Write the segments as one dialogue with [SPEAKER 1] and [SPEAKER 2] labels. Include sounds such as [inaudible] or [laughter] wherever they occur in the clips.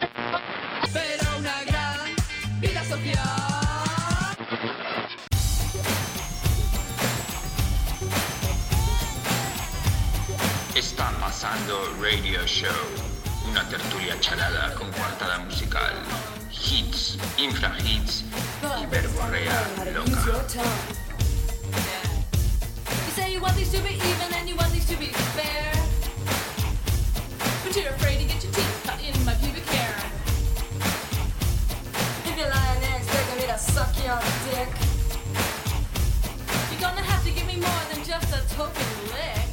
[SPEAKER 1] Pero una gran vida social.
[SPEAKER 2] Está pasando Radio Show, una tertulia charada con cuartada musical, hits, infrahits y verborrea loca.
[SPEAKER 1] You say you want things to be even and you want things to be fair. But you're afraid to get your teeth cut in my pubic hair.
[SPEAKER 3] If you're lying eggs, they're gonna need a sucky on dick.
[SPEAKER 1] You're gonna have to give me more than just a token lick.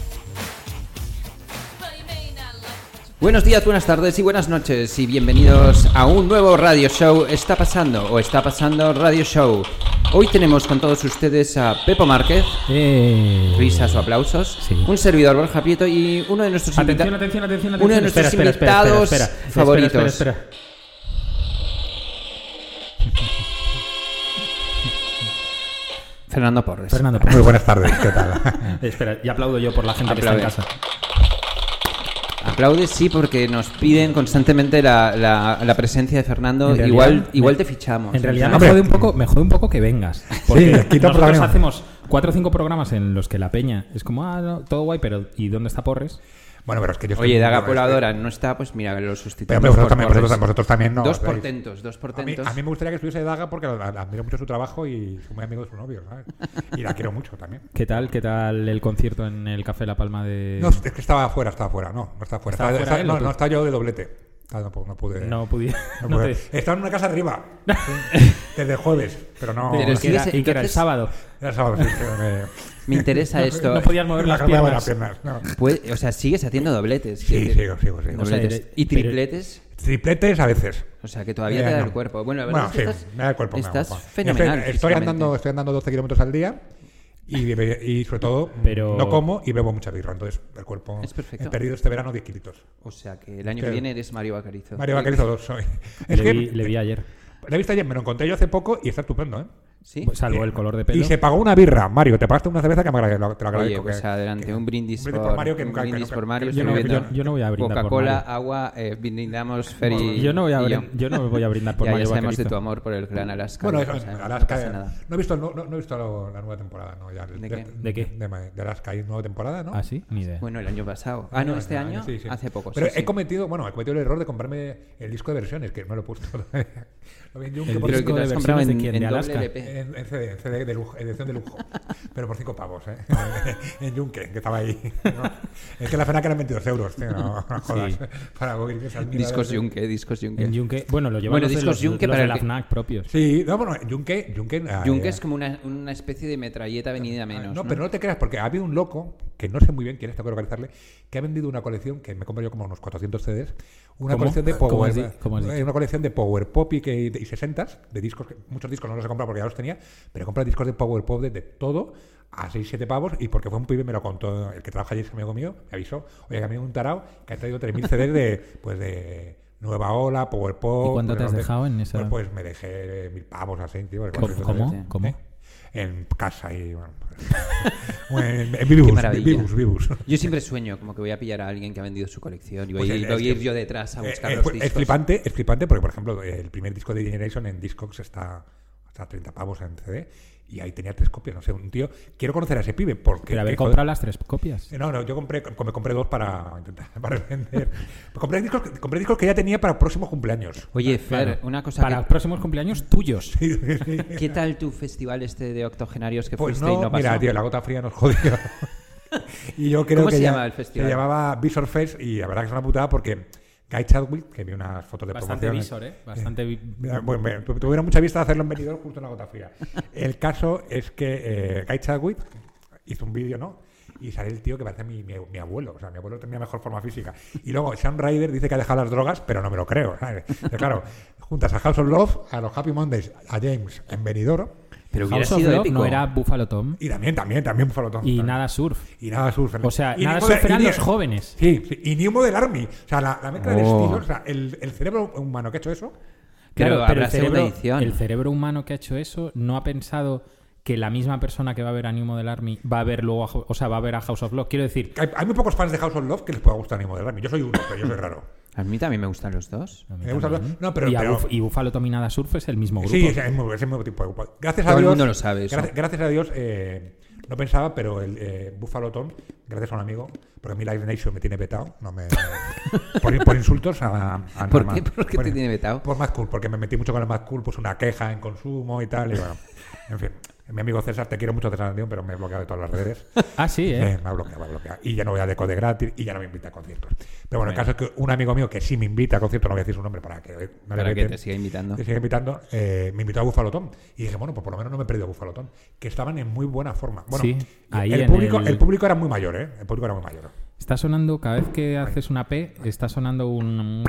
[SPEAKER 1] Well, you may not like what you
[SPEAKER 4] Buenos días, buenas tardes y buenas noches y bienvenidos a un nuevo radio show Está pasando o está pasando radio show. Hoy tenemos con todos ustedes a Pepo Márquez,
[SPEAKER 5] Eh...
[SPEAKER 4] risas o aplausos,
[SPEAKER 5] Sí.
[SPEAKER 4] un servidor Borja Prieto y uno de nuestros invita-
[SPEAKER 5] Atención, atención, atención, atención.
[SPEAKER 4] uno de nuestros
[SPEAKER 5] Espera, espera, espera,
[SPEAKER 4] invitados
[SPEAKER 5] espera, espera, espera,
[SPEAKER 4] favoritos.
[SPEAKER 5] Espera, espera,
[SPEAKER 4] Fernando Porres.
[SPEAKER 5] Fernando, por
[SPEAKER 6] Muy buenas tardes, ¿qué tal? [laughs]
[SPEAKER 5] favor. [laughs] espera, y aplaudo yo por la gente
[SPEAKER 4] Aplaude.
[SPEAKER 5] que está en casa.
[SPEAKER 4] Aplaudes sí porque nos piden constantemente la, la- la presencia de Fernando.
[SPEAKER 5] En
[SPEAKER 4] igual
[SPEAKER 5] realidad,
[SPEAKER 4] igual
[SPEAKER 5] me-
[SPEAKER 4] te fichamos. ¿eh?
[SPEAKER 5] En realidad me
[SPEAKER 6] Hombre.
[SPEAKER 5] jode, un poco, me jode un poco
[SPEAKER 4] [laughs]
[SPEAKER 5] que vengas. Porque
[SPEAKER 6] le quita
[SPEAKER 5] nosotros
[SPEAKER 6] problema.
[SPEAKER 5] hacemos cuatro o cinco programas en los que la peña es como, ah, no, todo guay, pero ¿y dónde está Porres?
[SPEAKER 6] Bueno, pero es que yo estoy-
[SPEAKER 4] Oye, Daga
[SPEAKER 6] bueno,
[SPEAKER 4] Poladora no está, pues mira, lo sustituimos.
[SPEAKER 6] Pero, pero vosotros
[SPEAKER 4] por
[SPEAKER 6] también- vosotros-
[SPEAKER 4] Porres.
[SPEAKER 6] vosotros también no,
[SPEAKER 4] Dos
[SPEAKER 6] ¿sabéis?
[SPEAKER 4] portentos, dos
[SPEAKER 6] A mí,
[SPEAKER 4] portentos.
[SPEAKER 6] a mí me gustaría que estuviese Daga porque ad- admiro mucho su trabajo y soy muy amigo de su novio, ¿sabes? Y la quiero mucho también.
[SPEAKER 5] ¿Qué tal? ¿Qué tal el concierto en el Café La Palma de...?
[SPEAKER 6] No, es que estaba afuera, estaba afuera, no, no estaba afuera.
[SPEAKER 5] ¿Estaba
[SPEAKER 6] Estaba-
[SPEAKER 5] fuera
[SPEAKER 6] estaba-
[SPEAKER 5] él o
[SPEAKER 6] no,
[SPEAKER 5] tú?
[SPEAKER 6] no, estaba yo de doblete. Ah, no, no pude.
[SPEAKER 5] [laughs]
[SPEAKER 4] [laughs]
[SPEAKER 5] No pude.
[SPEAKER 6] no
[SPEAKER 5] no
[SPEAKER 6] pude.
[SPEAKER 5] te-
[SPEAKER 6] Estaba en una casa arriba. desde jueves, pero no.
[SPEAKER 4] Pero es
[SPEAKER 5] y que era,
[SPEAKER 4] ese-
[SPEAKER 5] y que era el
[SPEAKER 4] entonces-
[SPEAKER 5] sábado.
[SPEAKER 6] Ya sabes, es que me-
[SPEAKER 4] Me interesa esto.
[SPEAKER 5] No podías mover
[SPEAKER 6] me
[SPEAKER 5] las
[SPEAKER 6] agarraba
[SPEAKER 5] piernas.
[SPEAKER 6] las piernas, no.
[SPEAKER 4] Puede- o sea, sigues haciendo dobletes.
[SPEAKER 6] Sí,
[SPEAKER 4] quiero
[SPEAKER 6] sigo,
[SPEAKER 4] decir.
[SPEAKER 6] sigo, sigo.
[SPEAKER 5] O sea,
[SPEAKER 4] Dobletes.
[SPEAKER 5] eres-
[SPEAKER 4] y
[SPEAKER 5] pero-
[SPEAKER 4] tripletes.
[SPEAKER 6] Tripletes a veces.
[SPEAKER 4] O sea, que todavía te
[SPEAKER 6] Eh,
[SPEAKER 4] da
[SPEAKER 6] no.
[SPEAKER 4] el cuerpo. Bueno, la verdad
[SPEAKER 6] bueno
[SPEAKER 4] es
[SPEAKER 6] sí,
[SPEAKER 4] que estás,
[SPEAKER 6] me da el cuerpo. me da el
[SPEAKER 4] estás
[SPEAKER 6] cuerpo.
[SPEAKER 4] fenomenal.
[SPEAKER 6] Estoy, estoy,
[SPEAKER 4] físicamente.
[SPEAKER 6] andando, estoy andando 12 kilómetros al día y, bebe- y sobre todo
[SPEAKER 5] Pero-
[SPEAKER 6] no como y bebo mucha birra. Entonces el cuerpo...
[SPEAKER 4] Es perfecto.
[SPEAKER 6] He perdido este verano 10 kilitos.
[SPEAKER 4] O sea, que el año
[SPEAKER 6] Claro.
[SPEAKER 4] que viene eres Mario Bacarizo.
[SPEAKER 6] Mario Vaquerizo 2 soy. Es
[SPEAKER 5] Le
[SPEAKER 6] que
[SPEAKER 5] vi, le vi ayer.
[SPEAKER 6] la he visto ayer, me lo encontré yo hace poco y está estupendo, ¿eh?
[SPEAKER 4] ¿Sí?
[SPEAKER 5] Salvo el color de pelo.
[SPEAKER 6] Y se pagó una birra, Mario. Te pagaste una cerveza que me agra- te lo agradezco.
[SPEAKER 4] Oye, pues
[SPEAKER 6] que-
[SPEAKER 4] adelante,
[SPEAKER 6] que-
[SPEAKER 4] un brindis,
[SPEAKER 6] brindis
[SPEAKER 4] por,
[SPEAKER 6] Mario que
[SPEAKER 4] un
[SPEAKER 6] nunca- que
[SPEAKER 4] brindis
[SPEAKER 6] nunca-
[SPEAKER 4] por Mario.
[SPEAKER 5] Yo
[SPEAKER 4] estoy
[SPEAKER 5] no-
[SPEAKER 4] bebiendo
[SPEAKER 5] yo- yo no voy a brindar por
[SPEAKER 4] Coca-Cola,
[SPEAKER 5] Mario.
[SPEAKER 4] agua, eh, brindamos Ferry.
[SPEAKER 5] Yo no voy a,
[SPEAKER 4] y yo.
[SPEAKER 5] brin- yo no me voy a brindar
[SPEAKER 4] [laughs]
[SPEAKER 5] por
[SPEAKER 4] ya, ya
[SPEAKER 5] Mario
[SPEAKER 4] sabemos de
[SPEAKER 5] Vaquerizo.
[SPEAKER 4] tu amor por el Gran Alaska.
[SPEAKER 6] Bueno,
[SPEAKER 4] ya
[SPEAKER 6] eso,
[SPEAKER 4] lo
[SPEAKER 6] en
[SPEAKER 4] sabemos,
[SPEAKER 6] Alaska.
[SPEAKER 4] No
[SPEAKER 6] eh,
[SPEAKER 4] pasa nada.
[SPEAKER 6] No he visto, no, no- no he visto lo- la nueva temporada, ¿no? Ya,
[SPEAKER 4] ¿De qué?
[SPEAKER 5] ¿De qué?
[SPEAKER 6] De, de Alaska. Hay nueva temporada, ¿no?
[SPEAKER 5] ¿Ah, sí? Ni idea.
[SPEAKER 4] Bueno, el año pasado. Ah, no, este año,
[SPEAKER 6] Sí, sí.
[SPEAKER 4] hace poco.
[SPEAKER 6] Pero
[SPEAKER 4] sí,
[SPEAKER 6] he
[SPEAKER 4] sí.
[SPEAKER 6] cometido, bueno, he cometido el error de comprarme el disco de versiones, que no lo he puesto todavía. [laughs] Lo vendí un
[SPEAKER 5] El
[SPEAKER 6] que por
[SPEAKER 4] Pero
[SPEAKER 6] cinco-
[SPEAKER 4] que te
[SPEAKER 5] disco de
[SPEAKER 4] has comprado en,
[SPEAKER 5] versiones de quién,
[SPEAKER 4] en
[SPEAKER 5] de
[SPEAKER 4] doble
[SPEAKER 5] Alaska.
[SPEAKER 4] LP.
[SPEAKER 6] en, en CD, en CD de lujo, en edición
[SPEAKER 4] [laughs]
[SPEAKER 6] de lujo. pero por 5 pavos, ¿eh? [laughs] en Juncker, que estaba ahí. ¿no? Es que la FNAC eran 22 euros, tío, no, no jodas. ¿eh?
[SPEAKER 5] Sí.
[SPEAKER 6] Para oír esas mierdas
[SPEAKER 4] Discos
[SPEAKER 6] de-
[SPEAKER 4] Yunque, discos Yunque.
[SPEAKER 5] En Yunque, bueno, lo llevan
[SPEAKER 4] Bueno,
[SPEAKER 5] los de
[SPEAKER 4] discos
[SPEAKER 5] los-
[SPEAKER 4] Yunque
[SPEAKER 5] los
[SPEAKER 4] para
[SPEAKER 5] de
[SPEAKER 4] el
[SPEAKER 5] la
[SPEAKER 4] que-
[SPEAKER 5] FNAC propios.
[SPEAKER 6] Sí, no, bueno, Yunque. Yunque, ah,
[SPEAKER 4] Yunque
[SPEAKER 6] eh,
[SPEAKER 4] es como una, una especie de metralleta venida menos.
[SPEAKER 6] No, pero no te creas, porque ha habido un loco, que no sé muy bien quién es, tengo que localizarle, que ha vendido una colección, que me compré yo como unos 400 CDs, una
[SPEAKER 5] ¿Cómo?
[SPEAKER 6] colección de
[SPEAKER 5] ¿Cómo
[SPEAKER 6] Power
[SPEAKER 5] has di- cómo has
[SPEAKER 6] eh,
[SPEAKER 5] dicho?
[SPEAKER 6] una colección de Power Pop y, que, y 60s, de discos, que, muchos discos no los he comprado porque ya los tenía, pero he comprado discos de Power Pop de, de todo a 6, 7 pavos y porque fue un pibe me lo contó, el que trabaja allí es amigo mío, me avisó, oye, que a mí hay un tarao que ha traído 3.000 CDs de, pues de Nueva Ola, Power Pop...
[SPEAKER 5] ¿Y cuánto te has
[SPEAKER 6] no sé.
[SPEAKER 5] dejado en esa-
[SPEAKER 6] Pues, pues me dejé mil pavos así, tío. porque
[SPEAKER 5] ¿Cómo?
[SPEAKER 6] cuatro-
[SPEAKER 5] ¿Cómo? ¿Cómo?
[SPEAKER 6] ¿Eh? En casa y bueno. [laughs] bueno, en, en Vivus,
[SPEAKER 4] Qué maravilla.
[SPEAKER 6] Vivus, Vivus.
[SPEAKER 4] Yo siempre sueño como que voy a pillar a alguien que ha vendido su colección y voy,
[SPEAKER 6] Pues
[SPEAKER 4] a ir-
[SPEAKER 6] el-
[SPEAKER 4] voy a
[SPEAKER 6] es
[SPEAKER 4] ir
[SPEAKER 6] que-
[SPEAKER 4] yo detrás a
[SPEAKER 6] Eh,
[SPEAKER 4] buscar
[SPEAKER 6] eh,
[SPEAKER 4] los
[SPEAKER 6] pues,
[SPEAKER 4] discos.
[SPEAKER 6] es flipante, es flipante porque por ejemplo el primer disco de Generation en Discogs está hasta 30 pavos en CD y ahí tenía tres copias, no sé, un tío, quiero conocer a ese pibe porque
[SPEAKER 5] Pero haber
[SPEAKER 6] que-
[SPEAKER 5] comprado las tres copias.
[SPEAKER 6] No, no, yo compré, co- me compré dos para intentar [laughs] para vender. compré, discos, que- compré discos que ya tenía para próximos cumpleaños.
[SPEAKER 4] Oye, Fer,
[SPEAKER 5] Claro.
[SPEAKER 4] una cosa.
[SPEAKER 5] Para los
[SPEAKER 4] que-
[SPEAKER 5] próximos cumpleaños tuyos.
[SPEAKER 6] [laughs]
[SPEAKER 4] ¿Qué tal tu festival este de octogenarios que
[SPEAKER 6] Pues
[SPEAKER 4] fuiste y
[SPEAKER 6] no,
[SPEAKER 4] no pasó?
[SPEAKER 6] mira, tío, la gota fría nos jodió.
[SPEAKER 4] [laughs]
[SPEAKER 6] y yo creo
[SPEAKER 4] ¿Cómo
[SPEAKER 6] que
[SPEAKER 4] se
[SPEAKER 6] ya-
[SPEAKER 4] llamaba el festival?
[SPEAKER 6] Se llamaba Visor Fest y la verdad que es una putada porque Guy Chadwick, que vi unas fotos de
[SPEAKER 5] Bastante
[SPEAKER 6] promociones-
[SPEAKER 5] visor, ¿eh? Bastante... vi-
[SPEAKER 6] Mira, Bueno, me- tu- tuvieron mucha vista de hacerlo en Benidorm justo en la gota fría. El caso es que eh, Guy Chadwick hizo un vídeo, ¿no? Y sale el tío que parece mi, mi, mi abuelo. O sea, mi abuelo tenía mejor forma física. Y luego Sam Ryder dice que ha dejado las drogas, pero no me lo creo. ¿sabes? Pero claro, juntas a House of Love, a los Happy Mondays, a James en Benidorm.
[SPEAKER 4] Pero hubiera
[SPEAKER 5] House of
[SPEAKER 4] sido
[SPEAKER 5] Love
[SPEAKER 4] épico.
[SPEAKER 5] no era Buffalo Tom
[SPEAKER 6] Y también, también, también Buffalo Tom.
[SPEAKER 5] y
[SPEAKER 6] ¿sabes?
[SPEAKER 5] nada surf.
[SPEAKER 6] Y nada surf.
[SPEAKER 5] O sea,
[SPEAKER 6] Y
[SPEAKER 5] nada
[SPEAKER 6] New Model-
[SPEAKER 5] surf eran
[SPEAKER 6] y New-
[SPEAKER 5] los jóvenes.
[SPEAKER 6] Sí, sí, y New Model Army. O sea, la, la mezcla de
[SPEAKER 4] Oh.
[SPEAKER 6] estilos, o sea, el, el cerebro humano que ha hecho eso.
[SPEAKER 4] Pero habrá
[SPEAKER 5] el
[SPEAKER 4] segunda
[SPEAKER 5] cerebro,
[SPEAKER 4] edición.
[SPEAKER 5] el cerebro humano que ha hecho eso no ha pensado que la misma persona que va a ver a New Model Army va a ver luego, a, Ho- o sea, va a ver a House of Law. Quiero decir,
[SPEAKER 6] Hay, hay muy pocos fans de House of Love que les pueda gustar Nemo del Rami. Yo soy uno, pero yo soy raro.
[SPEAKER 4] A mí también me gustan los dos.
[SPEAKER 6] Me gusta hablar- No, pero.
[SPEAKER 5] y, a
[SPEAKER 6] pero-
[SPEAKER 5] Buf- y Buffalo Tominada Surf es el mismo grupo.
[SPEAKER 6] sí, es el mismo, es el mismo tipo de grupo. Gracias a
[SPEAKER 4] Todo el
[SPEAKER 6] Dios.
[SPEAKER 4] mundo lo sabe eso.
[SPEAKER 6] Gracias, gracias a Dios, eh, no pensaba, pero el eh, Buffalo Tom, gracias a un amigo, porque a mí Live Nation me tiene petado.
[SPEAKER 4] [laughs]
[SPEAKER 6] No me, por, por insultos a. a
[SPEAKER 4] ¿Por
[SPEAKER 6] Norma.
[SPEAKER 4] qué? ¿Por qué te tiene vetado?
[SPEAKER 6] Por más cool, porque me metí mucho con el más cool, pues una queja en consumo y tal. Y bueno, en fin. Mi amigo César, te quiero mucho, César León, pero me he bloqueado de todas las redes.
[SPEAKER 5] Ah, sí, ¿eh?
[SPEAKER 6] Eh, me ha bloqueado, me ha bloqueado. Y ya no voy al eco de gratis y ya no me invita a conciertos. Pero bueno, el caso es que un amigo mío que sí me invita a conciertos, no voy a decir su nombre para que no le
[SPEAKER 4] Para que
[SPEAKER 6] veten,
[SPEAKER 4] te siga invitando.
[SPEAKER 6] te siga invitando, eh, me invitó a Buffalo Tom. Y dije, bueno, pues por lo menos no me he perdido a Buffalo Tom, que estaban en muy buena forma. Bueno,
[SPEAKER 5] Sí, ahí
[SPEAKER 6] el,
[SPEAKER 5] en
[SPEAKER 6] público,
[SPEAKER 5] el-
[SPEAKER 6] el público era muy mayor, ¿eh? El público era muy mayor.
[SPEAKER 5] Está sonando, cada vez que haces una P, está sonando un,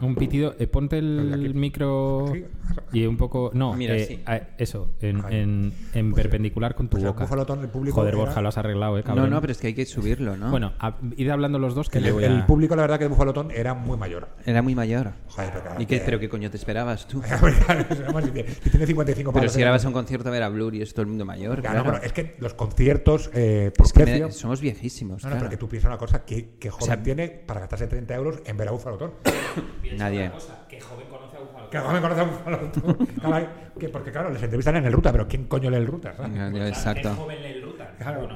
[SPEAKER 5] un pitido. Eh, ponte
[SPEAKER 6] El de
[SPEAKER 5] el
[SPEAKER 6] aquí.
[SPEAKER 5] micro
[SPEAKER 6] Sí.
[SPEAKER 5] y un poco. No,
[SPEAKER 4] Mira,
[SPEAKER 5] eh,
[SPEAKER 4] sí.
[SPEAKER 5] a- eso, en,
[SPEAKER 6] Ahí.
[SPEAKER 5] en- en perpendicular con tu
[SPEAKER 6] pues el
[SPEAKER 5] boca.
[SPEAKER 6] Buffalo Tom, el público
[SPEAKER 5] Joder,
[SPEAKER 6] era-
[SPEAKER 5] Borja, lo has arreglado, eh,
[SPEAKER 4] No,
[SPEAKER 5] cabrón.
[SPEAKER 4] no, pero es que hay que subirlo, ¿no?
[SPEAKER 5] Bueno, a- id hablando los dos que
[SPEAKER 6] El,
[SPEAKER 5] le voy
[SPEAKER 6] el
[SPEAKER 5] a.
[SPEAKER 6] público, la verdad, que de Buffalo Tom era muy mayor. eh,
[SPEAKER 4] Era muy mayor.
[SPEAKER 6] Joder, pero claro,
[SPEAKER 4] ¿Y qué,
[SPEAKER 6] que- [laughs]
[SPEAKER 4] pero qué coño te esperabas tú?
[SPEAKER 6] pues, si tiene- si tiene 55
[SPEAKER 4] Pero
[SPEAKER 6] palos,
[SPEAKER 4] si
[SPEAKER 6] ¿eh?
[SPEAKER 4] ahora vas a un concierto a ver a Blur y es todo el mundo mayor,
[SPEAKER 6] Ya, no,
[SPEAKER 4] claro.
[SPEAKER 6] pero es que los conciertos eh, por
[SPEAKER 4] Es que me-
[SPEAKER 6] precio-
[SPEAKER 4] somos viejísimos,
[SPEAKER 6] No,
[SPEAKER 4] Pues
[SPEAKER 6] no,
[SPEAKER 4] claro.
[SPEAKER 6] pero que tú piensas una cosa, que, que joven
[SPEAKER 4] sea,
[SPEAKER 6] tiene para gastarse 30 euros en ver a Buffalo Tom?
[SPEAKER 4] Nadie.
[SPEAKER 6] [laughs] Que no me conoce a Buffalo Tom. Claro, que- porque claro, les entrevistan en el ruta, pero ¿quién coño lee el ruta? sabes?
[SPEAKER 4] Nadie, Exacto.
[SPEAKER 6] Claro,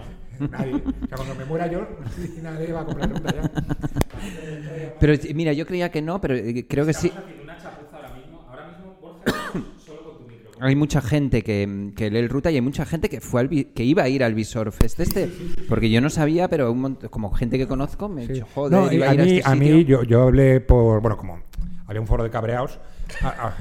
[SPEAKER 6] nadie. O sea, cuando me muera yo, [laughs] nadie va a comprar ruta ya.
[SPEAKER 4] Pero eh, mira, yo creía que no, pero eh, creo que sí. Hay mucha gente que, que lee el ruta y hay mucha gente que fue al vi- que iba a ir al Visor Fest este, porque yo no sabía, pero un montón, como gente que conozco me ha dicho, joder,
[SPEAKER 6] No, y
[SPEAKER 4] iba
[SPEAKER 6] a,
[SPEAKER 4] a ir a
[SPEAKER 6] mí,
[SPEAKER 4] este
[SPEAKER 6] a mí
[SPEAKER 4] sitio".
[SPEAKER 6] yo, yo hablé por. Bueno, como había un foro de cabreados, [laughs] a- a-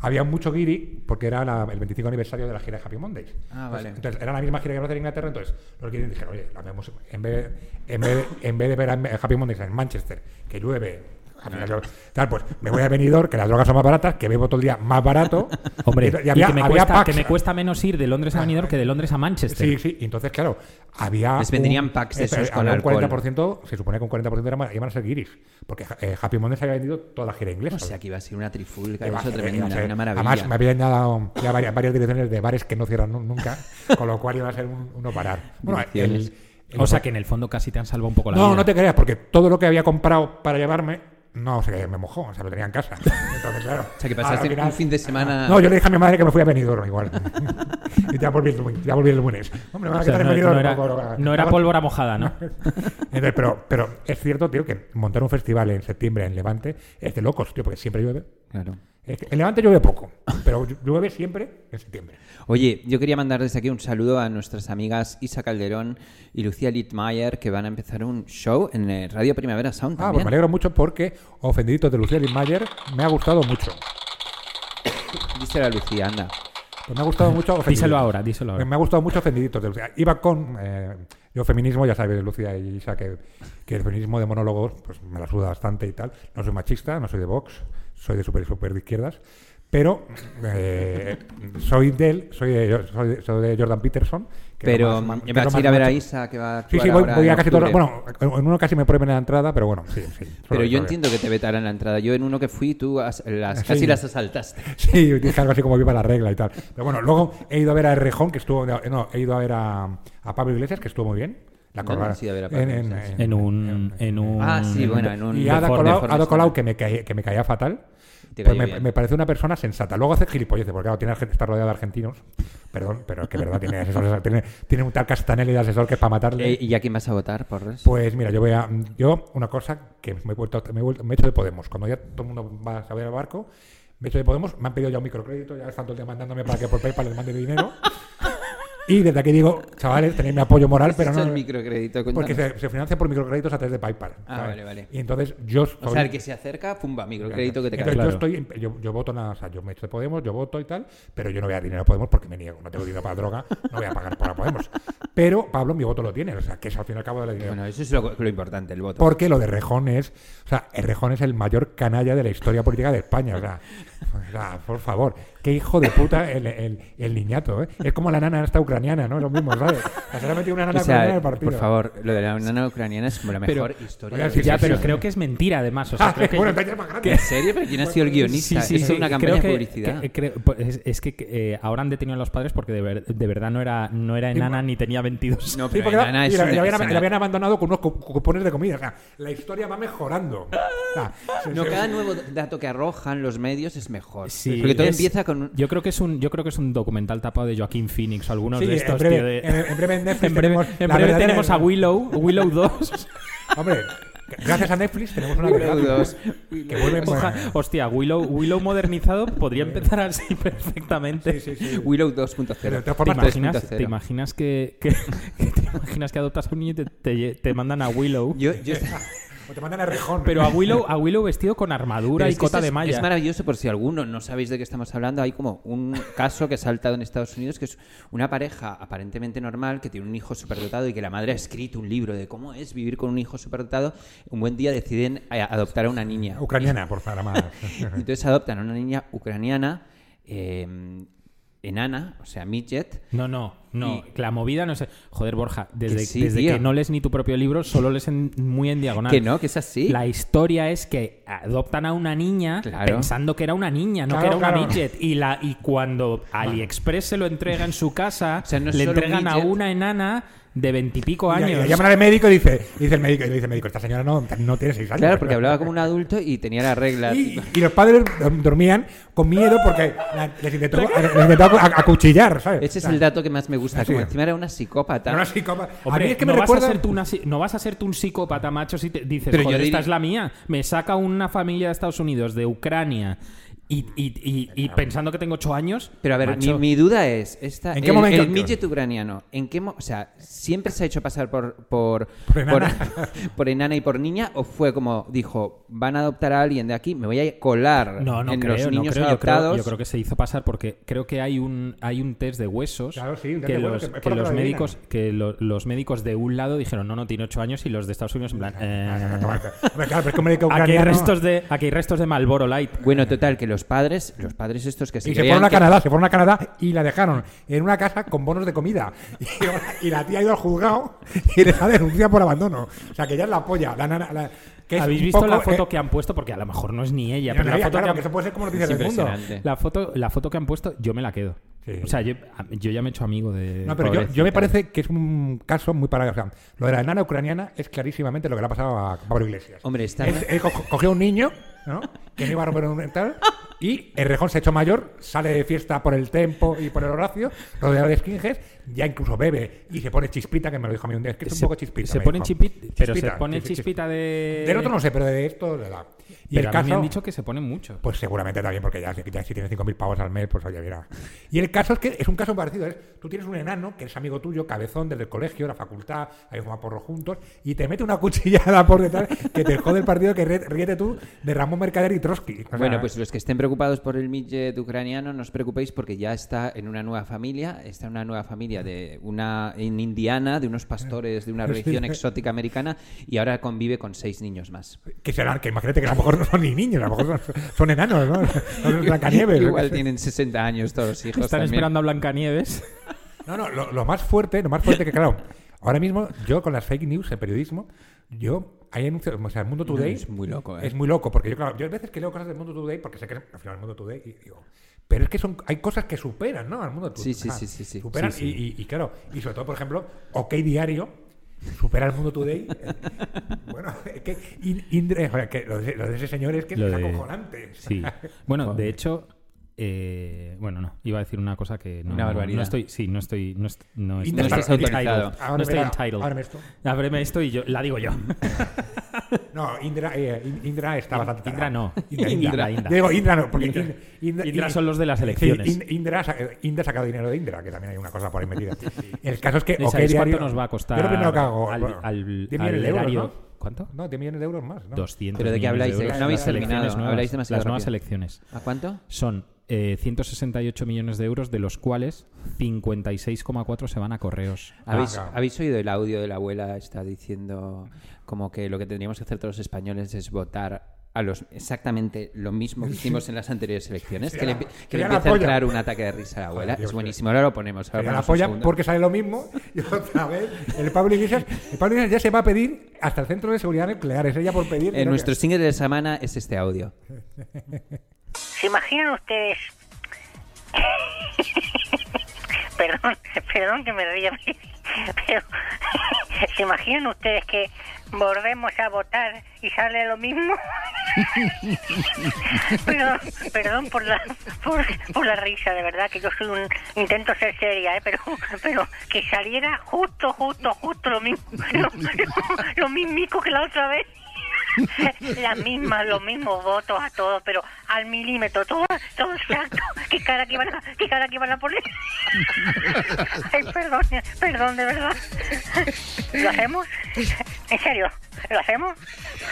[SPEAKER 6] había mucho guiri porque era la- el 25 aniversario de la gira de Happy Mondays.
[SPEAKER 4] Ah,
[SPEAKER 6] Entonces-
[SPEAKER 4] vale.
[SPEAKER 6] Entonces, era la misma gira que iban a hacer en Inglaterra, entonces los guiris dijeron, oye, la vemos en vez, en vez, en vez de ver a Happy Mondays en Manchester, que llueve. al final, Tal, pues me voy a Benidorm, que las drogas son más baratas, que bebo todo el día más barato.
[SPEAKER 5] [laughs] Hombre,
[SPEAKER 6] Y
[SPEAKER 5] y
[SPEAKER 6] había-
[SPEAKER 5] que, me
[SPEAKER 6] había
[SPEAKER 5] cuesta,
[SPEAKER 6] packs. Ah.
[SPEAKER 5] que me cuesta menos ir de Londres a Benidorm que de Londres a Manchester.
[SPEAKER 6] Sí, sí. Y Entonces, claro, había.
[SPEAKER 4] Este Les venderían packs de
[SPEAKER 6] eh, pero
[SPEAKER 4] esos con
[SPEAKER 6] había
[SPEAKER 4] alcohol.
[SPEAKER 6] un 40%, se suponía que un 40% era ma- iban a ser guiris. Porque eh, Happy Mondays había vendido toda la gira inglesa.
[SPEAKER 4] O sea, que iba a ser una trifulca,
[SPEAKER 6] Iba a
[SPEAKER 4] eso
[SPEAKER 6] ser-
[SPEAKER 4] tremendo,
[SPEAKER 6] iba a
[SPEAKER 4] una,
[SPEAKER 6] ser-
[SPEAKER 4] una maravilla.
[SPEAKER 6] eh. Además, me habían dado ya varias, varias direcciones de bares que no cierran
[SPEAKER 4] [laughs]
[SPEAKER 6] nu- nunca, con lo cual iba a ser un, uno parar. Bueno,
[SPEAKER 4] Direcciones.
[SPEAKER 6] el-
[SPEAKER 5] o sea que en el fondo casi te han salvado un poco la
[SPEAKER 6] no,
[SPEAKER 5] vida.
[SPEAKER 6] no te creas, porque todo lo que había comprado para llevarme. No, se me mojó, o sea, lo tenía
[SPEAKER 4] [laughs]
[SPEAKER 6] en casa. Entonces, claro.
[SPEAKER 4] O sea, que pasaste
[SPEAKER 6] al final-
[SPEAKER 4] un fin de
[SPEAKER 5] Ah.
[SPEAKER 4] semana-
[SPEAKER 6] [laughs] No, yo le dije a mi madre que me fui a Benidorm igual. [laughs] y ya volví, el lun- ya volví el lunes. Hombre, me van a
[SPEAKER 5] O sea,
[SPEAKER 6] quitar en
[SPEAKER 5] no,
[SPEAKER 6] Benidorm,
[SPEAKER 5] no era,
[SPEAKER 6] no, no, no.
[SPEAKER 5] no era
[SPEAKER 6] No, [laughs]
[SPEAKER 5] pólvora mojada, ¿no?
[SPEAKER 6] Entonces, pero, pero es cierto, tío, que montar un festival en septiembre en Levante es de locos, tío, porque siempre llueve.
[SPEAKER 4] Claro.
[SPEAKER 6] Es que en Levante llueve poco, pero llueve siempre en septiembre.
[SPEAKER 4] Oye, yo quería mandar desde aquí un saludo a nuestras amigas Isa Calderón y Lucía Littmeyer, que van a empezar un show en eh, Radio Primavera Sound
[SPEAKER 6] Ah, pues
[SPEAKER 4] también.
[SPEAKER 6] me alegro mucho porque Ofendiditos de Lucía Mayer me ha gustado mucho.
[SPEAKER 4] Díselo a Lucía, anda.
[SPEAKER 6] Pues me ha gustado mucho. Ofendiditos.
[SPEAKER 5] Díselo ahora, díselo ahora.
[SPEAKER 6] Me ha gustado mucho Ofendiditos de Lucía. Iba con. eh, yo, feminismo, ya sabes, Lucía y Isa, que, que el feminismo de monólogos pues, me la suda bastante y tal. No soy machista, no soy de Vox, soy de super, super de izquierdas. Pero eh, soy de él, soy de, yo- soy de- soy de Jordan Peterson. que es lo
[SPEAKER 4] Pero mm,
[SPEAKER 6] más- que
[SPEAKER 4] me
[SPEAKER 6] es lo
[SPEAKER 4] vas a
[SPEAKER 6] más
[SPEAKER 4] ir a ver a
[SPEAKER 6] macho.
[SPEAKER 4] Isa, que va a
[SPEAKER 6] Sí,
[SPEAKER 4] actuar
[SPEAKER 6] sí, voy,
[SPEAKER 4] ahora
[SPEAKER 6] voy a
[SPEAKER 4] en
[SPEAKER 6] casi todos.
[SPEAKER 4] octubre.
[SPEAKER 6] Bueno, en uno casi me prohíben la entrada, pero bueno, sí, sí.
[SPEAKER 4] Pero
[SPEAKER 6] sobre-
[SPEAKER 4] yo
[SPEAKER 6] sobre.
[SPEAKER 4] entiendo que te vetaran la entrada. Yo en uno que fui, tú as- las,
[SPEAKER 6] Sí. Mm.
[SPEAKER 4] casi las asaltaste.
[SPEAKER 6] [laughs] Sí, dije algo así como viva la regla y tal. Pero bueno, luego he ido a ver a Rejón, que estuvo. eh, No, he ido a ver a, a Pablo Iglesias, que estuvo muy bien. La
[SPEAKER 4] ¿Dónde
[SPEAKER 6] corona-
[SPEAKER 4] has ido a ver a Pablo Iglesias?
[SPEAKER 5] En un, en un.
[SPEAKER 4] Ah, sí, bueno, en un...
[SPEAKER 6] Y Ada
[SPEAKER 5] Deforme,
[SPEAKER 6] Colau,
[SPEAKER 4] deforme
[SPEAKER 6] Ada Colau,
[SPEAKER 4] está.
[SPEAKER 6] que, me caí- que me caía fatal,
[SPEAKER 4] Te
[SPEAKER 6] pues
[SPEAKER 4] cayó
[SPEAKER 6] me,
[SPEAKER 4] bien.
[SPEAKER 6] me parece una persona sensata. Luego hace gilipolleces, porque claro, tiene, argen- está rodeado de argentinos. Perdón, pero es que verdad, tiene asesores, tiene, tiene un tal Castanelli de asesor que es para matarle.
[SPEAKER 4] Eh, ¿Y a quién vas a votar, Porres?
[SPEAKER 6] Pues mira, yo voy a. Yo, una cosa que me he, vuelto- me he, vuelto- me he hecho de Podemos. Cuando ya todo el mundo va a saber el barco, me he hecho de Podemos, me han pedido ya un microcrédito, ya están todo el día mandándome para que por PayPal les mande dinero. Y desde aquí digo, chavales, tenéis mi apoyo moral,
[SPEAKER 4] ¿Qué has
[SPEAKER 6] pero
[SPEAKER 4] hecho
[SPEAKER 6] no.
[SPEAKER 4] el microcrédito?
[SPEAKER 6] porque
[SPEAKER 4] Cuéntanos.
[SPEAKER 6] se, se financia por microcréditos a través de PayPal.
[SPEAKER 4] Ah, vale, vale.
[SPEAKER 6] Y entonces yo.
[SPEAKER 4] O sea, el que se acerca, pumba, microcrédito que te cae.
[SPEAKER 6] Entonces,
[SPEAKER 5] Claro.
[SPEAKER 6] yo, estoy, en- yo, yo voto nada, o sea, yo me echo de Podemos, yo voto y tal, pero yo no voy a dar dinero a Podemos porque me niego, no tengo dinero para droga, no voy a pagar para Podemos. Pero Pablo, mi voto lo tiene, o sea, que es al fin y al cabo de la dinero.
[SPEAKER 4] Bueno, eso es lo, lo importante, el voto.
[SPEAKER 6] Porque lo de Rejón es. O sea, el Rejón es el mayor canalla de la historia política de España. O sea, o sea, por favor. Qué hijo de puta el, el, el niñato, ¿eh? Es como la nana esta ucraniana, ¿no? Lo mismo, ¿sabes? O sea, se le ha metido una nana
[SPEAKER 4] O
[SPEAKER 6] ucraniana en
[SPEAKER 4] sea,
[SPEAKER 6] el partido.
[SPEAKER 4] por favor, lo de la nana ucraniana es como la
[SPEAKER 5] Pero-
[SPEAKER 4] mejor historia.
[SPEAKER 6] Oiga,
[SPEAKER 4] de
[SPEAKER 6] sí,
[SPEAKER 5] Ya,
[SPEAKER 4] Eurovisión.
[SPEAKER 5] pero creo que es mentira, además. O sea,
[SPEAKER 6] Ah,
[SPEAKER 5] creo que-
[SPEAKER 6] bueno, entonces más grande.
[SPEAKER 4] ¿En serio? ¿Pero quién ha sido el guionista? Esto es una campaña
[SPEAKER 5] creo
[SPEAKER 4] de
[SPEAKER 5] que-
[SPEAKER 4] publicidad.
[SPEAKER 5] que- creo- pues, es, es que eh, ahora han detenido a los padres porque de, ver- de verdad no era, no era enana ni tenía 22.
[SPEAKER 4] no,
[SPEAKER 6] Sí,
[SPEAKER 4] pero
[SPEAKER 6] porque
[SPEAKER 4] la
[SPEAKER 6] la-
[SPEAKER 4] nana es
[SPEAKER 6] y la,
[SPEAKER 4] una
[SPEAKER 6] la habían,
[SPEAKER 4] persona.
[SPEAKER 6] la habían abandonado con unos cu- cu- cupones de comida. O sea, la historia va mejorando. O sea, se-
[SPEAKER 4] No,
[SPEAKER 6] se-
[SPEAKER 4] cada nuevo dato que arrojan los medios es mejor.
[SPEAKER 5] [laughs] Sí,
[SPEAKER 4] Porque todo
[SPEAKER 5] es-
[SPEAKER 4] empieza con... un-
[SPEAKER 5] Yo creo que es un, yo creo que es un documental tapado de Joaquín Phoenix o algunos
[SPEAKER 6] Sí,
[SPEAKER 5] de
[SPEAKER 6] en
[SPEAKER 5] estos,
[SPEAKER 6] breve-
[SPEAKER 5] tío, de-
[SPEAKER 6] en- en breve en Netflix
[SPEAKER 5] [laughs] en breve,
[SPEAKER 6] tenemos
[SPEAKER 5] en
[SPEAKER 6] la
[SPEAKER 5] breve
[SPEAKER 6] verdadera-
[SPEAKER 5] tenemos a Willow,
[SPEAKER 6] [laughs]
[SPEAKER 5] Willow 2.
[SPEAKER 6] Hombre, gracias a Netflix tenemos una
[SPEAKER 4] Willow
[SPEAKER 6] verdad
[SPEAKER 4] dos.
[SPEAKER 6] que vuelve
[SPEAKER 5] Oja-
[SPEAKER 6] bueno.
[SPEAKER 5] hostia, Willow, Willow modernizado podría empezar así [laughs] perfectamente.
[SPEAKER 6] Sí, sí, sí.
[SPEAKER 4] Willow
[SPEAKER 6] Pero de
[SPEAKER 4] 2.0.
[SPEAKER 6] todas
[SPEAKER 5] ¿Te
[SPEAKER 6] formas,
[SPEAKER 5] imaginas,
[SPEAKER 4] 3.0.
[SPEAKER 5] te imaginas que, que- que [laughs] te imaginas que adoptas a un niño y te, te- te mandan a Willow?
[SPEAKER 4] Yo, yo-
[SPEAKER 5] [laughs]
[SPEAKER 6] o te mandan a Rejón.
[SPEAKER 5] Pero a Willow, a Willow vestido con armadura
[SPEAKER 4] Pero
[SPEAKER 5] y
[SPEAKER 4] es que esto
[SPEAKER 5] cota
[SPEAKER 4] es-
[SPEAKER 5] de malla.
[SPEAKER 4] Es maravilloso por si alguno no sabéis de qué estamos hablando. Hay como un caso que ha saltado en Estados Unidos que es una pareja aparentemente normal que tiene un hijo superdotado y que la madre ha escrito un libro de cómo es vivir con un hijo superdotado. Un buen día deciden eh, adoptar a una niña.
[SPEAKER 6] [laughs] Ucraniana, por
[SPEAKER 5] [laughs]
[SPEAKER 6] favor, más.
[SPEAKER 4] Y
[SPEAKER 6] [laughs]
[SPEAKER 4] entonces adoptan a una niña ucraniana, eh, enana, o sea, midget.
[SPEAKER 5] No, no, no.
[SPEAKER 4] Y-
[SPEAKER 5] que La movida no es. Joder, Borja, desde,
[SPEAKER 4] Que sí,
[SPEAKER 5] desde
[SPEAKER 4] tío.
[SPEAKER 5] que no lees ni tu propio libro, solo lees en- muy en diagonal.
[SPEAKER 4] Que no, que es así.
[SPEAKER 5] La historia es que adoptan a una niña
[SPEAKER 4] Claro.
[SPEAKER 5] pensando que era una niña, no
[SPEAKER 6] Claro,
[SPEAKER 5] que era
[SPEAKER 6] claro.
[SPEAKER 5] una midget. Y, la, y cuando AliExpress se lo entrega en su casa,
[SPEAKER 4] O sea, no es
[SPEAKER 5] le
[SPEAKER 4] solo
[SPEAKER 5] entregan a
[SPEAKER 4] midget.
[SPEAKER 5] una enana de veintipico
[SPEAKER 6] Y- y-
[SPEAKER 5] años.
[SPEAKER 6] y llaman al médico y dice, y dice el médico, y le dice el médico, esta señora no, no tiene seis años.
[SPEAKER 4] Claro, porque hablaba como un adulto y tenía la regla.
[SPEAKER 6] [laughs] Y, y los padres dorm- dormían con miedo porque la- les intentó, a- les intentó acu- a- acuchillar, ¿sabes?
[SPEAKER 4] Ese es
[SPEAKER 6] O sea,
[SPEAKER 4] el dato que más me gusta.
[SPEAKER 6] Sí.
[SPEAKER 4] Como encima era una psicópata.
[SPEAKER 6] era una psicópata.
[SPEAKER 5] Hombre,
[SPEAKER 6] a mí es que
[SPEAKER 5] no,
[SPEAKER 6] me recuerda...
[SPEAKER 5] vas a
[SPEAKER 6] [laughs]
[SPEAKER 5] ser tú una si- no vas a ser tú un psicópata, macho, si te dices,
[SPEAKER 4] Pero yo
[SPEAKER 5] joder,
[SPEAKER 4] diría-
[SPEAKER 5] esta es la mía. Me saca una familia de Estados Unidos, de Ucrania, y, y- y- y pensando que tengo ocho años.
[SPEAKER 4] Pero a ver, mi,
[SPEAKER 5] macho,
[SPEAKER 4] mi duda es, esta,
[SPEAKER 6] ¿En
[SPEAKER 4] el,
[SPEAKER 6] qué momento?
[SPEAKER 4] el midget ucraniano, ¿en qué mo- o sea, siempre se ha hecho pasar por por,
[SPEAKER 6] Por enana.
[SPEAKER 4] por [laughs] enana y por niña o fue como dijo, van a adoptar a alguien de aquí, me voy a colar
[SPEAKER 5] No, no
[SPEAKER 4] en
[SPEAKER 5] creo,
[SPEAKER 4] los
[SPEAKER 5] no
[SPEAKER 4] niños
[SPEAKER 5] creo. Yo creo- Yo
[SPEAKER 4] adoptados?
[SPEAKER 5] creo, que se hizo pasar porque creo que hay un hay un test de huesos
[SPEAKER 6] Claro, sí, un test
[SPEAKER 5] que
[SPEAKER 6] de huesos
[SPEAKER 5] los,
[SPEAKER 6] que- es
[SPEAKER 5] que
[SPEAKER 6] por lo
[SPEAKER 5] los
[SPEAKER 6] que lo
[SPEAKER 5] médicos que lo- los médicos de un lado dijeron no no tiene ocho años y los de Estados Unidos en plan eh,
[SPEAKER 6] Hombre, claro, pero es que un médico
[SPEAKER 5] aquí hay
[SPEAKER 6] ucraniano-
[SPEAKER 5] restos de aquí hay restos de Malboro Light.
[SPEAKER 4] Bueno, total que los padres, los padres estos que se,
[SPEAKER 6] Y se
[SPEAKER 4] creían
[SPEAKER 6] fueron a
[SPEAKER 4] que-
[SPEAKER 6] Canadá, se fueron a Canadá y la dejaron en una casa con bonos de comida. [laughs] Y, ahora- y la tía ha ido al juzgado y les ha denunciado por abandono. O sea, que ya es la polla. la nana- la- que es
[SPEAKER 5] ¿Habéis
[SPEAKER 6] un
[SPEAKER 5] visto
[SPEAKER 6] poco,
[SPEAKER 5] la foto
[SPEAKER 6] eh,
[SPEAKER 5] que han puesto? Porque a lo mejor no es ni ella,
[SPEAKER 6] ya,
[SPEAKER 5] pero
[SPEAKER 6] ya,
[SPEAKER 5] la foto
[SPEAKER 6] claro,
[SPEAKER 5] que han-
[SPEAKER 6] que se puede ser como noticias
[SPEAKER 4] Es
[SPEAKER 6] del mundo.
[SPEAKER 4] impresionante.
[SPEAKER 5] La foto, la foto que han puesto, yo me la quedo.
[SPEAKER 6] Sí.
[SPEAKER 5] O sea, yo, a- yo ya me he hecho amigo de.
[SPEAKER 6] No, pero yo,
[SPEAKER 5] pobrecita.
[SPEAKER 6] yo me parece que es un caso muy parado. O sea, lo de la enana ucraniana es clarísimamente lo que le ha pasado a Pablo Iglesias.
[SPEAKER 4] Hombre, está-
[SPEAKER 6] Él, él co- cogió un niño, ¿no? Que no iba a romper un tal. Y el rejón se ha hecho mayor, sale de fiesta por el tempo y por el Horacio, rodeado de skinheads, ya incluso bebe y se pone chispita, que me lo dijo a mí un día. Es que es un
[SPEAKER 5] Se-
[SPEAKER 6] poco chispita.
[SPEAKER 5] Se
[SPEAKER 6] me
[SPEAKER 5] pone
[SPEAKER 6] dijo.
[SPEAKER 5] chispita, pero se
[SPEAKER 6] Chispita,
[SPEAKER 5] pone
[SPEAKER 6] sí, sí, sí.
[SPEAKER 5] chispita de.
[SPEAKER 6] Del otro no sé, pero de esto le da. Y
[SPEAKER 5] Pero
[SPEAKER 6] el
[SPEAKER 5] a mí
[SPEAKER 6] caso,
[SPEAKER 5] me han dicho que se pone mucho.
[SPEAKER 6] pues seguramente también, porque ya, ya si tienes 5.000 pavos al mes, pues oye, mira. Y el caso es que es un caso parecido. Es, tú tienes un enano que es amigo tuyo, cabezón, desde el colegio, la facultad, ahí jugamos porro juntos, y te mete una cuchillada por detrás que te jode el partido que re- ríete tú de Ramón Mercader y Trotsky. O sea,
[SPEAKER 4] Bueno, pues los que estén preocupados por el midget ucraniano, no os preocupéis porque ya está en una nueva familia, está en una nueva familia de una en Indiana, de unos pastores de una religión exótica americana y ahora convive con seis niños más.
[SPEAKER 6] Que serán, que imagínate que a lo mejor no son ni niños, a lo mejor son, son enanos, ¿no? [laughs] Son Blancanieves. yo qué
[SPEAKER 4] Igual
[SPEAKER 6] sé.
[SPEAKER 4] tienen 60 años todos los hijos.
[SPEAKER 5] Están
[SPEAKER 4] también.
[SPEAKER 5] esperando a Blancanieves.
[SPEAKER 6] No, no, lo, lo más fuerte, lo más fuerte que claro, ahora mismo yo con las fake news en periodismo, yo hay anuncios, o sea, el Mundo Today
[SPEAKER 4] es muy loco, ¿eh?
[SPEAKER 6] Es muy loco, porque yo claro, yo a veces que leo cosas del Mundo Today porque sé que es al final el Mundo Today y digo, pero es que son hay cosas que superan, ¿no? Al Mundo Today.
[SPEAKER 4] Sí, sí, sí, sí, sí.
[SPEAKER 6] Superan
[SPEAKER 4] Sí, sí.
[SPEAKER 6] Y, y- y, claro, y sobre todo, por ejemplo, OK Diario supera el Mundo Today. [laughs] eh, bueno, es que, in- indre- o sea, que lo, de, lo de ese señor es que
[SPEAKER 5] Lo
[SPEAKER 6] es
[SPEAKER 5] de-
[SPEAKER 6] acojonante. [laughs]
[SPEAKER 5] Sí. Bueno, de hecho. eh, bueno, no, iba a decir una cosa que no,
[SPEAKER 4] Una barbaridad.
[SPEAKER 5] no estoy, sí, no estoy, no, est- no
[SPEAKER 6] Y
[SPEAKER 5] estoy,
[SPEAKER 6] no estás
[SPEAKER 4] autorizado.
[SPEAKER 5] entitled.
[SPEAKER 6] Ahora
[SPEAKER 5] no estoy
[SPEAKER 6] mira,
[SPEAKER 5] entitled.
[SPEAKER 6] ahora esto.
[SPEAKER 5] Ábreme esto y yo la digo
[SPEAKER 6] [laughs]
[SPEAKER 5] yo.
[SPEAKER 6] No, Indra, eh, In- Indra está bastante.
[SPEAKER 5] Indra
[SPEAKER 6] tardado.
[SPEAKER 5] no.
[SPEAKER 6] Indra,
[SPEAKER 5] Indra,
[SPEAKER 6] Indra.
[SPEAKER 5] Indra.
[SPEAKER 6] Yo digo Indra no, porque
[SPEAKER 5] Indra.
[SPEAKER 6] In- Indra,
[SPEAKER 5] Indra
[SPEAKER 6] In-
[SPEAKER 5] son los de las elecciones.
[SPEAKER 6] Sí, In- Indra, ha sa- eh, Indra ha sacado dinero de Indra, que también hay una cosa por ahí metida. El caso es que.
[SPEAKER 5] ¿Y
[SPEAKER 6] OK
[SPEAKER 5] ¿Sabéis cuánto
[SPEAKER 6] Diario-
[SPEAKER 5] nos va a costar?
[SPEAKER 6] Yo lo primero que hago.
[SPEAKER 5] al,
[SPEAKER 6] bueno,
[SPEAKER 5] al-
[SPEAKER 6] 10
[SPEAKER 5] al
[SPEAKER 6] millones de euros,
[SPEAKER 5] erario?
[SPEAKER 6] ¿no?
[SPEAKER 5] ¿Cuánto?
[SPEAKER 6] No, 10 millones de euros más. ¿no?
[SPEAKER 5] 200
[SPEAKER 4] ¿Pero de qué
[SPEAKER 5] millones
[SPEAKER 4] habláis?
[SPEAKER 5] euros.
[SPEAKER 4] No habéis
[SPEAKER 5] Las
[SPEAKER 4] terminado,
[SPEAKER 5] elecciones nuevas,
[SPEAKER 4] habláis demasiado
[SPEAKER 5] Las nuevas
[SPEAKER 4] rápido.
[SPEAKER 5] elecciones
[SPEAKER 4] ¿A cuánto?
[SPEAKER 5] son eh, 168 millones de euros, de los cuales 56,4 se van a correos.
[SPEAKER 4] ¿Habéis,
[SPEAKER 6] claro.
[SPEAKER 4] habéis oído el audio de la abuela? Está diciendo como que lo que tendríamos que hacer todos los españoles es votar a los exactamente lo mismo que hicimos en las anteriores
[SPEAKER 5] [laughs]
[SPEAKER 4] elecciones, que le,
[SPEAKER 6] Sería la-
[SPEAKER 4] que le
[SPEAKER 6] sería la
[SPEAKER 4] empiece a
[SPEAKER 6] polla.
[SPEAKER 4] entrar un ataque de risa a la abuela.
[SPEAKER 6] Joder, Dios
[SPEAKER 4] es buenísimo, ahora lo ponemos. Ahora
[SPEAKER 6] Pero la
[SPEAKER 4] ponemos un
[SPEAKER 6] apoya
[SPEAKER 4] segundo.
[SPEAKER 6] porque sale lo mismo y [laughs] otra vez el Pablo Iglesias, el Pablo Iglesias ya se va a pedir hasta el centro de seguridad nuclear, es ella por pedir.
[SPEAKER 4] Eh,
[SPEAKER 6] no
[SPEAKER 4] nuestro
[SPEAKER 6] que-
[SPEAKER 4] single de la semana es este audio.
[SPEAKER 7] ¿Se imaginan ustedes? [laughs] perdón, perdón que me ría, [laughs] pero ¿se imaginan ustedes que volvemos a votar y sale lo mismo? [laughs] perdón, perdón por la por, por la risa, de verdad que yo soy un intento ser seria, ¿eh? pero pero que saliera justo, justo, justo lo mismo, [laughs] lo, lo- lo mismico que la otra vez. [laughs] Las mismas, los mismos votos a todos, pero al milímetro, todo, todo exacto. ¿Qué cara que iban a, qué cara que iban a poner? [laughs] Ay, perdón, perdón, de verdad. ¿Lo hacemos? ¿En serio? ¿Lo hacemos?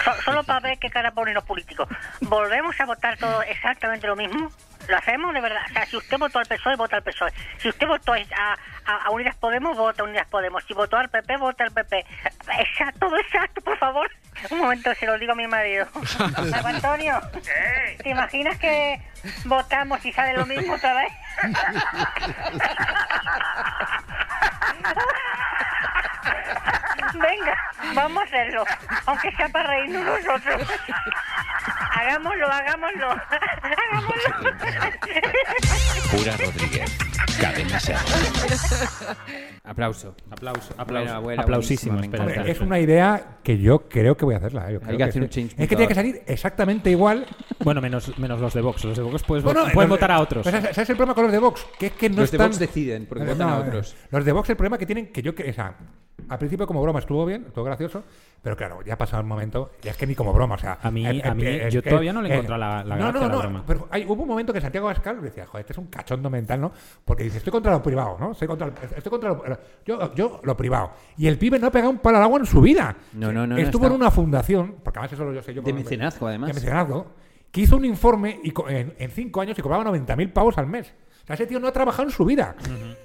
[SPEAKER 7] So- solo para ver qué cara ponen los políticos. ¿Volvemos a votar todo exactamente lo mismo? ¿Lo hacemos de verdad? O sea, si usted votó al PSOE, vota al PSOE. Si usted votó a, a, a Unidas Podemos, vota a Unidas Podemos. Si votó al PP, vota al PP. Exacto, todo exacto, por favor. Un momento, se lo digo a mi marido. Marco Antonio, ¿te imaginas que votamos y sale lo mismo otra vez? Venga, vamos a hacerlo, aunque sea para reírnos nosotros. Hagámoslo, hagámoslo, hagámoslo.
[SPEAKER 8] Pura Rodríguez. Cadena Ser.
[SPEAKER 4] Aplauso.
[SPEAKER 5] Aplauso,
[SPEAKER 4] Bueno, abuela, buenísimo,
[SPEAKER 5] aplausísimo,
[SPEAKER 4] me encanta.
[SPEAKER 5] espera, espera,
[SPEAKER 6] Hombre, es
[SPEAKER 5] espera.
[SPEAKER 6] una idea que yo creo que voy a hacerla. eh, yo creo
[SPEAKER 4] que hacer
[SPEAKER 6] sí.
[SPEAKER 4] un change
[SPEAKER 6] Es que tiene que salir exactamente igual.
[SPEAKER 5] Bueno, menos, menos los de Vox. Los de Vox puedes
[SPEAKER 6] Bueno,
[SPEAKER 5] vo- pueden
[SPEAKER 6] los-
[SPEAKER 5] votar a otros.
[SPEAKER 6] pues, ¿Sabes el problema con los de Vox? Que es que no
[SPEAKER 4] Los de
[SPEAKER 6] están-
[SPEAKER 4] Vox deciden, porque votan a otros.
[SPEAKER 6] Los de Vox el problema que tienen, que yo que, o sea, al principio como broma estuvo bien, estuvo gracioso, pero claro, ya ha pasado el momento, ya es que ni como broma, o sea...
[SPEAKER 5] A mí-
[SPEAKER 6] eh,
[SPEAKER 5] a mí-
[SPEAKER 6] eh,
[SPEAKER 5] yo
[SPEAKER 6] es que-
[SPEAKER 5] todavía no le
[SPEAKER 6] eh,
[SPEAKER 5] encuentro la- la
[SPEAKER 6] no,
[SPEAKER 5] gracia a
[SPEAKER 6] no,
[SPEAKER 5] la
[SPEAKER 6] no,
[SPEAKER 5] broma.
[SPEAKER 6] pero hay- hubo un momento que Santiago Abascal decía, joder, este es un cachondo mental, ¿no? Porque dice, estoy contra lo privado, ¿no? Estoy contra, el- estoy contra lo, yo, yo lo privado. Y el pibe no ha pegado un palo al agua en su vida.
[SPEAKER 4] No, no, no, no,
[SPEAKER 6] Estuvo
[SPEAKER 4] está-
[SPEAKER 6] en una fundación, porque además eso lo sé yo...
[SPEAKER 4] De
[SPEAKER 6] por-
[SPEAKER 4] mecenazgo, además.
[SPEAKER 6] de mecenazgo, que hizo un informe y co- en, en cinco años y cobraba 90.000 pavos al mes. O sea, ese tío no ha trabajado en su vida.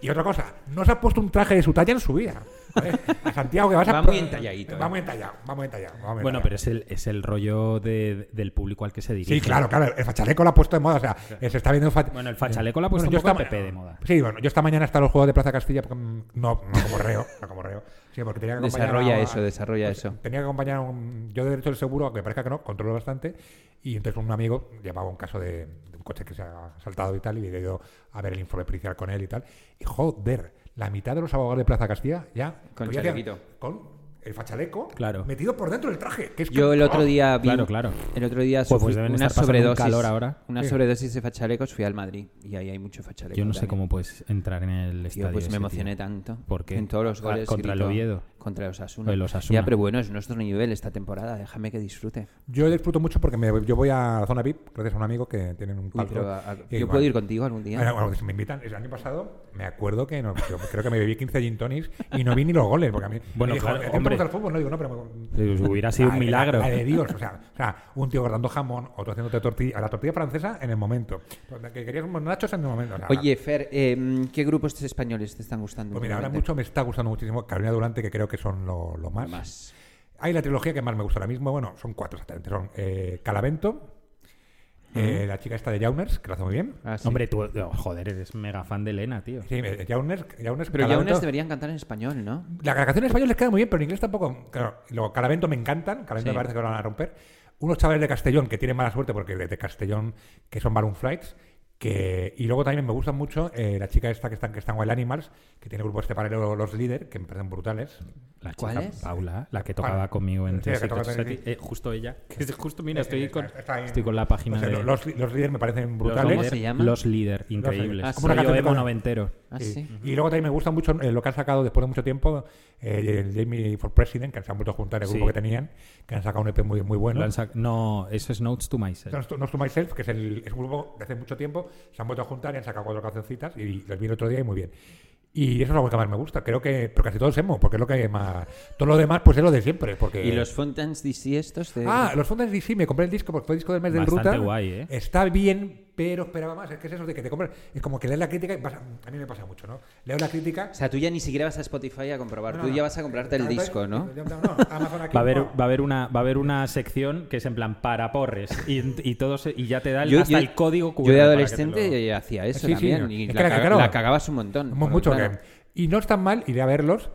[SPEAKER 6] Y otra cosa, no se ha puesto un traje de su talla en su vida. Joder, A Santiago que vas a...
[SPEAKER 4] Va muy entalladito, eh.
[SPEAKER 6] Va muy entallado, va muy entallado. va muy
[SPEAKER 5] Bueno,
[SPEAKER 6] entallado.
[SPEAKER 5] pero es el, es el rollo de- del público al que se dirige.
[SPEAKER 6] Sí, claro, claro. El fachaleco lo ha puesto de moda. O sea, se está viendo... un fa-
[SPEAKER 5] Bueno, el fachaleco lo ha puesto
[SPEAKER 6] yo
[SPEAKER 5] un poco
[SPEAKER 6] esta
[SPEAKER 5] el PP
[SPEAKER 6] ma-
[SPEAKER 5] de moda.
[SPEAKER 6] Sí, bueno, yo esta mañana hasta los juegos de Plaza Castilla, porque, mm, no, no como reo, no como reo. Sí, porque tenía que acompañar
[SPEAKER 4] Desarrolla
[SPEAKER 6] a-
[SPEAKER 4] eso, desarrolla
[SPEAKER 5] Pues
[SPEAKER 4] eso.
[SPEAKER 6] Tenía que acompañar a un. Yo de derecho del seguro, aunque parezca que no, controlo bastante. Y entonces un amigo llevaba un caso de, de un coche que se ha saltado y tal, y he ido a ver el informe pericial con él y tal. Y joder, la mitad de los abogados de Plaza Castilla ya.
[SPEAKER 4] Con
[SPEAKER 6] ya tienen-
[SPEAKER 4] chalequito.
[SPEAKER 6] Con el fachaleco
[SPEAKER 5] Claro.
[SPEAKER 6] metido por dentro del traje. Que es que-
[SPEAKER 4] Yo el otro
[SPEAKER 6] ¡Oh!
[SPEAKER 4] día vi
[SPEAKER 5] Claro, claro.
[SPEAKER 4] el otro día
[SPEAKER 5] Pues, pues
[SPEAKER 4] sufrí
[SPEAKER 5] deben
[SPEAKER 4] una
[SPEAKER 5] estar pasando un
[SPEAKER 4] sobredosis
[SPEAKER 5] calor ahora.
[SPEAKER 4] una
[SPEAKER 6] Sí.
[SPEAKER 4] sobredosis de fachalecos fui al Madrid y ahí hay mucho fachaleco.
[SPEAKER 5] Yo no sé
[SPEAKER 4] también.
[SPEAKER 5] cómo puedes entrar en el
[SPEAKER 4] Tío,
[SPEAKER 5] estadio.
[SPEAKER 4] pues
[SPEAKER 5] ese,
[SPEAKER 4] me emocioné
[SPEAKER 5] tío.
[SPEAKER 4] tanto.
[SPEAKER 5] ¿Por qué?
[SPEAKER 4] En todos los
[SPEAKER 5] Ah,
[SPEAKER 4] goles.
[SPEAKER 5] contra el
[SPEAKER 4] gritó,
[SPEAKER 5] Oviedo.
[SPEAKER 4] Contra el Osasuna.
[SPEAKER 5] El Osasuna.
[SPEAKER 4] Ya, pero bueno, es nuestro nivel esta temporada. Déjame que disfrute.
[SPEAKER 6] Yo disfruto mucho porque me- yo voy a zona VIP, gracias a un amigo que tiene un
[SPEAKER 4] Uy,
[SPEAKER 6] palco.
[SPEAKER 4] pero a- a-
[SPEAKER 6] Y
[SPEAKER 4] yo
[SPEAKER 6] bueno,
[SPEAKER 4] puedo ir contigo algún día.
[SPEAKER 6] Ah, bueno, si me invitan, el año pasado me acuerdo que no, yo creo que me bebí 15 gin tonics y no vi ni los goles. Porque a mí,
[SPEAKER 5] Bueno,
[SPEAKER 6] me dijo,
[SPEAKER 5] claro,
[SPEAKER 6] "¿A ti no
[SPEAKER 5] hombre.
[SPEAKER 6] te gusta el fútbol? No digo, no, pero.
[SPEAKER 5] Sí, hubiera sido un
[SPEAKER 6] Madre-
[SPEAKER 5] milagro.
[SPEAKER 6] madre de Dios. O sea, o sea, un tío cortando jamón, otro haciéndote tortilla. La tortilla francesa en el momento. Pues, Que querías unos nachos en el momento. o sea,
[SPEAKER 4] Oye, Fer, eh, ¿qué grupos españoles te están gustando?
[SPEAKER 6] Pues mira, ahora
[SPEAKER 4] últimamente?
[SPEAKER 6] mucho me está gustando muchísimo Carolina Durante, que creo que son lo, lo más.
[SPEAKER 4] Más.
[SPEAKER 6] Hay la trilogía que más me gusta ahora mismo. Bueno, son cuatro exactamente. Son eh, Calavento, eh, la chica esta de Jauners, que lo hace muy bien.
[SPEAKER 4] Ah, sí.
[SPEAKER 5] Hombre, tú, oh, joder, eres mega fan de Elena, tío.
[SPEAKER 6] Sí, eh, Jauners, Jauners,
[SPEAKER 4] pero ya
[SPEAKER 6] Calavento.
[SPEAKER 4] unas deberían cantar en español, ¿no?
[SPEAKER 6] La canción en español les queda muy bien, pero en inglés tampoco. Claro, y luego Calavento me encantan,
[SPEAKER 4] Sí.
[SPEAKER 6] Calavento me parece que lo van a romper. Unos chavales de Castellón que tienen mala suerte porque de, de Castellón, que son Balloon Flights. Que, y luego también me gustan mucho eh, la chica esta que está, que está en Wild Animals, que tiene el grupo este paralelo Los Líder, que me parecen brutales.
[SPEAKER 5] La chica
[SPEAKER 4] ¿Cuál es?
[SPEAKER 5] Paula, la que tocaba
[SPEAKER 6] Paula.
[SPEAKER 5] conmigo en
[SPEAKER 6] Sí, la que
[SPEAKER 5] 308
[SPEAKER 6] tocaba en-
[SPEAKER 5] Society. Eh, Justo
[SPEAKER 6] [laughs]
[SPEAKER 5] ella. Que es justo, mira, estoy con,
[SPEAKER 6] Eh, Está ahí.
[SPEAKER 5] estoy con la página
[SPEAKER 6] O sea,
[SPEAKER 5] de...
[SPEAKER 6] Los, los Líder me parecen brutales.
[SPEAKER 4] ¿Cómo se llama?
[SPEAKER 5] Los líder, increíbles.
[SPEAKER 4] Ah, sí.
[SPEAKER 5] Como una
[SPEAKER 6] Rollo
[SPEAKER 5] canción
[SPEAKER 6] emo
[SPEAKER 5] noventero.
[SPEAKER 4] Ah,
[SPEAKER 6] Sí.
[SPEAKER 4] sí.
[SPEAKER 6] Y luego también me gusta mucho eh, lo que han sacado después de mucho tiempo, eh, el Jamie for President, que se han vuelto a juntar el grupo
[SPEAKER 5] Sí.
[SPEAKER 6] que tenían, que han sacado un EP muy, muy bueno.
[SPEAKER 5] no, eso es Notes to Myself.
[SPEAKER 6] No to, Myself, que es, el, es un grupo de hace mucho tiempo, se han vuelto a juntar y han sacado cuatro cancioncitas y los vi el otro día y muy bien. Y eso es algo que más me gusta, creo que, pero casi todo es emo, porque es lo que más... Todo lo demás pues es lo de siempre, porque...
[SPEAKER 4] ¿Y los Fontans DC estos? De...
[SPEAKER 6] Ah, los Fondas DC, me compré el disco porque fue el disco del mes del
[SPEAKER 5] Eh, Bastante
[SPEAKER 6] Ruta.
[SPEAKER 5] guay, ¿eh?
[SPEAKER 6] Está bien, pero esperaba más. Es que es eso de que te compras. Es como que lees la crítica y vas a, a mí me pasa mucho, ¿no? Leo la crítica.
[SPEAKER 4] O sea, tú ya ni siquiera vas a Spotify a comprobar,
[SPEAKER 6] No,
[SPEAKER 4] tú
[SPEAKER 6] no,
[SPEAKER 4] ya
[SPEAKER 6] no.
[SPEAKER 4] vas a comprarte el
[SPEAKER 6] Ah,
[SPEAKER 4] disco,
[SPEAKER 6] [laughs]
[SPEAKER 4] ¿no?
[SPEAKER 6] no, no, Amazon aquí,
[SPEAKER 5] Va a, haber,
[SPEAKER 6] ¡pum!
[SPEAKER 5] va, a haber una, va a haber una sección que es en plan para porres y, y, todo se- y ya te da el- hasta el código QR
[SPEAKER 4] yo de
[SPEAKER 5] para que te
[SPEAKER 4] adolescente
[SPEAKER 5] lo-
[SPEAKER 4] hacía eso
[SPEAKER 6] Sí, sí,
[SPEAKER 4] también
[SPEAKER 6] no.
[SPEAKER 4] y la,
[SPEAKER 6] Es que la
[SPEAKER 4] caga-
[SPEAKER 6] cagaba.
[SPEAKER 4] la cagabas un montón.
[SPEAKER 6] Somos
[SPEAKER 4] porque,
[SPEAKER 6] mucho
[SPEAKER 4] claro,
[SPEAKER 6] que- Y no están mal, iré a verlos.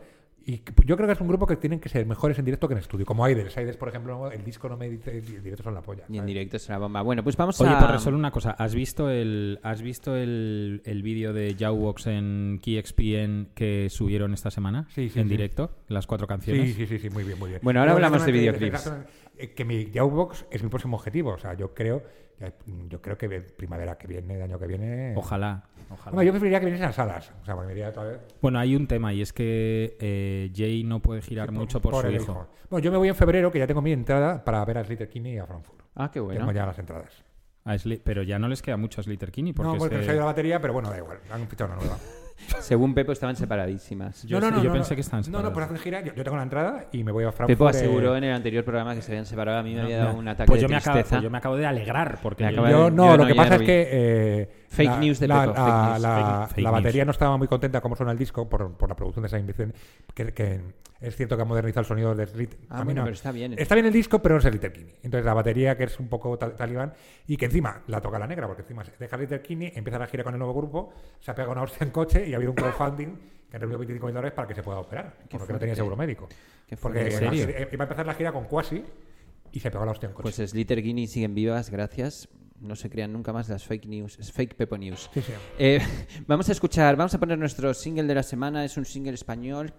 [SPEAKER 6] Y que- yo creo que es un grupo que tienen que ser mejores en directo que en estudio, como Aides. Aides, por ejemplo, el disco no me dice, el directo son la polla.
[SPEAKER 4] Y en
[SPEAKER 6] ¿sabes?
[SPEAKER 4] directo es una bomba. Bueno, pues vamos
[SPEAKER 5] Oye,
[SPEAKER 4] a...
[SPEAKER 5] por solo una cosa. ¿Has visto el, has visto el, el vídeo de Jawbox en KeyXPN que subieron esta semana?
[SPEAKER 6] Sí, sí,
[SPEAKER 5] En
[SPEAKER 6] sí.
[SPEAKER 5] directo, las cuatro canciones.
[SPEAKER 6] Sí, sí, sí, sí, muy bien, muy bien.
[SPEAKER 4] Bueno, ahora
[SPEAKER 6] Luego,
[SPEAKER 4] hablamos de
[SPEAKER 6] exactamente,
[SPEAKER 4] videoclips.
[SPEAKER 6] exactamente, eh, Que mi Jawbox es mi próximo objetivo. O sea, yo creo, que- yo creo que primavera que viene, el año que viene.
[SPEAKER 5] Ojalá, ojalá.
[SPEAKER 6] Bueno, yo preferiría que viniesen a salas. O sea, porque me iría otra vez.
[SPEAKER 5] Bueno, hay un tema y es que eh, Jay no puede girar mucho por, su
[SPEAKER 6] el
[SPEAKER 5] hijo.
[SPEAKER 6] Bueno, yo me voy en febrero, que ya tengo mi entrada para ver a Slater Kinney y a Frankfurt.
[SPEAKER 4] Ah, qué bueno.
[SPEAKER 6] Tengo ya las entradas.
[SPEAKER 5] A Sli- pero ya no les queda mucho a Slater Kinney porque,
[SPEAKER 6] no, porque
[SPEAKER 5] es
[SPEAKER 6] se
[SPEAKER 5] de-
[SPEAKER 6] ha ido la batería, pero bueno, da igual. Han fichado una nueva.
[SPEAKER 4] Según Pepo estaban separadísimas.
[SPEAKER 5] Yo- yo pensé que estaban
[SPEAKER 6] No, no,
[SPEAKER 5] separados.
[SPEAKER 6] pues hacen gira. Yo, yo tengo la entrada y me voy a Frankfurt.
[SPEAKER 4] Pepo
[SPEAKER 6] eh,
[SPEAKER 4] aseguró en el anterior programa que se habían separado. A mí me había dado
[SPEAKER 5] Mira,
[SPEAKER 4] un ataque
[SPEAKER 5] pues
[SPEAKER 4] de
[SPEAKER 5] yo me acabo,
[SPEAKER 4] tristeza.
[SPEAKER 5] pues yo me acabo de alegrar porque
[SPEAKER 4] Me
[SPEAKER 5] yo-
[SPEAKER 4] acabo de-
[SPEAKER 6] Yo no,
[SPEAKER 4] yo
[SPEAKER 6] lo
[SPEAKER 4] no,
[SPEAKER 6] que
[SPEAKER 4] yo
[SPEAKER 6] pasa
[SPEAKER 4] no
[SPEAKER 6] es
[SPEAKER 4] vi.
[SPEAKER 6] que. eh,
[SPEAKER 4] Fake
[SPEAKER 6] la,
[SPEAKER 4] news de
[SPEAKER 6] la,
[SPEAKER 4] Pepo,
[SPEAKER 6] la-
[SPEAKER 4] fake news,
[SPEAKER 6] la-
[SPEAKER 5] fake- fake
[SPEAKER 6] la
[SPEAKER 5] news.
[SPEAKER 6] batería no estaba muy contenta como suena el disco por, por la producción de Saint Vincent. Que, que es cierto que ha modernizado el sonido de Slit.
[SPEAKER 4] Ah,
[SPEAKER 6] a mí
[SPEAKER 4] bueno,
[SPEAKER 6] no.
[SPEAKER 4] pero está bien.
[SPEAKER 6] Está bien el disco, pero no es el Little Kinney. Entonces la batería, que es un poco tal- talibán, y que encima la toca la negra, porque encima se deja Little Kinney, empieza la gira con el nuevo grupo, se ha pegado una hostia en coche y ha habido un crowdfunding que ha reunido 25 mil dólares para que se pueda operar, porque no tenía
[SPEAKER 4] fuerte.
[SPEAKER 6] seguro médico.
[SPEAKER 4] Qué
[SPEAKER 6] Porque
[SPEAKER 4] fuerte.
[SPEAKER 5] ¿En serio?
[SPEAKER 6] eh, iba a empezar la gira con Quasi y se pegó la hostia en coche.
[SPEAKER 4] Pues Slater Guinea siguen vivas, gracias. No se crean nunca más las fake news, es fake Pepo News.
[SPEAKER 6] Sí, sí.
[SPEAKER 4] Eh, [laughs] vamos a escuchar, vamos a poner nuestro single de la semana. Es un single español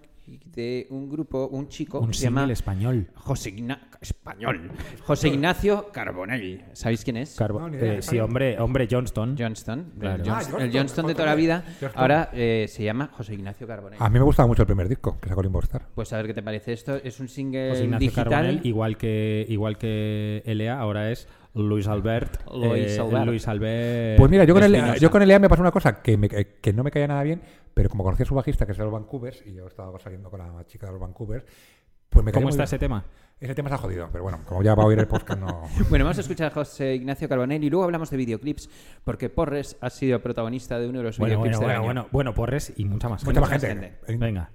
[SPEAKER 4] de un grupo, un chico
[SPEAKER 5] un
[SPEAKER 4] que se llama
[SPEAKER 5] single español.
[SPEAKER 4] José Igna- español. José Ignacio Carbonell. ¿Sabéis quién es?
[SPEAKER 5] Carbo-
[SPEAKER 6] No, ni idea,
[SPEAKER 5] eh,
[SPEAKER 6] ¿qué
[SPEAKER 5] sí,
[SPEAKER 6] tal?
[SPEAKER 5] hombre, hombre Johnston.
[SPEAKER 4] Johnston. el
[SPEAKER 5] Claro.
[SPEAKER 4] Johnston-
[SPEAKER 6] Ah, Johnston,
[SPEAKER 4] el Johnston de toda la vida. Ahora eh, se llama José Ignacio Carbonell.
[SPEAKER 6] A mí me gustaba mucho el primer disco que sacó Limbo Star.
[SPEAKER 5] Eh,
[SPEAKER 4] Pues a ver qué te parece esto. Es un single
[SPEAKER 5] José Ignacio
[SPEAKER 4] eh, digital.
[SPEAKER 5] Carbonell, igual que igual que Elea, ahora es Luis Albert. eh,
[SPEAKER 4] Luis Albert.
[SPEAKER 5] Luis Albert
[SPEAKER 6] Pues mira, yo con, el,
[SPEAKER 5] Espinosa.
[SPEAKER 6] yo con el EA me pasó una cosa que, me- que- que no me caía nada bien, pero como conocí a su bajista, que es de los Vancouver, y yo estaba saliendo con la chica de los Vancouver, pues me cayó
[SPEAKER 5] ¿Cómo
[SPEAKER 6] muy
[SPEAKER 5] está
[SPEAKER 6] bien.
[SPEAKER 5] ese tema?
[SPEAKER 6] Ese tema está jodido, pero bueno, como ya va a oír el podcast,
[SPEAKER 5] [laughs]
[SPEAKER 6] no.
[SPEAKER 4] Bueno, vamos a escuchar a José Ignacio Carbonell y luego hablamos de videoclips, porque Porres ha sido protagonista de uno de los
[SPEAKER 5] Bueno, bueno,
[SPEAKER 4] videoclips del
[SPEAKER 5] bueno,
[SPEAKER 4] año.
[SPEAKER 5] bueno, bueno, Porres y mucha más gente.
[SPEAKER 6] Mucha más gente.
[SPEAKER 4] gente.
[SPEAKER 5] Venga.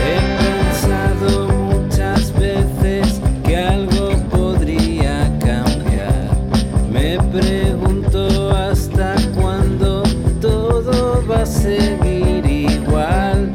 [SPEAKER 9] He pensado muchas veces que algo podría cambiar. Me pregunto hasta cuándo todo va a seguir igual.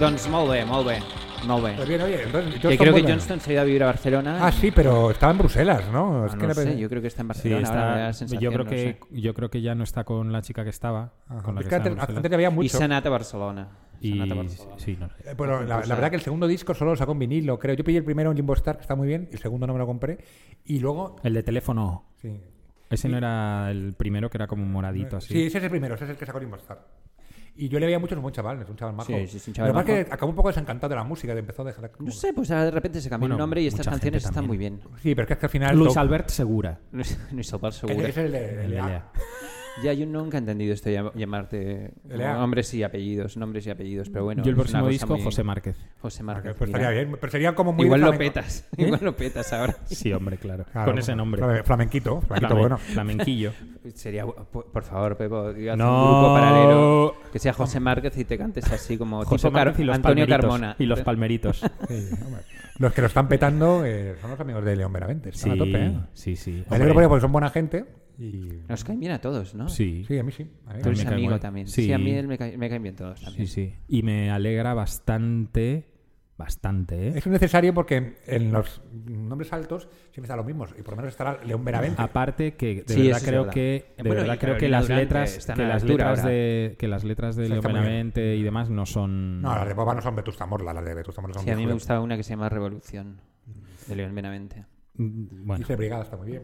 [SPEAKER 4] Doncs molt bé, molt bé. Molt bé.
[SPEAKER 6] Pues bien, oye, entonces,
[SPEAKER 4] Que
[SPEAKER 6] Johnston
[SPEAKER 4] creo que
[SPEAKER 6] vuelve.
[SPEAKER 4] Johnston se ha ido a vivir a Barcelona.
[SPEAKER 6] Ah, sí, pero estaba en Bruselas, ¿no?
[SPEAKER 4] Ah,
[SPEAKER 6] Es
[SPEAKER 4] no
[SPEAKER 6] que
[SPEAKER 4] lo
[SPEAKER 6] era-
[SPEAKER 4] sé, yo creo que está en
[SPEAKER 5] Sí,
[SPEAKER 4] Barcelona. ahora me da la
[SPEAKER 5] está- yo,
[SPEAKER 4] sensación,
[SPEAKER 5] creo
[SPEAKER 4] no
[SPEAKER 5] que,
[SPEAKER 4] sé.
[SPEAKER 5] yo creo que ya no está con la chica que estaba.
[SPEAKER 6] Ajá.
[SPEAKER 5] Con la
[SPEAKER 6] Es
[SPEAKER 5] que estaba
[SPEAKER 6] que antes,
[SPEAKER 5] en Bruselas.
[SPEAKER 6] antes había
[SPEAKER 4] Y
[SPEAKER 6] mucho.
[SPEAKER 4] se han ido a Barcelona. Se han ido a
[SPEAKER 5] Y-
[SPEAKER 4] Barcelona.
[SPEAKER 5] sí, no sé.
[SPEAKER 6] Eh, Bueno, la- la, verdad que el segundo disco solo lo sacó en vinilo, creo. Yo pedí el primero en Jimbo Star, que está muy bien, el segundo no me lo compré. Y luego.
[SPEAKER 5] El de teléfono.
[SPEAKER 6] Sí,
[SPEAKER 5] Ese no era el primero que era como un moradito así.
[SPEAKER 6] Sí, ese es el primero, ese es el que sacó Jimbo Star. Y yo le veía mucho, es un buen chaval, es un chaval majo.
[SPEAKER 4] Sí, sí, es un chaval
[SPEAKER 6] Lo que pasa es
[SPEAKER 4] majo.
[SPEAKER 6] que acabó un poco desencantado de la música, de empezó a dejar.
[SPEAKER 4] No sé, pues ahora de repente se cambió
[SPEAKER 5] Bueno,
[SPEAKER 4] el nombre y estas
[SPEAKER 5] mucha gente
[SPEAKER 4] canciones están
[SPEAKER 5] también.
[SPEAKER 4] muy bien. [laughs]
[SPEAKER 6] Sí, pero es que es que al final.
[SPEAKER 5] Luis
[SPEAKER 6] lo-
[SPEAKER 5] Albert Segura.
[SPEAKER 4] No es, no es el bar
[SPEAKER 6] Ese
[SPEAKER 4] seguro.
[SPEAKER 6] es el de- el de-
[SPEAKER 5] Lea.
[SPEAKER 4] Ya yo nunca he entendido esto de llam- llamarte
[SPEAKER 6] Lea.
[SPEAKER 4] nombres y apellidos, nombres y apellidos, pero bueno.
[SPEAKER 5] Yo el
[SPEAKER 4] es una
[SPEAKER 5] próximo
[SPEAKER 4] cosa
[SPEAKER 5] disco,
[SPEAKER 4] muy-
[SPEAKER 5] José Márquez.
[SPEAKER 4] [laughs] José
[SPEAKER 6] Ah,
[SPEAKER 4] Márquez.
[SPEAKER 6] que, pues
[SPEAKER 4] mira.
[SPEAKER 6] estaría bien, pero sería como muy.
[SPEAKER 4] Igual lo
[SPEAKER 6] flamenco. ¿Eh?
[SPEAKER 4] petas, igual lo petas ahora.
[SPEAKER 5] Sí, hombre, claro.
[SPEAKER 6] Claro,
[SPEAKER 5] Con ese nombre.
[SPEAKER 6] flame-
[SPEAKER 4] [laughs]
[SPEAKER 6] Flamenquito, flamenquito
[SPEAKER 5] Flamen-
[SPEAKER 6] bueno.
[SPEAKER 5] Flamenquillo.
[SPEAKER 4] Sería, bu- po- por favor, Pepo, haz
[SPEAKER 5] No.
[SPEAKER 4] un grupo paralelo que sea José Márquez y te cantes así como
[SPEAKER 5] José
[SPEAKER 4] tipo Car-
[SPEAKER 5] Márquez y los
[SPEAKER 4] Antonio
[SPEAKER 5] palmeritos.
[SPEAKER 4] Carmona.
[SPEAKER 5] Y
[SPEAKER 4] [laughs]
[SPEAKER 5] los palmeritos.
[SPEAKER 6] [laughs] Sí, hombre. los que lo están petando eh, son los amigos de León Benavente. Están
[SPEAKER 5] sí,
[SPEAKER 6] a tope, ¿eh?
[SPEAKER 5] sí, sí.
[SPEAKER 6] Me alegro por ellos porque son buena gente. Y...
[SPEAKER 4] Nos caen bien a todos, ¿no?
[SPEAKER 5] Sí.
[SPEAKER 6] Sí, a mí sí. A mí
[SPEAKER 4] Ah, Tú
[SPEAKER 5] Pues-
[SPEAKER 6] me-
[SPEAKER 4] eres
[SPEAKER 5] me cae
[SPEAKER 4] amigo
[SPEAKER 5] guay.
[SPEAKER 4] también. Sí.
[SPEAKER 5] Sí.
[SPEAKER 4] a mí él me, cae- me caen bien todos
[SPEAKER 5] Sí,
[SPEAKER 4] también.
[SPEAKER 5] sí. Y me alegra bastante, bastante, ¿eh?
[SPEAKER 6] Es necesario porque en los nombres altos siempre están los mismos. Y por lo menos estará León
[SPEAKER 4] Ah,
[SPEAKER 6] Benavente.
[SPEAKER 5] Aparte que de
[SPEAKER 4] Sí, eso
[SPEAKER 5] verdad
[SPEAKER 4] es
[SPEAKER 5] creo
[SPEAKER 4] verdad.
[SPEAKER 5] que de
[SPEAKER 4] Bueno, y
[SPEAKER 5] verdad creo que
[SPEAKER 4] Carolina
[SPEAKER 5] las
[SPEAKER 4] Durante
[SPEAKER 5] letras
[SPEAKER 4] están
[SPEAKER 5] que
[SPEAKER 4] a la
[SPEAKER 5] las
[SPEAKER 4] altura
[SPEAKER 5] letras
[SPEAKER 4] ahora.
[SPEAKER 5] de que las letras de
[SPEAKER 6] Sí,
[SPEAKER 5] Leo
[SPEAKER 6] está muy bien.
[SPEAKER 5] Benavente y demás no son
[SPEAKER 6] No, las de Boba no son Vetusta Morla, las de Vetusta Morla son
[SPEAKER 4] Sí, a mí me
[SPEAKER 6] muy
[SPEAKER 4] gustaba una que se llama Revolución, de León Benavente.
[SPEAKER 5] Mm,
[SPEAKER 6] Y
[SPEAKER 5] bueno,
[SPEAKER 6] de Brigada está muy bien.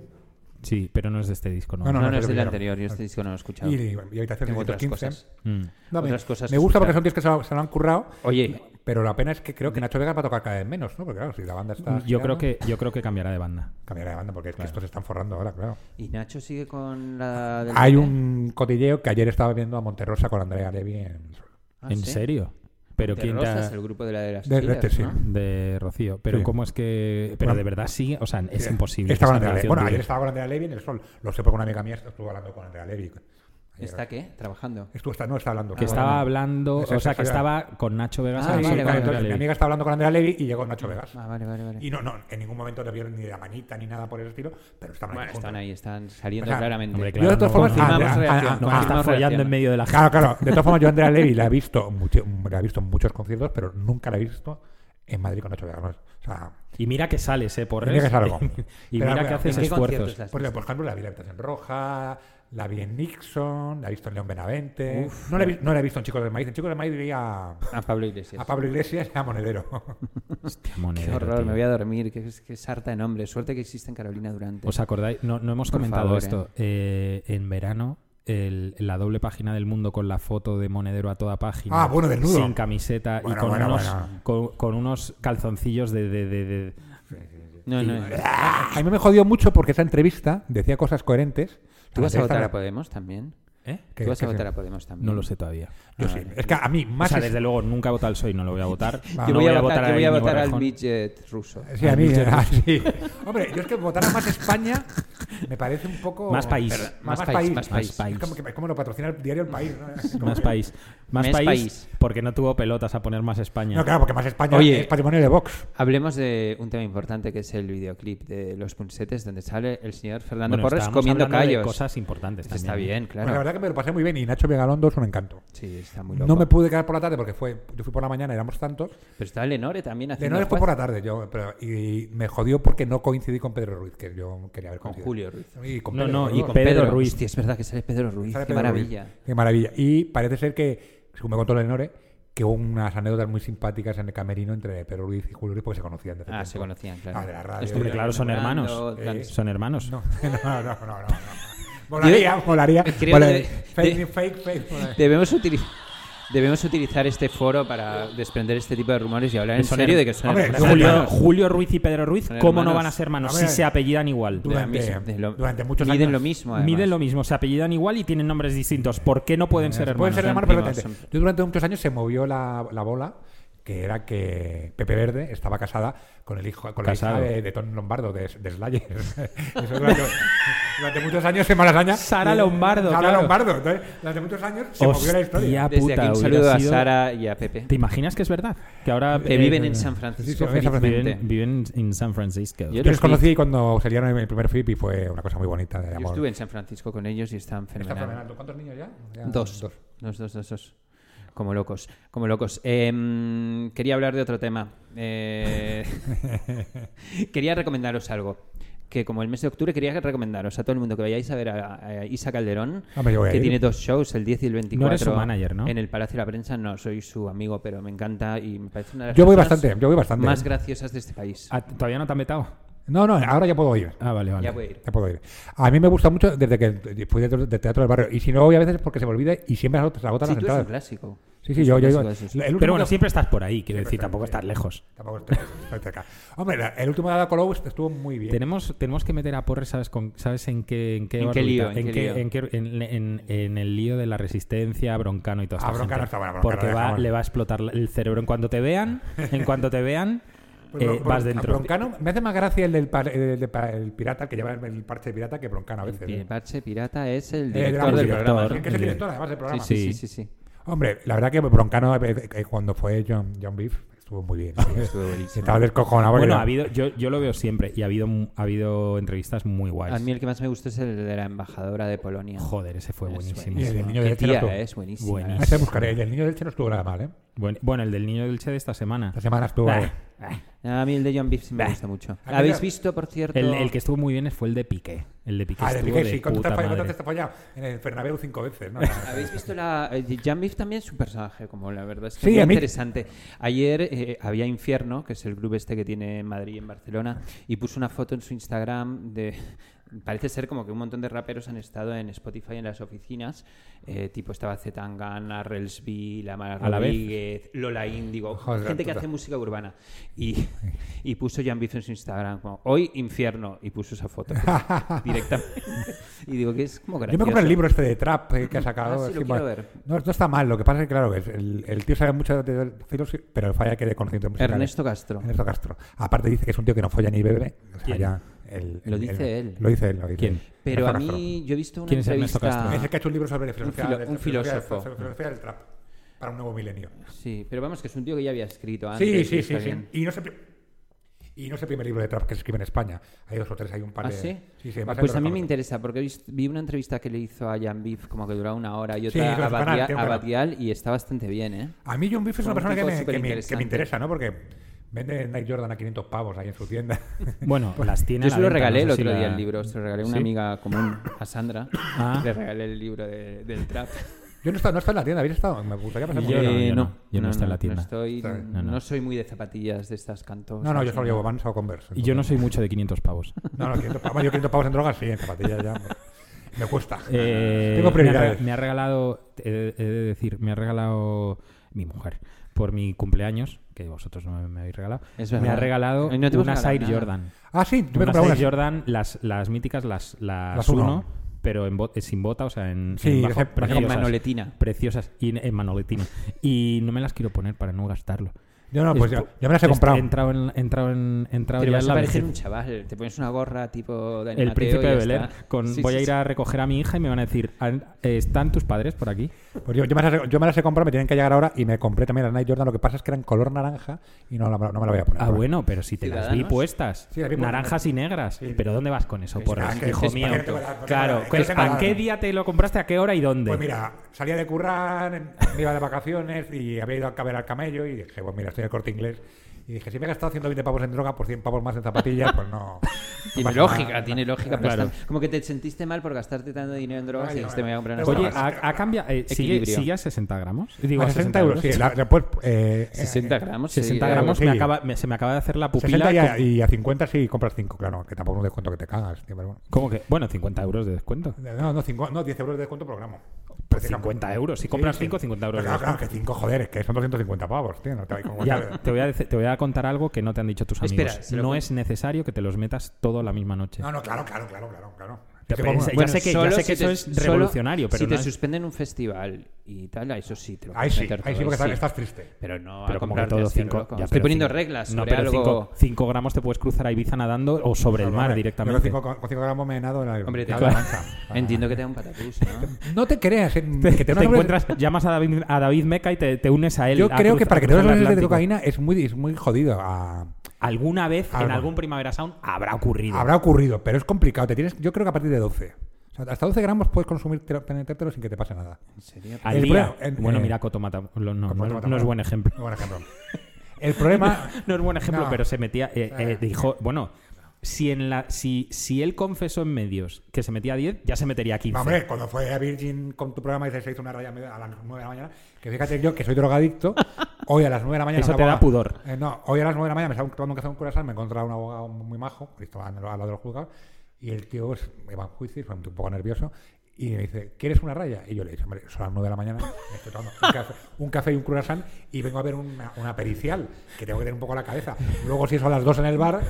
[SPEAKER 5] sí, pero no es de este disco, ¿no?
[SPEAKER 6] No,
[SPEAKER 4] No, no, es
[SPEAKER 6] se
[SPEAKER 4] del
[SPEAKER 6] olvidaron.
[SPEAKER 4] anterior, yo este disco no lo he escuchado.
[SPEAKER 6] Y, y Habitación
[SPEAKER 4] Tengo otras
[SPEAKER 6] 115.
[SPEAKER 4] cosas.
[SPEAKER 5] Mm.
[SPEAKER 6] No, me,
[SPEAKER 4] Otras cosas
[SPEAKER 6] me
[SPEAKER 4] que
[SPEAKER 6] gusta
[SPEAKER 4] escuchar.
[SPEAKER 6] porque son tíos que se lo, se lo han currado.
[SPEAKER 4] Oye,
[SPEAKER 6] Pero la pena es que creo que Nacho Vegas va a tocar cada vez menos, ¿no? Porque claro, si la banda está.
[SPEAKER 5] Yo creo
[SPEAKER 6] girando,
[SPEAKER 5] que yo creo que cambiará de banda.
[SPEAKER 6] Cambiará de banda porque es que estos se están forrando ahora, claro.
[SPEAKER 4] ¿y Nacho sigue con la del
[SPEAKER 6] Hay
[SPEAKER 4] PP?
[SPEAKER 6] un cotilleo que ayer estaba viendo a Monterrosa con Andrea Levy en.
[SPEAKER 4] Ah,
[SPEAKER 5] ¿En
[SPEAKER 4] ¿sí?
[SPEAKER 5] serio? Pero
[SPEAKER 4] De
[SPEAKER 5] quién te
[SPEAKER 4] Rosas,
[SPEAKER 5] ha-
[SPEAKER 4] el grupo de la de las
[SPEAKER 6] De- de-
[SPEAKER 4] chicas,
[SPEAKER 6] sí.
[SPEAKER 4] ¿no?
[SPEAKER 5] de Rocío, pero
[SPEAKER 6] Sí.
[SPEAKER 5] cómo es que pero
[SPEAKER 6] Bueno.
[SPEAKER 5] de verdad sí, o sea, es imposible.
[SPEAKER 6] Estaba
[SPEAKER 5] que esa
[SPEAKER 6] con Andrea Levy.
[SPEAKER 5] relación
[SPEAKER 6] Bueno,
[SPEAKER 5] dure.
[SPEAKER 6] ayer estaba con Andrea Levy en el sol. Lo sé porque una amiga mía estuvo hablando con Andrea Levy. Ayer.
[SPEAKER 4] ¿Está qué? ¿Trabajando?
[SPEAKER 6] Estuvo, está, no está hablando.
[SPEAKER 5] que
[SPEAKER 6] Ah,
[SPEAKER 5] estaba
[SPEAKER 6] bueno.
[SPEAKER 5] hablando,
[SPEAKER 6] Esa-
[SPEAKER 5] o sea,
[SPEAKER 6] esa-
[SPEAKER 5] que
[SPEAKER 6] esa-
[SPEAKER 5] estaba con Nacho Vegas
[SPEAKER 4] Ah,
[SPEAKER 5] hablando
[SPEAKER 6] Sí,
[SPEAKER 4] vale,
[SPEAKER 5] con
[SPEAKER 6] claro,
[SPEAKER 4] vale,
[SPEAKER 5] Andrea
[SPEAKER 6] entonces, mi
[SPEAKER 5] Levy.
[SPEAKER 6] amiga estaba hablando con Andrea Levy y llegó Nacho Vegas.
[SPEAKER 4] Ah, vale, vale, vale.
[SPEAKER 6] Y no, no, en ningún momento le vieron ni de la manita ni nada por el estilo, pero estaban
[SPEAKER 4] Bueno,
[SPEAKER 6] ahí juntos.
[SPEAKER 4] están ahí, están saliendo
[SPEAKER 6] O sea,
[SPEAKER 4] claramente.
[SPEAKER 5] hombre,
[SPEAKER 6] Yo de todas
[SPEAKER 5] Claro,
[SPEAKER 6] formas,
[SPEAKER 5] no,
[SPEAKER 6] ah,
[SPEAKER 4] confirmamos
[SPEAKER 6] ah,
[SPEAKER 4] reacción,
[SPEAKER 6] ah,
[SPEAKER 5] No,
[SPEAKER 6] ah,
[SPEAKER 4] confirmamos
[SPEAKER 5] está follando
[SPEAKER 4] reacción.
[SPEAKER 5] en medio de la gente.
[SPEAKER 6] Claro, claro. De todas formas, yo a Andrea Levy la
[SPEAKER 5] [laughs]
[SPEAKER 6] he visto, mucho- la he visto en muchos conciertos, pero nunca la he visto en Madrid con Nacho Vegas. ¿no? O sea,
[SPEAKER 5] Y mira que sales, eh, por
[SPEAKER 6] Mira que salgo.
[SPEAKER 5] [laughs] y
[SPEAKER 6] Pero,
[SPEAKER 5] mira que
[SPEAKER 6] pero,
[SPEAKER 5] haces
[SPEAKER 4] ¿en qué
[SPEAKER 5] esfuerzos.
[SPEAKER 4] conciertos las
[SPEAKER 6] por, por ejemplo, la vi en la Habitación Roja, la vi en Nixon, la he visto en León Benavente. no, la he, vi- no la he visto en Chicos del Maíz. En Chicos del Maíz vi a,
[SPEAKER 4] A Pablo Iglesias.
[SPEAKER 6] a Pablo Iglesias y a Monedero. [laughs]
[SPEAKER 5] Hostia,
[SPEAKER 4] Qué
[SPEAKER 5] monedero,
[SPEAKER 4] horror,
[SPEAKER 5] tío.
[SPEAKER 4] me voy a dormir. Qué, qué sarta de nombres. Suerte que existen Carolina Durante.
[SPEAKER 5] ¿Os acordáis? No, no hemos
[SPEAKER 4] Por
[SPEAKER 5] comentado
[SPEAKER 4] favor,
[SPEAKER 5] esto. Eh, en verano, el- la doble página del mundo con la foto de Monedero a toda página.
[SPEAKER 6] Ah, bueno, desnudo.
[SPEAKER 5] Sin camiseta
[SPEAKER 6] Bueno,
[SPEAKER 5] y con,
[SPEAKER 6] bueno,
[SPEAKER 5] unos,
[SPEAKER 6] bueno.
[SPEAKER 5] Con, con unos calzoncillos de... de- de- de-
[SPEAKER 4] no, no.
[SPEAKER 6] ah, a mí me jodió mucho porque esa entrevista decía cosas coherentes.
[SPEAKER 4] ¿Tú vas a
[SPEAKER 6] Esta-
[SPEAKER 4] votar a Podemos también?
[SPEAKER 5] ¿Eh?
[SPEAKER 6] que-
[SPEAKER 4] ¿Tú vas
[SPEAKER 6] que
[SPEAKER 4] a
[SPEAKER 6] sí.
[SPEAKER 4] votar a Ah, Podemos también?
[SPEAKER 5] No lo sé todavía.
[SPEAKER 6] Yo sí. Es que a mí
[SPEAKER 5] O
[SPEAKER 6] más.
[SPEAKER 5] sea,
[SPEAKER 6] es-
[SPEAKER 5] desde luego nunca he votado al PSOE, no
[SPEAKER 4] [laughs]
[SPEAKER 5] lo voy a votar.
[SPEAKER 4] Yo
[SPEAKER 5] No
[SPEAKER 4] voy a votar, yo voy a
[SPEAKER 5] Íñigo
[SPEAKER 4] votar al
[SPEAKER 5] Rejón.
[SPEAKER 4] midget ruso.
[SPEAKER 6] Sí, a mí. [laughs] ah, sí. Hombre, yo es que votar a más España me parece un poco.
[SPEAKER 5] Más país.
[SPEAKER 6] Pero-
[SPEAKER 4] Más
[SPEAKER 6] Más,
[SPEAKER 4] país,
[SPEAKER 6] país.
[SPEAKER 4] más
[SPEAKER 5] país.
[SPEAKER 6] Es como, que- es como lo patrocina el diario El País. ¿no? Es como
[SPEAKER 5] Más
[SPEAKER 6] que-
[SPEAKER 5] país. Más
[SPEAKER 4] Mes
[SPEAKER 5] país,
[SPEAKER 4] país.
[SPEAKER 5] porque no tuvo pelotas a poner más España.
[SPEAKER 6] No, claro, porque más España
[SPEAKER 4] Oye.
[SPEAKER 6] es patrimonio de Vox.
[SPEAKER 4] Hablemos de un tema importante que es el videoclip de Los Punsetes, donde sale el señor Fernando
[SPEAKER 5] Bueno,
[SPEAKER 4] Porres
[SPEAKER 5] estábamos
[SPEAKER 4] comiendo
[SPEAKER 5] hablando de
[SPEAKER 4] callos.
[SPEAKER 5] cosas importantes
[SPEAKER 4] Este está
[SPEAKER 5] también, ¿eh?
[SPEAKER 4] bien,
[SPEAKER 6] Pues la
[SPEAKER 4] claro.
[SPEAKER 6] verdad que me lo pasé muy bien y Nacho Vigalondo es un encanto.
[SPEAKER 4] Sí, está muy loco.
[SPEAKER 6] No me pude quedar por la tarde porque fue, yo fui por la mañana, éramos tantos.
[SPEAKER 4] Pero está Lenore también
[SPEAKER 6] De
[SPEAKER 4] haciendo
[SPEAKER 6] no fue
[SPEAKER 4] juez.
[SPEAKER 6] por la tarde, yo, pero- y, me jodió porque no coincidí con Pedro Ruiz, que yo quería ver
[SPEAKER 4] Con Julio Ruiz.
[SPEAKER 6] Y con
[SPEAKER 5] No,
[SPEAKER 6] Pedro,
[SPEAKER 5] no,
[SPEAKER 6] por
[SPEAKER 5] y
[SPEAKER 6] favor.
[SPEAKER 5] con Pedro Ruiz.
[SPEAKER 4] Hostia, es verdad que sale Pedro Ruiz.
[SPEAKER 6] Sale
[SPEAKER 4] qué
[SPEAKER 6] Pedro Ruiz.
[SPEAKER 4] maravilla.
[SPEAKER 6] Qué maravilla. Y parece ser que, según me contó Lenore, que hubo unas anécdotas muy simpáticas en el camerino entre Pedro Ruiz y Julio Ruiz porque se conocían desde
[SPEAKER 4] Ah, se conocían, claro.
[SPEAKER 6] Ah, de la radio.
[SPEAKER 5] Hombre, claro, son hermanos.
[SPEAKER 4] Enamorando,
[SPEAKER 6] Eh,
[SPEAKER 5] Son hermanos.
[SPEAKER 6] No, [laughs] no, no, no. no, no. Molaría, molaría.
[SPEAKER 4] creo
[SPEAKER 6] molaría.
[SPEAKER 4] que-
[SPEAKER 6] Fake,
[SPEAKER 4] de-
[SPEAKER 6] fake, fake, molaría.
[SPEAKER 4] [laughs] Debemos utilizar. Debemos utilizar este foro para desprender este tipo de rumores y hablar en
[SPEAKER 5] Son
[SPEAKER 4] serio
[SPEAKER 5] her-
[SPEAKER 4] de que son
[SPEAKER 6] Hombre,
[SPEAKER 4] hermanos.
[SPEAKER 5] Julio,
[SPEAKER 4] Hermanos.
[SPEAKER 5] Julio Ruiz y Pedro Ruiz,
[SPEAKER 4] Son
[SPEAKER 5] ¿cómo no
[SPEAKER 4] hermanos.
[SPEAKER 5] van a ser hermanos?
[SPEAKER 6] A
[SPEAKER 5] Si
[SPEAKER 6] ver.
[SPEAKER 5] se apellidan igual.
[SPEAKER 6] Tú- Durante-
[SPEAKER 4] De la mis- de lo-
[SPEAKER 6] durante muchos
[SPEAKER 4] miden
[SPEAKER 6] años.
[SPEAKER 4] lo mismo. además.
[SPEAKER 5] Miden lo mismo, se apellidan igual y tienen nombres distintos. ¿Por qué no pueden ser hermanos?
[SPEAKER 6] Eh, Pueden ser
[SPEAKER 4] son
[SPEAKER 6] hermanos,
[SPEAKER 4] primos,
[SPEAKER 6] perfectamente.
[SPEAKER 4] son-
[SPEAKER 6] Yo durante muchos años se movió la, la bola que era que Pepe Verde estaba casada con el hijo con la hija
[SPEAKER 5] Casado.
[SPEAKER 6] de, de Tom Lombardo de, de Slayer. [laughs] Eso durante, durante muchos años en Malasaña.
[SPEAKER 5] Sara Lombardo,
[SPEAKER 6] Sara
[SPEAKER 5] claro.
[SPEAKER 6] Lombardo. Entonces, durante muchos años se movió la historia.
[SPEAKER 5] Hostia
[SPEAKER 4] Desde
[SPEAKER 5] puta,
[SPEAKER 4] aquí un
[SPEAKER 5] hubiera
[SPEAKER 4] saludo
[SPEAKER 5] sido-
[SPEAKER 4] a Sara y a Pepe,
[SPEAKER 5] ¿Te imaginas que es verdad? Que ahora
[SPEAKER 4] que
[SPEAKER 5] eh,
[SPEAKER 4] viven en San Francisco
[SPEAKER 6] sí, viven en San
[SPEAKER 5] viven-
[SPEAKER 4] felizmente.
[SPEAKER 5] viven en San Francisco.
[SPEAKER 4] Yo
[SPEAKER 6] Yo
[SPEAKER 4] los
[SPEAKER 6] les
[SPEAKER 4] vi-
[SPEAKER 6] conocí cuando salieron en el primer flip y fue una cosa muy bonita de
[SPEAKER 4] Yo
[SPEAKER 6] amor.
[SPEAKER 4] estuve en San Francisco con ellos y están
[SPEAKER 6] Está
[SPEAKER 4] fenomenal.
[SPEAKER 6] fenomenal. ¿Cuántos niños ya? Ya
[SPEAKER 4] Dos.
[SPEAKER 6] Ah, dos.
[SPEAKER 4] Dos, dos, dos, dos. Como locos, como locos. Em, quería hablar de otro tema. Eh, [laughs] quería recomendaros algo. Que como el mes de octubre quería recomendaros a todo el mundo que vayáis a ver a, a Isa Calderón,
[SPEAKER 6] Ah, pues yo voy a
[SPEAKER 4] que
[SPEAKER 6] ir.
[SPEAKER 4] tiene dos shows, el 10 y el 24.
[SPEAKER 5] No eres su manager, ¿no?
[SPEAKER 4] En el Palacio de la Prensa no, soy su amigo, pero me encanta y me parece una de las
[SPEAKER 6] Yo voy
[SPEAKER 4] personas
[SPEAKER 6] bastante, yo voy bastante.
[SPEAKER 4] más graciosas de este país.
[SPEAKER 5] Ah, ¿Todavía no te han vetado?
[SPEAKER 6] No, no, ahora ya puedo ir.
[SPEAKER 5] Ah, vale, vale.
[SPEAKER 4] Ya voy a ir.
[SPEAKER 6] Ya puedo ir. A mí me gusta mucho desde que fui de, de teatro del barrio. Y si no voy a veces porque se me olvida y siempre se agotan se agotan
[SPEAKER 4] Sí, tú eres
[SPEAKER 6] las
[SPEAKER 4] un
[SPEAKER 6] entradas.
[SPEAKER 4] clásico.
[SPEAKER 6] Sí,
[SPEAKER 4] Tú
[SPEAKER 6] sí,
[SPEAKER 4] eres
[SPEAKER 6] yo,
[SPEAKER 4] un
[SPEAKER 6] yo, yo.
[SPEAKER 4] clásico de esos.
[SPEAKER 6] El último
[SPEAKER 5] Pero bueno,
[SPEAKER 6] que-
[SPEAKER 5] siempre estás por ahí, quiero
[SPEAKER 6] Siempre
[SPEAKER 5] decir,
[SPEAKER 6] estoy-
[SPEAKER 5] tampoco estás lejos.
[SPEAKER 6] [laughs] Tampoco estoy- estoy cerca. Hombre, la- el último de Colou estuvo muy bien.
[SPEAKER 5] Tenemos, tenemos que meter a Porres, ¿sabes, con, ¿sabes en qué en qué,
[SPEAKER 4] ¿En qué
[SPEAKER 5] órbita?
[SPEAKER 4] lío, en qué lío?
[SPEAKER 5] en qué- en- en- en el lío de la resistencia, Broncano y toda esta
[SPEAKER 6] Ah, Broncano
[SPEAKER 5] gente.
[SPEAKER 6] está bueno, Broncano,
[SPEAKER 5] Porque va-
[SPEAKER 6] dejamos.
[SPEAKER 5] le va a explotar la- el cerebro. En cuanto te vean, en cuanto te vean,
[SPEAKER 6] Pues
[SPEAKER 5] eh,
[SPEAKER 6] Bron-
[SPEAKER 5] vas
[SPEAKER 6] Bron-
[SPEAKER 5] dentro.
[SPEAKER 6] Broncano, me hace más gracia el del par- el de pa- el pirata, que lleva el- el parche de pirata, que Broncano a veces.
[SPEAKER 4] Y
[SPEAKER 6] ¿eh?
[SPEAKER 4] el parche pirata es el
[SPEAKER 6] Eh, de la
[SPEAKER 4] director del
[SPEAKER 6] música,
[SPEAKER 4] programa.
[SPEAKER 6] Que es el director, además, del programa.
[SPEAKER 4] Sí, sí,
[SPEAKER 5] Sí.
[SPEAKER 4] sí, sí, sí.
[SPEAKER 6] Hombre, la verdad que Broncano, eh, eh, cuando fue John, John Beef, estuvo muy bien. [laughs] Estaba descojonado. porque
[SPEAKER 5] Ah, Bueno,
[SPEAKER 6] era-
[SPEAKER 5] ha habido, yo, yo lo veo siempre y ha habido, ha habido entrevistas muy
[SPEAKER 4] A
[SPEAKER 5] guays.
[SPEAKER 4] mí el que más me gustó es el de la embajadora de Polonia.
[SPEAKER 5] Joder, ese fue
[SPEAKER 4] Es
[SPEAKER 5] buenísimo.
[SPEAKER 6] Y el del niño de
[SPEAKER 4] Qué
[SPEAKER 6] Elche
[SPEAKER 4] tía,
[SPEAKER 6] no estuvo-
[SPEAKER 4] eh, es buenísima.
[SPEAKER 5] Buenísimo.
[SPEAKER 6] Ah, ese buscaré. El del niño del Che no estuvo nada mal, ¿eh?
[SPEAKER 5] Buen- Bueno, el del niño del Che de esta semana.
[SPEAKER 6] Esta semana estuvo.
[SPEAKER 5] Bah,
[SPEAKER 6] ahí.
[SPEAKER 5] bah.
[SPEAKER 4] A mí el de John Beef sí me gusta mucho.
[SPEAKER 6] Aquella-
[SPEAKER 4] ¿Habéis visto, por cierto?
[SPEAKER 5] El, el que estuvo muy bien fue el de Piqué. El de Piqué
[SPEAKER 6] Ah, de
[SPEAKER 5] estuvo
[SPEAKER 6] Piqué,
[SPEAKER 5] de
[SPEAKER 6] sí, ¿cuánto
[SPEAKER 5] puta
[SPEAKER 6] te has fallado?
[SPEAKER 5] madre.
[SPEAKER 6] ¿Cuánto te has fallado? En el Bernabéu cinco veces, ¿no?
[SPEAKER 4] [laughs] ¿Habéis visto la. eh, John Beef también es un personaje, como la verdad es que
[SPEAKER 6] Sí,
[SPEAKER 4] muy
[SPEAKER 6] a mí-
[SPEAKER 4] interesante. Ayer eh, había Infierno, que es el grupo este que tiene en Madrid y en Barcelona, y puso una foto en su Instagram de. Parece ser como que un montón de raperos han estado en Spotify en las oficinas. eh, tipo estaba Zetangana, Relsby, Lamar
[SPEAKER 5] A la vez.
[SPEAKER 4] Rodríguez, Lola Índigo.
[SPEAKER 6] Joder,
[SPEAKER 4] gente que
[SPEAKER 6] puta.
[SPEAKER 4] hace música urbana. Y, y puso Jan Biff en su Instagram como, hoy infierno. Y puso esa
[SPEAKER 6] [laughs]
[SPEAKER 4] foto directamente. y digo que es como
[SPEAKER 6] Yo me compré
[SPEAKER 4] gracioso.
[SPEAKER 6] el libro este de Trap eh, que ha sacado.
[SPEAKER 4] Ah, sí, lo
[SPEAKER 6] así,
[SPEAKER 4] quiero
[SPEAKER 6] bueno,
[SPEAKER 4] ver.
[SPEAKER 6] No, no está mal, lo que pasa es que, claro, que es el, el tío sabe mucho de de filosofía, pero falla que de conocimiento musical. ¿eh?
[SPEAKER 4] Ernesto Castro.
[SPEAKER 6] Ernesto Castro. Aparte dice que es un tío que no folla ni bebe. ¿eh? O sea, ya el-
[SPEAKER 4] Lo
[SPEAKER 6] el-
[SPEAKER 4] dice
[SPEAKER 6] el-
[SPEAKER 4] él.
[SPEAKER 6] Lo dice él. Lo dice
[SPEAKER 5] ¿Quién?
[SPEAKER 6] él.
[SPEAKER 4] Pero a
[SPEAKER 6] Ernesto
[SPEAKER 4] mí, yo he visto una
[SPEAKER 5] ¿Quién es Ernesto
[SPEAKER 4] entrevista...
[SPEAKER 6] Castro. Es el que ha hecho un libro sobre filosofía.
[SPEAKER 4] filo-
[SPEAKER 6] de-
[SPEAKER 4] un
[SPEAKER 6] filosofía-
[SPEAKER 4] filósofo.
[SPEAKER 6] sobre filosofía del Trap para un nuevo milenio.
[SPEAKER 4] Sí, pero vamos, que es un tío que ya había escrito antes.
[SPEAKER 6] Sí,
[SPEAKER 4] y
[SPEAKER 6] sí,
[SPEAKER 4] está
[SPEAKER 6] sí, sí.
[SPEAKER 4] bien.
[SPEAKER 6] Y no sé. Y no es el primer libro de trap que se escribe en España. Hay dos o tres, hay un par
[SPEAKER 4] ¿Ah,
[SPEAKER 6] de.
[SPEAKER 4] sí?
[SPEAKER 6] sí, además
[SPEAKER 4] pues
[SPEAKER 6] hay
[SPEAKER 4] a mí me
[SPEAKER 6] dos famosos.
[SPEAKER 4] interesa, porque he vist- vi una entrevista que le hizo a Jan Biff, como que duraba una hora, y
[SPEAKER 6] Sí,
[SPEAKER 4] otra
[SPEAKER 6] lo
[SPEAKER 4] a,
[SPEAKER 6] hace canal,
[SPEAKER 4] Batia-
[SPEAKER 6] tiene
[SPEAKER 4] a
[SPEAKER 6] un canal.
[SPEAKER 4] Batial, y estaba bastante bien, ¿eh?
[SPEAKER 6] A mí John Beef
[SPEAKER 4] Fue
[SPEAKER 6] es una
[SPEAKER 4] un
[SPEAKER 6] persona que
[SPEAKER 4] tipo
[SPEAKER 6] me, que, me, que me
[SPEAKER 4] superinteresante.
[SPEAKER 6] interesa, ¿no? Porque vende Nike Jordan a 500 pavos ahí en su tienda. [laughs]
[SPEAKER 5] Bueno, las tiene.
[SPEAKER 4] Yo
[SPEAKER 5] a la
[SPEAKER 4] se lo
[SPEAKER 5] venta,
[SPEAKER 4] regalé el
[SPEAKER 5] no sé si
[SPEAKER 4] otro día
[SPEAKER 5] la-
[SPEAKER 4] el libro, se lo regalé a una
[SPEAKER 5] ¿Sí?
[SPEAKER 4] amiga común, a Sandra.
[SPEAKER 5] Ah.
[SPEAKER 4] Le regalé el libro de- del trap. Eh,
[SPEAKER 6] Yo no estaba, no estaba en la tienda, habéis estado. Me gustaría pasar por
[SPEAKER 5] Yo
[SPEAKER 6] ahí.
[SPEAKER 5] no, yo no. Yo no estoy en la tienda.
[SPEAKER 4] estoy-
[SPEAKER 6] Está bien.
[SPEAKER 4] no,
[SPEAKER 5] No, no.
[SPEAKER 4] soy muy de zapatillas de estas cantosas.
[SPEAKER 6] No, no, yo solo llevo Vans o Converse.
[SPEAKER 5] Y yo no soy mucho de 500
[SPEAKER 6] [laughs]
[SPEAKER 5] pavos.
[SPEAKER 6] No, no, 500 pavos, yo 500 pavos en drogas, sí, en zapatillas ya. Me cuesta.
[SPEAKER 5] Eh,
[SPEAKER 6] Tengo
[SPEAKER 5] Me ha,
[SPEAKER 6] prioridades.
[SPEAKER 5] re- me ha regalado, he de- he de decir, me ha regalado mi mujer por mi cumpleaños, que vosotros no me, me habéis regalado.
[SPEAKER 4] Es
[SPEAKER 5] me
[SPEAKER 4] verdad.
[SPEAKER 5] ha regalado
[SPEAKER 4] Ay, no te hemos
[SPEAKER 5] unas
[SPEAKER 4] regalado
[SPEAKER 5] Air
[SPEAKER 4] nada.
[SPEAKER 5] Jordan.
[SPEAKER 6] Ah, sí, yo me he
[SPEAKER 5] Unas
[SPEAKER 6] comprado
[SPEAKER 5] Air
[SPEAKER 6] unas.
[SPEAKER 5] Jordan, las, las míticas, las, las,
[SPEAKER 6] Las
[SPEAKER 5] Uno,
[SPEAKER 6] Uno.
[SPEAKER 5] pero en bo- eh, sin bota, o sea, en,
[SPEAKER 6] Sí,
[SPEAKER 5] en
[SPEAKER 6] las he- las he
[SPEAKER 4] En
[SPEAKER 5] preciosas.
[SPEAKER 4] manoletina.
[SPEAKER 5] Preciosas, y en, en manoletina. Y no me las quiero poner para no gastarlo.
[SPEAKER 6] Yo no, pues
[SPEAKER 5] Es-
[SPEAKER 6] yo, yo me las he
[SPEAKER 5] es-
[SPEAKER 6] comprado.
[SPEAKER 5] He entrado en, he entrado en, he entrado
[SPEAKER 4] Pero
[SPEAKER 5] ya
[SPEAKER 4] vas
[SPEAKER 5] en
[SPEAKER 4] a
[SPEAKER 5] la
[SPEAKER 4] parecer
[SPEAKER 5] vejez.
[SPEAKER 4] un chaval. Te pones una gorra tipo de
[SPEAKER 5] El príncipe de Bel Air. Con, voy a ir a recoger a mi hija y me van a decir, "An- ¿están tus padres por aquí?
[SPEAKER 6] Pues yo, yo me las he, yo me las he comprado, me tienen que llegar ahora y me compré también las Nike Jordan. Lo que pasa es que eran color naranja y no, la- no me la voy a poner.
[SPEAKER 5] Ah, bueno, pero si te las
[SPEAKER 4] Ciudadanos.
[SPEAKER 5] vi puestas.
[SPEAKER 6] Sí, las vi puestas.
[SPEAKER 5] naranjas y negras. ¿Pero dónde vas con eso, por
[SPEAKER 6] Ah, que
[SPEAKER 5] hijo
[SPEAKER 6] es
[SPEAKER 5] mío?
[SPEAKER 6] para que te me la-
[SPEAKER 5] Claro,
[SPEAKER 6] que
[SPEAKER 5] pues
[SPEAKER 6] te me
[SPEAKER 5] ¿a
[SPEAKER 6] la-
[SPEAKER 5] qué día te lo compraste? ¿A qué hora y dónde?
[SPEAKER 6] Pues mira, salía de currar, me iba de vacaciones y había ido a caber al camello y dije, pues mira, estoy de corte inglés. Y dije, si me he gastado 120 pavos en droga por 100 pavos más en zapatillas, pues no.
[SPEAKER 4] Tiene
[SPEAKER 6] no pasa
[SPEAKER 4] lógica,
[SPEAKER 6] nada.
[SPEAKER 4] tiene lógica.
[SPEAKER 5] Claro.
[SPEAKER 4] pero está- Como que te sentiste mal por gastarte tanto dinero en drogas
[SPEAKER 6] Ay,
[SPEAKER 4] y
[SPEAKER 6] no,
[SPEAKER 4] dijiste, me voy a comprar unas
[SPEAKER 6] Pero
[SPEAKER 5] Oye,
[SPEAKER 6] bueno,
[SPEAKER 4] drogas".
[SPEAKER 6] es que-
[SPEAKER 5] ¿a, a cambia, eh, sigue,
[SPEAKER 4] Equilibrio.
[SPEAKER 5] sigue a 60 gramos? Digo,
[SPEAKER 6] A 60 euros, sí. la- la- pues, eh, eh,
[SPEAKER 4] 60 gramos. sí,
[SPEAKER 5] 60
[SPEAKER 4] eh,
[SPEAKER 5] gramos,
[SPEAKER 6] sí.
[SPEAKER 5] me acaba- me- se me acaba de hacer la pupila.
[SPEAKER 6] 60 y a,
[SPEAKER 5] como-
[SPEAKER 6] y a 50 si compras 5, claro, que tampoco es un descuento que te cagas. tío, pero
[SPEAKER 5] ¿Cómo que? Bueno, 50 euros de descuento.
[SPEAKER 6] bueno. No, no, cinco- no, 10 euros de descuento por gramo.
[SPEAKER 5] Por 50 Pues euros. Si compras cinco, 50 euros de
[SPEAKER 6] Claro, claro, que 5, joder, es que son 250 pavos, tío. No te va a
[SPEAKER 5] Ya, te voy a, dec- te voy a contar algo que no te han dicho tus
[SPEAKER 4] Espera,
[SPEAKER 5] amigos.
[SPEAKER 4] se lo
[SPEAKER 5] no
[SPEAKER 4] cu-
[SPEAKER 5] es necesario que te los metas todo la misma noche.
[SPEAKER 6] No, no, claro, claro, claro, claro. claro.
[SPEAKER 5] Te
[SPEAKER 6] Es que como-
[SPEAKER 5] pensé-
[SPEAKER 4] Bueno,
[SPEAKER 5] ya sé que- ya
[SPEAKER 4] solo
[SPEAKER 5] sé que
[SPEAKER 4] si
[SPEAKER 5] eso
[SPEAKER 4] te-
[SPEAKER 5] es
[SPEAKER 4] solo
[SPEAKER 5] revolucionario, pero
[SPEAKER 4] Si
[SPEAKER 5] no
[SPEAKER 4] te
[SPEAKER 5] es-
[SPEAKER 4] suspenden un festival y tal, a eso sí te lo
[SPEAKER 6] Ahí
[SPEAKER 4] puedes
[SPEAKER 6] sí,
[SPEAKER 4] meter
[SPEAKER 6] ahí sí,
[SPEAKER 4] todo,
[SPEAKER 6] porque estás- estás triste.
[SPEAKER 4] Pero no a
[SPEAKER 5] pero como que
[SPEAKER 4] comprarte
[SPEAKER 5] todo
[SPEAKER 4] así a
[SPEAKER 5] 5
[SPEAKER 4] loco. Estoy poniendo reglas
[SPEAKER 5] no
[SPEAKER 4] sobre
[SPEAKER 5] pero
[SPEAKER 4] algo...
[SPEAKER 5] 5 gramos te puedes cruzar a Ibiza nadando o sobre el mar
[SPEAKER 6] Hombre,
[SPEAKER 5] directamente
[SPEAKER 6] Yo con 5 gramos me he nado en la.
[SPEAKER 4] Hombre, te
[SPEAKER 6] en la
[SPEAKER 4] claro.
[SPEAKER 6] mancha.
[SPEAKER 4] Entiendo que te da un patatús,
[SPEAKER 6] [laughs]
[SPEAKER 4] ¿no?
[SPEAKER 6] No te creas, en- que
[SPEAKER 5] te,
[SPEAKER 6] te, vas a-
[SPEAKER 5] encuentras llamas a David, a David Meca y te, te unes a él
[SPEAKER 6] Yo
[SPEAKER 5] a
[SPEAKER 6] creo
[SPEAKER 5] cruz-
[SPEAKER 6] que para
[SPEAKER 5] a
[SPEAKER 6] que te
[SPEAKER 5] cruzar
[SPEAKER 6] veas
[SPEAKER 5] el
[SPEAKER 6] de
[SPEAKER 5] Atlántico.
[SPEAKER 6] cocaína es muy, es muy jodido. ah,
[SPEAKER 5] alguna vez en
[SPEAKER 6] Algo.
[SPEAKER 5] algún Primavera Sound habrá ocurrido
[SPEAKER 6] habrá ocurrido, pero es complicado. Te tienes, yo creo que a partir de 12. O O sea, hasta 12 gramos puedes consumir te- penetrártelo sin que te pase nada.
[SPEAKER 4] Sería-
[SPEAKER 5] Al
[SPEAKER 6] El
[SPEAKER 5] día.
[SPEAKER 6] problema- el-
[SPEAKER 5] bueno,
[SPEAKER 6] eh,
[SPEAKER 5] mira, Coto Mata- lo- no,
[SPEAKER 6] Coto
[SPEAKER 5] no-
[SPEAKER 6] Mata-
[SPEAKER 5] no es buen ejemplo.
[SPEAKER 6] Muy buen ejemplo. El problema.
[SPEAKER 5] [laughs] No es buen ejemplo,
[SPEAKER 6] No.
[SPEAKER 5] pero se metía. eh, eh, dijo, bueno, si, en la, si, si él confesó en medios que se metía a 10, ya se metería a 15.
[SPEAKER 6] Hombre, cuando fue a Virgin con tu programa y se hizo una raya media a las 9 de la mañana, que fíjate yo que soy drogadicto, hoy a las 9 de la mañana...
[SPEAKER 5] Eso
[SPEAKER 6] un
[SPEAKER 5] te da
[SPEAKER 6] abogado-
[SPEAKER 5] pudor.
[SPEAKER 6] Eh, no, hoy a las 9 de la mañana me estaba tomando un café con curasán, me encontraba un abogado muy majo, que estaba al lado del juzgado, y el tío es, iba a juicio, y fue un poco nervioso, y me dice, ¿quieres una raya? Y yo le dije, hombre, son las 9 de la mañana, me estoy tomando un café, un café y un curasán, y vengo a ver una, una pericial, que tengo que tener un poco la cabeza. Luego si son las 2 en el bar...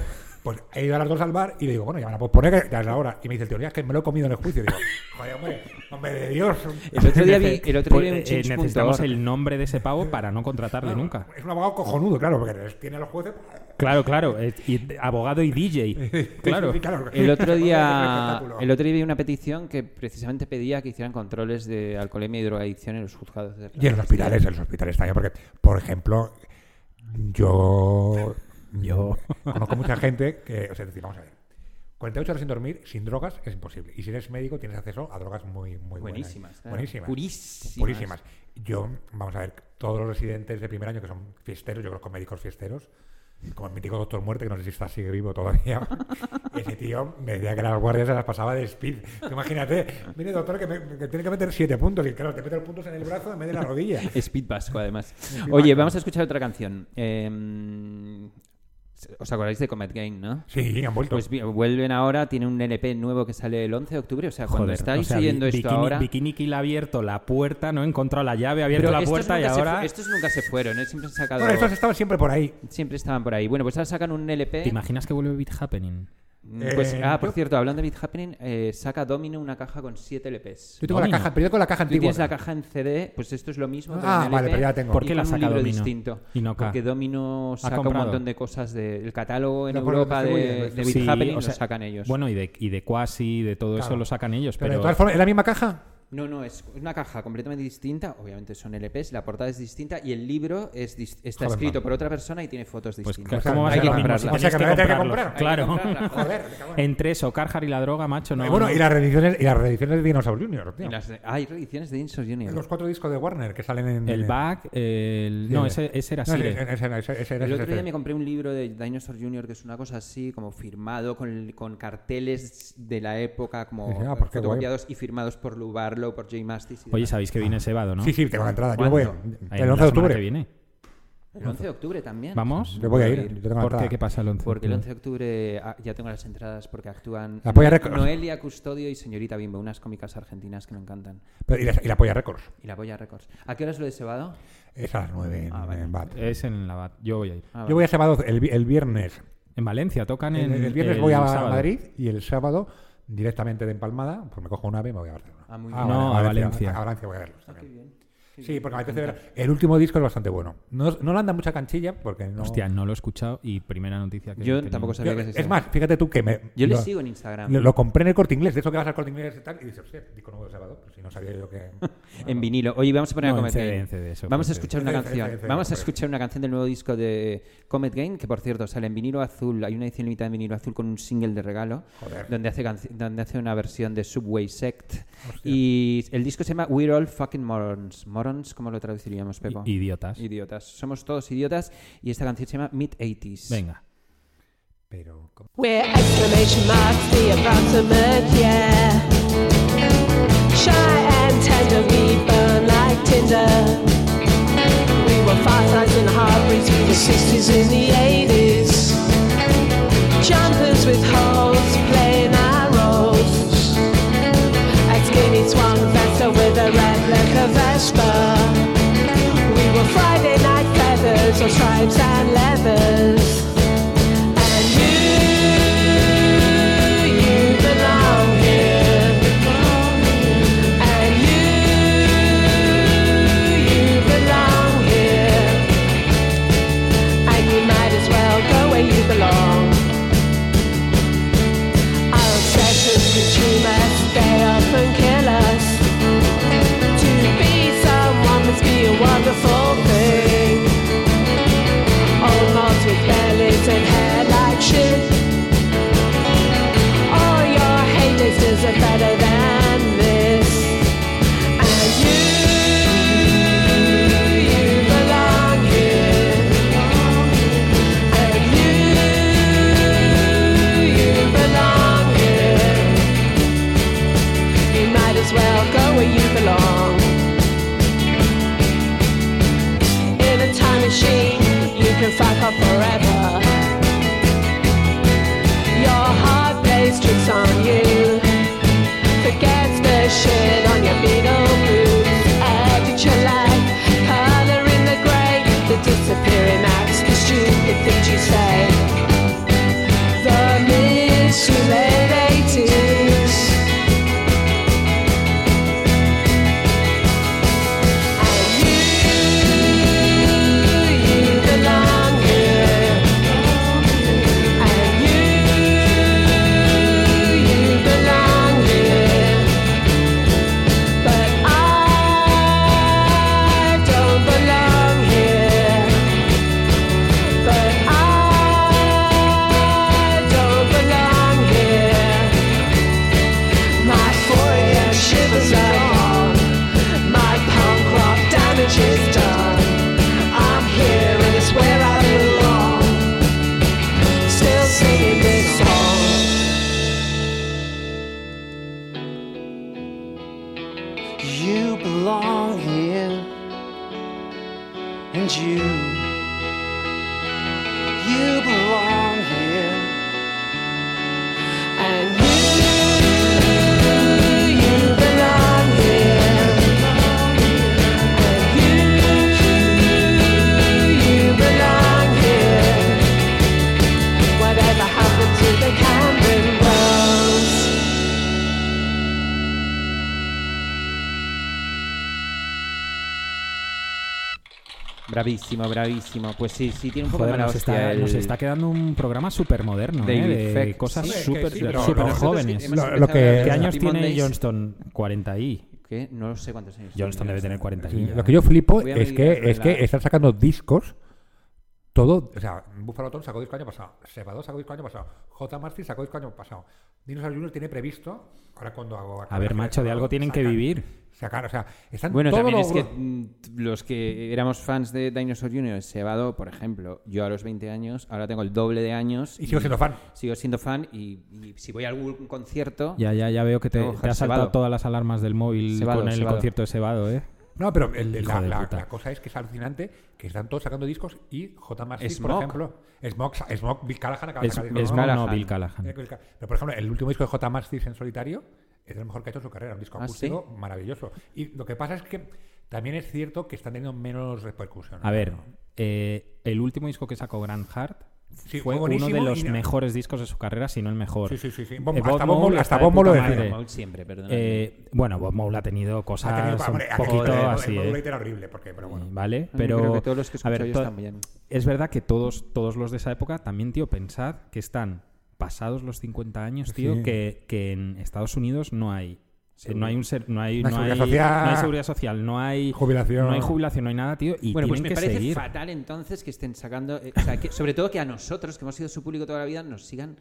[SPEAKER 6] Pues he ido a las 2 al bar y le digo, bueno, ya me la puedo poner, que ya es la hora. Y me dice el tío, "Ya, es que me lo he comido en el juicio. Y digo, joder, hombre, hombre de Dios.
[SPEAKER 4] El otro día vi, el otro
[SPEAKER 5] Pues,
[SPEAKER 4] día vi
[SPEAKER 5] eh,
[SPEAKER 4] un change.org.
[SPEAKER 5] necesitamos el nombre de ese pavo para no
[SPEAKER 4] Eh,
[SPEAKER 5] contratarle nunca.
[SPEAKER 6] Es un abogado cojonudo, claro, porque tiene a los jueces. pues,
[SPEAKER 5] Claro, claro. eh, y- abogado y
[SPEAKER 6] [laughs]
[SPEAKER 5] DJ. Claro.
[SPEAKER 6] Sí, claro.
[SPEAKER 4] El
[SPEAKER 6] [laughs]
[SPEAKER 4] otro día,
[SPEAKER 6] Espectáculo.
[SPEAKER 4] el otro día vi una petición que precisamente pedía que hicieran controles de alcoholemia y drogadicción en los juzgados. de
[SPEAKER 6] Y en los hospitales, en los hospitales también, porque, por ejemplo,
[SPEAKER 4] [laughs]
[SPEAKER 6] yo. Yo. Conozco mucha gente que. O sea, es decir, vamos a ver. 48 horas sin dormir, sin drogas, es imposible. Y si eres médico, tienes acceso a drogas muy, muy buenas.
[SPEAKER 4] Buenísimas, claro.
[SPEAKER 6] Buenísimas.
[SPEAKER 4] Purísimas.
[SPEAKER 6] Purísimas. Yo, vamos a ver, todos los residentes de primer año que son fiesteros, yo conozco médicos fiesteros, como el mítico Doctor Muerte, que no sé si está sigue vivo todavía. [laughs] Ese tío me decía que las guardias se las pasaba de speed. Tú Imagínate, mire, doctor, que, me- que tiene que meter siete puntos. Y claro, te mete los puntos en el brazo en vez de la rodilla.
[SPEAKER 4] Speed Vasco,
[SPEAKER 5] [laughs]
[SPEAKER 4] además. Oye, vamos a escuchar otra canción. Eh, ¿Os acordáis de Comet Game, no?
[SPEAKER 6] Sí, han vuelto.
[SPEAKER 4] Pues vi- vuelven ahora, tiene un LP nuevo que sale el 11 de octubre, o sea, cuando
[SPEAKER 5] Joder,
[SPEAKER 4] estáis
[SPEAKER 5] o sea,
[SPEAKER 4] siguiendo
[SPEAKER 5] Bi-
[SPEAKER 4] esto
[SPEAKER 5] Bikini,
[SPEAKER 4] ahora...
[SPEAKER 5] Bikini Kill ha abierto la puerta, no he encontrado la llave, ha abierto
[SPEAKER 4] Pero
[SPEAKER 5] la
[SPEAKER 4] estos
[SPEAKER 5] puerta y
[SPEAKER 4] nunca se
[SPEAKER 5] ahora.
[SPEAKER 4] fu- estos nunca se fueron, ¿eh? siempre han sacado...
[SPEAKER 6] Bueno, estos estaban siempre por ahí.
[SPEAKER 4] Siempre estaban por ahí. Bueno, pues ahora sacan un LP...
[SPEAKER 5] ¿Te imaginas que vuelve Beat Happening?
[SPEAKER 4] Mm, Pues,
[SPEAKER 6] Eh,
[SPEAKER 4] ah, por
[SPEAKER 6] yo-
[SPEAKER 4] cierto, hablando de Bit Happening, eh, saca Domino una caja con 7 LPs.
[SPEAKER 6] Yo tengo la
[SPEAKER 5] Domino.
[SPEAKER 6] caja, pero yo tengo la caja
[SPEAKER 4] Tú
[SPEAKER 6] antigua.
[SPEAKER 4] tienes la caja en CD, pues esto es lo mismo. pero
[SPEAKER 6] Ah,
[SPEAKER 4] en LP
[SPEAKER 6] vale, pero ya la tengo. ¿Por
[SPEAKER 4] y
[SPEAKER 5] qué la
[SPEAKER 4] con un
[SPEAKER 5] saca
[SPEAKER 4] libro
[SPEAKER 5] Domino?
[SPEAKER 4] distinto?
[SPEAKER 5] Y no K.
[SPEAKER 4] Porque Domino saca un
[SPEAKER 5] comprado.
[SPEAKER 4] montón de cosas de- del catálogo en
[SPEAKER 6] Lo- lo
[SPEAKER 4] Europa de,
[SPEAKER 6] distribuye,
[SPEAKER 4] de
[SPEAKER 6] lo
[SPEAKER 4] Beat
[SPEAKER 5] Sí,
[SPEAKER 4] Happening,
[SPEAKER 5] o sea,
[SPEAKER 4] lo sacan ellos.
[SPEAKER 5] Bueno, y de, y de Quasi, de todo eso
[SPEAKER 6] Claro.
[SPEAKER 5] lo sacan ellos,
[SPEAKER 6] Pero, de
[SPEAKER 5] pero.
[SPEAKER 6] todas formas, ¿es la misma caja?
[SPEAKER 4] No, no, es una caja completamente distinta. Obviamente son LPs, la portada es distinta y el libro es dis- está
[SPEAKER 6] Joder,
[SPEAKER 4] escrito
[SPEAKER 6] man.
[SPEAKER 4] por otra persona y tiene fotos
[SPEAKER 5] Pues,
[SPEAKER 4] distintas.
[SPEAKER 5] ¿cómo vas
[SPEAKER 4] Hay
[SPEAKER 5] a
[SPEAKER 4] que
[SPEAKER 5] lo mismo
[SPEAKER 4] comprarla.
[SPEAKER 5] si
[SPEAKER 6] O sea,
[SPEAKER 5] tenías
[SPEAKER 6] que la voy a tener que
[SPEAKER 5] comprarlos?
[SPEAKER 6] comprar.
[SPEAKER 5] Claro.
[SPEAKER 6] Joder, me cago en-
[SPEAKER 5] Entre eso, Carhartt y la droga, macho, no.
[SPEAKER 6] Eh, bueno,
[SPEAKER 5] no.
[SPEAKER 6] y las reediciones, y las reediciones de Dinosaur Junior, tío.
[SPEAKER 4] Y las de- Hay reediciones de Insos Junior.
[SPEAKER 6] Los cuatro discos de Warner que salen en.
[SPEAKER 5] El
[SPEAKER 6] en-
[SPEAKER 5] back, el...
[SPEAKER 6] Sí,
[SPEAKER 5] no,
[SPEAKER 6] en-
[SPEAKER 5] ese, ese era ¿eh?
[SPEAKER 6] No,
[SPEAKER 5] Sire.
[SPEAKER 6] ese- ese- ese- ese era
[SPEAKER 4] El otro
[SPEAKER 6] SSC. [laughs]
[SPEAKER 4] día me compré un libro de Dinosaur Jr. que es una cosa así, como firmado con, con carteles de la época, como
[SPEAKER 6] Sí, sí, ah,
[SPEAKER 4] eh,
[SPEAKER 6] pues qué
[SPEAKER 4] fotocopiados y firmados por Lou Barlow, por Jay Mastis. y
[SPEAKER 5] Oye,
[SPEAKER 4] demás.
[SPEAKER 5] sabéis que viene Sebado, ¿no?
[SPEAKER 6] Ah. Sí, sí, tengo la entrada. Yo
[SPEAKER 4] ¿Cuándo?
[SPEAKER 6] voy.
[SPEAKER 5] Ahí,
[SPEAKER 6] El
[SPEAKER 5] la
[SPEAKER 6] 11 de
[SPEAKER 5] semana que
[SPEAKER 6] octubre.
[SPEAKER 5] viene.
[SPEAKER 4] el 11 de octubre también.
[SPEAKER 5] ¿Vamos?
[SPEAKER 6] Yo voy a ir. Yo tengo la
[SPEAKER 5] ¿Por qué?
[SPEAKER 6] entrada.
[SPEAKER 5] ¿Qué pasa el 11?
[SPEAKER 4] Porque el 11 de octubre ah, ya tengo las entradas porque actúan
[SPEAKER 6] La Polla
[SPEAKER 4] Noe-
[SPEAKER 6] Records.
[SPEAKER 4] Noelia Custodio y Señorita Bimbo, unas cómicas argentinas que me encantan.
[SPEAKER 6] Pero- y, la, y la Polla Records.
[SPEAKER 4] Y la Polla Records. ¿A qué hora es lo de Cebado?
[SPEAKER 6] Es a las 9 en,
[SPEAKER 4] Ah, vale.
[SPEAKER 6] en Bat.
[SPEAKER 5] Es en la Bat. Yo voy a ir.
[SPEAKER 4] Ah,
[SPEAKER 6] Yo voy a sábado el, vi- el viernes.
[SPEAKER 5] En Valencia, tocan en.
[SPEAKER 6] El, el viernes
[SPEAKER 5] el
[SPEAKER 6] voy a
[SPEAKER 5] sábado.
[SPEAKER 6] Madrid y el sábado directamente de Empalmada, pues me cojo un ave y me voy a Barcelona.
[SPEAKER 4] Ah, muy Ah,
[SPEAKER 5] bien. No, a Valencia.
[SPEAKER 6] A, a Valencia voy a verlos.
[SPEAKER 4] Qué
[SPEAKER 6] también.
[SPEAKER 4] bien. Qué
[SPEAKER 6] Sí,
[SPEAKER 4] bien.
[SPEAKER 6] porque a veces ver- el último disco es bastante bueno. No, no le anda mucha canchilla porque no.
[SPEAKER 5] Hostia, no lo he escuchado y primera noticia que.
[SPEAKER 4] Yo
[SPEAKER 5] que
[SPEAKER 4] tampoco
[SPEAKER 5] no-
[SPEAKER 4] sabía
[SPEAKER 6] Yo-
[SPEAKER 4] que
[SPEAKER 6] es
[SPEAKER 4] existía.
[SPEAKER 6] más, fíjate tú que me.
[SPEAKER 4] Yo le
[SPEAKER 6] lo-
[SPEAKER 4] sigo en Instagram.
[SPEAKER 6] Lo, lo compré en el corte inglés, de eso que vas al corte inglés y tal, y dices, hostia, disco nuevo de sábado, pues si no sabía [laughs] yo que.
[SPEAKER 4] En vinilo. Oye, vamos a poner
[SPEAKER 5] No,
[SPEAKER 4] a
[SPEAKER 5] en
[SPEAKER 4] Comet
[SPEAKER 5] CD,
[SPEAKER 4] Game.
[SPEAKER 5] en CD, eso,
[SPEAKER 4] vamos a
[SPEAKER 5] en CD.
[SPEAKER 4] escuchar una
[SPEAKER 6] CD,
[SPEAKER 4] canción.
[SPEAKER 6] CD,
[SPEAKER 4] vamos a
[SPEAKER 6] hombre.
[SPEAKER 4] escuchar una canción del nuevo disco de Comet Game, que por cierto sale en vinilo azul. Hay una edición limitada en vinilo azul con un single de regalo,
[SPEAKER 6] Joder.
[SPEAKER 4] donde hace canci- donde hace una versión de Subway Sect. Y el disco se llama We're All Fucking Morons. Morons, ¿cómo lo traduciríamos, Pepo?
[SPEAKER 5] I- Idiotas.
[SPEAKER 4] Idiotas. Somos todos idiotas. Y esta canción se llama Mid 80s.
[SPEAKER 5] Venga.
[SPEAKER 6] Pero. ¿cómo?
[SPEAKER 10] We're exclamation marks, the approximate, yeah. Shy and tender, we burn like tinder. We were fast eyes and heartbreaks, we were 60s in the 80s. Jumpers with holes, playing our roles. A skinny swan vesta with a red like a Vespa. We were Friday night feathers, or stripes and leathers. And you, you belong here. And you, you belong here. And you might You belong here. And you, you belong here. And you, you belong here. Whatever happened to the Camden Rose?
[SPEAKER 4] Bravísimo, bravísimo. Pues sí, sí, tiene un poco
[SPEAKER 5] Joder,
[SPEAKER 4] mala
[SPEAKER 5] nos,
[SPEAKER 4] hostia
[SPEAKER 5] está,
[SPEAKER 4] el-
[SPEAKER 5] nos está quedando un programa súper moderno,
[SPEAKER 4] Daily
[SPEAKER 5] ¿eh? De
[SPEAKER 4] Fact.
[SPEAKER 5] cosas
[SPEAKER 4] Sí, es que
[SPEAKER 5] súper
[SPEAKER 4] sí, pero
[SPEAKER 5] súper
[SPEAKER 4] no.
[SPEAKER 5] jóvenes.
[SPEAKER 4] Hemos Lo- lo empezado que- a
[SPEAKER 5] ¿Qué
[SPEAKER 4] hablar de
[SPEAKER 5] años
[SPEAKER 4] Happy
[SPEAKER 5] tiene
[SPEAKER 4] Mondays.
[SPEAKER 5] Johnston? 40 y.
[SPEAKER 4] ¿Qué? No sé cuántos años. tiene
[SPEAKER 5] Johnston debe tener 40
[SPEAKER 6] Sí,
[SPEAKER 5] y. ya.
[SPEAKER 6] Lo que yo flipo
[SPEAKER 4] Voy a
[SPEAKER 6] es
[SPEAKER 4] medir
[SPEAKER 6] que,
[SPEAKER 4] la-
[SPEAKER 6] es que están sacando discos. Todo, o sea, Buffalo Tom sacó disco año pasado, Sepado sacó disco año pasado, J. Martin sacó disco año pasado, Dinosaur Junior tiene previsto, ahora cuando hago...
[SPEAKER 5] A ver, macho, de algo tienen que
[SPEAKER 6] sacan-
[SPEAKER 5] vivir.
[SPEAKER 6] Sacar, o sea, están
[SPEAKER 4] Bueno,
[SPEAKER 6] todos
[SPEAKER 4] también
[SPEAKER 6] los
[SPEAKER 4] es que
[SPEAKER 6] grupos-
[SPEAKER 4] mm, los que éramos fans de Dinosaur Jr., Sebado, por ejemplo, yo a los 20 años, ahora tengo el doble de años.
[SPEAKER 6] Y sigo siendo fan.
[SPEAKER 4] Sigo siendo fan y, y si voy a algún concierto.
[SPEAKER 5] Ya, ya, ya veo que te,
[SPEAKER 4] Tengo
[SPEAKER 5] te ha saltado
[SPEAKER 4] Sebado.
[SPEAKER 5] todas las alarmas del móvil
[SPEAKER 4] Sebado,
[SPEAKER 5] con el
[SPEAKER 4] Sebado.
[SPEAKER 5] concierto de Sebado, ¿eh?
[SPEAKER 6] No, pero el- el-
[SPEAKER 5] Hijo
[SPEAKER 6] la,
[SPEAKER 5] de
[SPEAKER 6] la-
[SPEAKER 5] puta.
[SPEAKER 6] la cosa es que es alucinante que están todos sacando discos y J. Martin, por
[SPEAKER 4] Smoke.
[SPEAKER 6] ejemplo, Smoke, sa- Smoke Bill Callahan acaba de
[SPEAKER 5] Es,
[SPEAKER 6] sacar
[SPEAKER 5] es
[SPEAKER 6] disco
[SPEAKER 5] Mono
[SPEAKER 6] nuevo.
[SPEAKER 4] Callahan.
[SPEAKER 5] Bill Callahan.
[SPEAKER 6] Eh, Bill Ca- Pero por ejemplo, el último disco de J. Mastis en solitario es el mejor que ha hecho en su carrera, un disco
[SPEAKER 4] Ah, ¿sí?
[SPEAKER 6] acústico maravilloso. Y lo que pasa es que también es cierto que están teniendo menos repercusión.
[SPEAKER 5] A ver, eh, el último disco que sacó Grand Heart fue
[SPEAKER 6] Sí, fue
[SPEAKER 5] uno de
[SPEAKER 6] buenísimo
[SPEAKER 5] los
[SPEAKER 6] y no-
[SPEAKER 5] mejores discos de su carrera, si no el mejor.
[SPEAKER 6] Sí, sí, sí, sí. Bom-
[SPEAKER 5] Eh, Bob
[SPEAKER 6] hasta Bob Mole-
[SPEAKER 5] Mould
[SPEAKER 6] hasta
[SPEAKER 5] está de
[SPEAKER 6] Bob Mole
[SPEAKER 5] puta
[SPEAKER 6] lo
[SPEAKER 5] madre.
[SPEAKER 6] decía.
[SPEAKER 4] Mole siempre, perdón.
[SPEAKER 5] Eh, bueno, Bob Mole ha tenido cosas
[SPEAKER 6] Ha tenido-
[SPEAKER 5] un
[SPEAKER 6] hombre, aquí
[SPEAKER 5] poquito
[SPEAKER 6] el- el-
[SPEAKER 5] así,
[SPEAKER 6] el
[SPEAKER 5] ¿eh?
[SPEAKER 6] Modulator era horrible, porque, pero bueno.
[SPEAKER 5] ¿Vale?
[SPEAKER 4] yo
[SPEAKER 5] Pero.
[SPEAKER 4] Mm, creo que todos los que
[SPEAKER 5] a ver,
[SPEAKER 4] escucho yo
[SPEAKER 5] to-
[SPEAKER 4] están bien.
[SPEAKER 5] Es verdad que todos, todos los de esa época también, tío, pensad que están pasados los 50 años, tío,
[SPEAKER 6] Sí.
[SPEAKER 5] que, que en Estados Unidos no hay. eh, No hay un ser- no hay,
[SPEAKER 6] No hay
[SPEAKER 5] no hay-
[SPEAKER 6] seguridad social.
[SPEAKER 5] no hay seguridad social, no hay
[SPEAKER 6] Jubilación.
[SPEAKER 5] no hay jubilación, no hay nada, tío. Y
[SPEAKER 4] Bueno, pues me
[SPEAKER 5] tienen
[SPEAKER 4] parece
[SPEAKER 5] que seguir.
[SPEAKER 4] fatal entonces que estén sacando. eh, o sea, que- sobre todo que a nosotros, que hemos sido su público toda la vida, nos sigan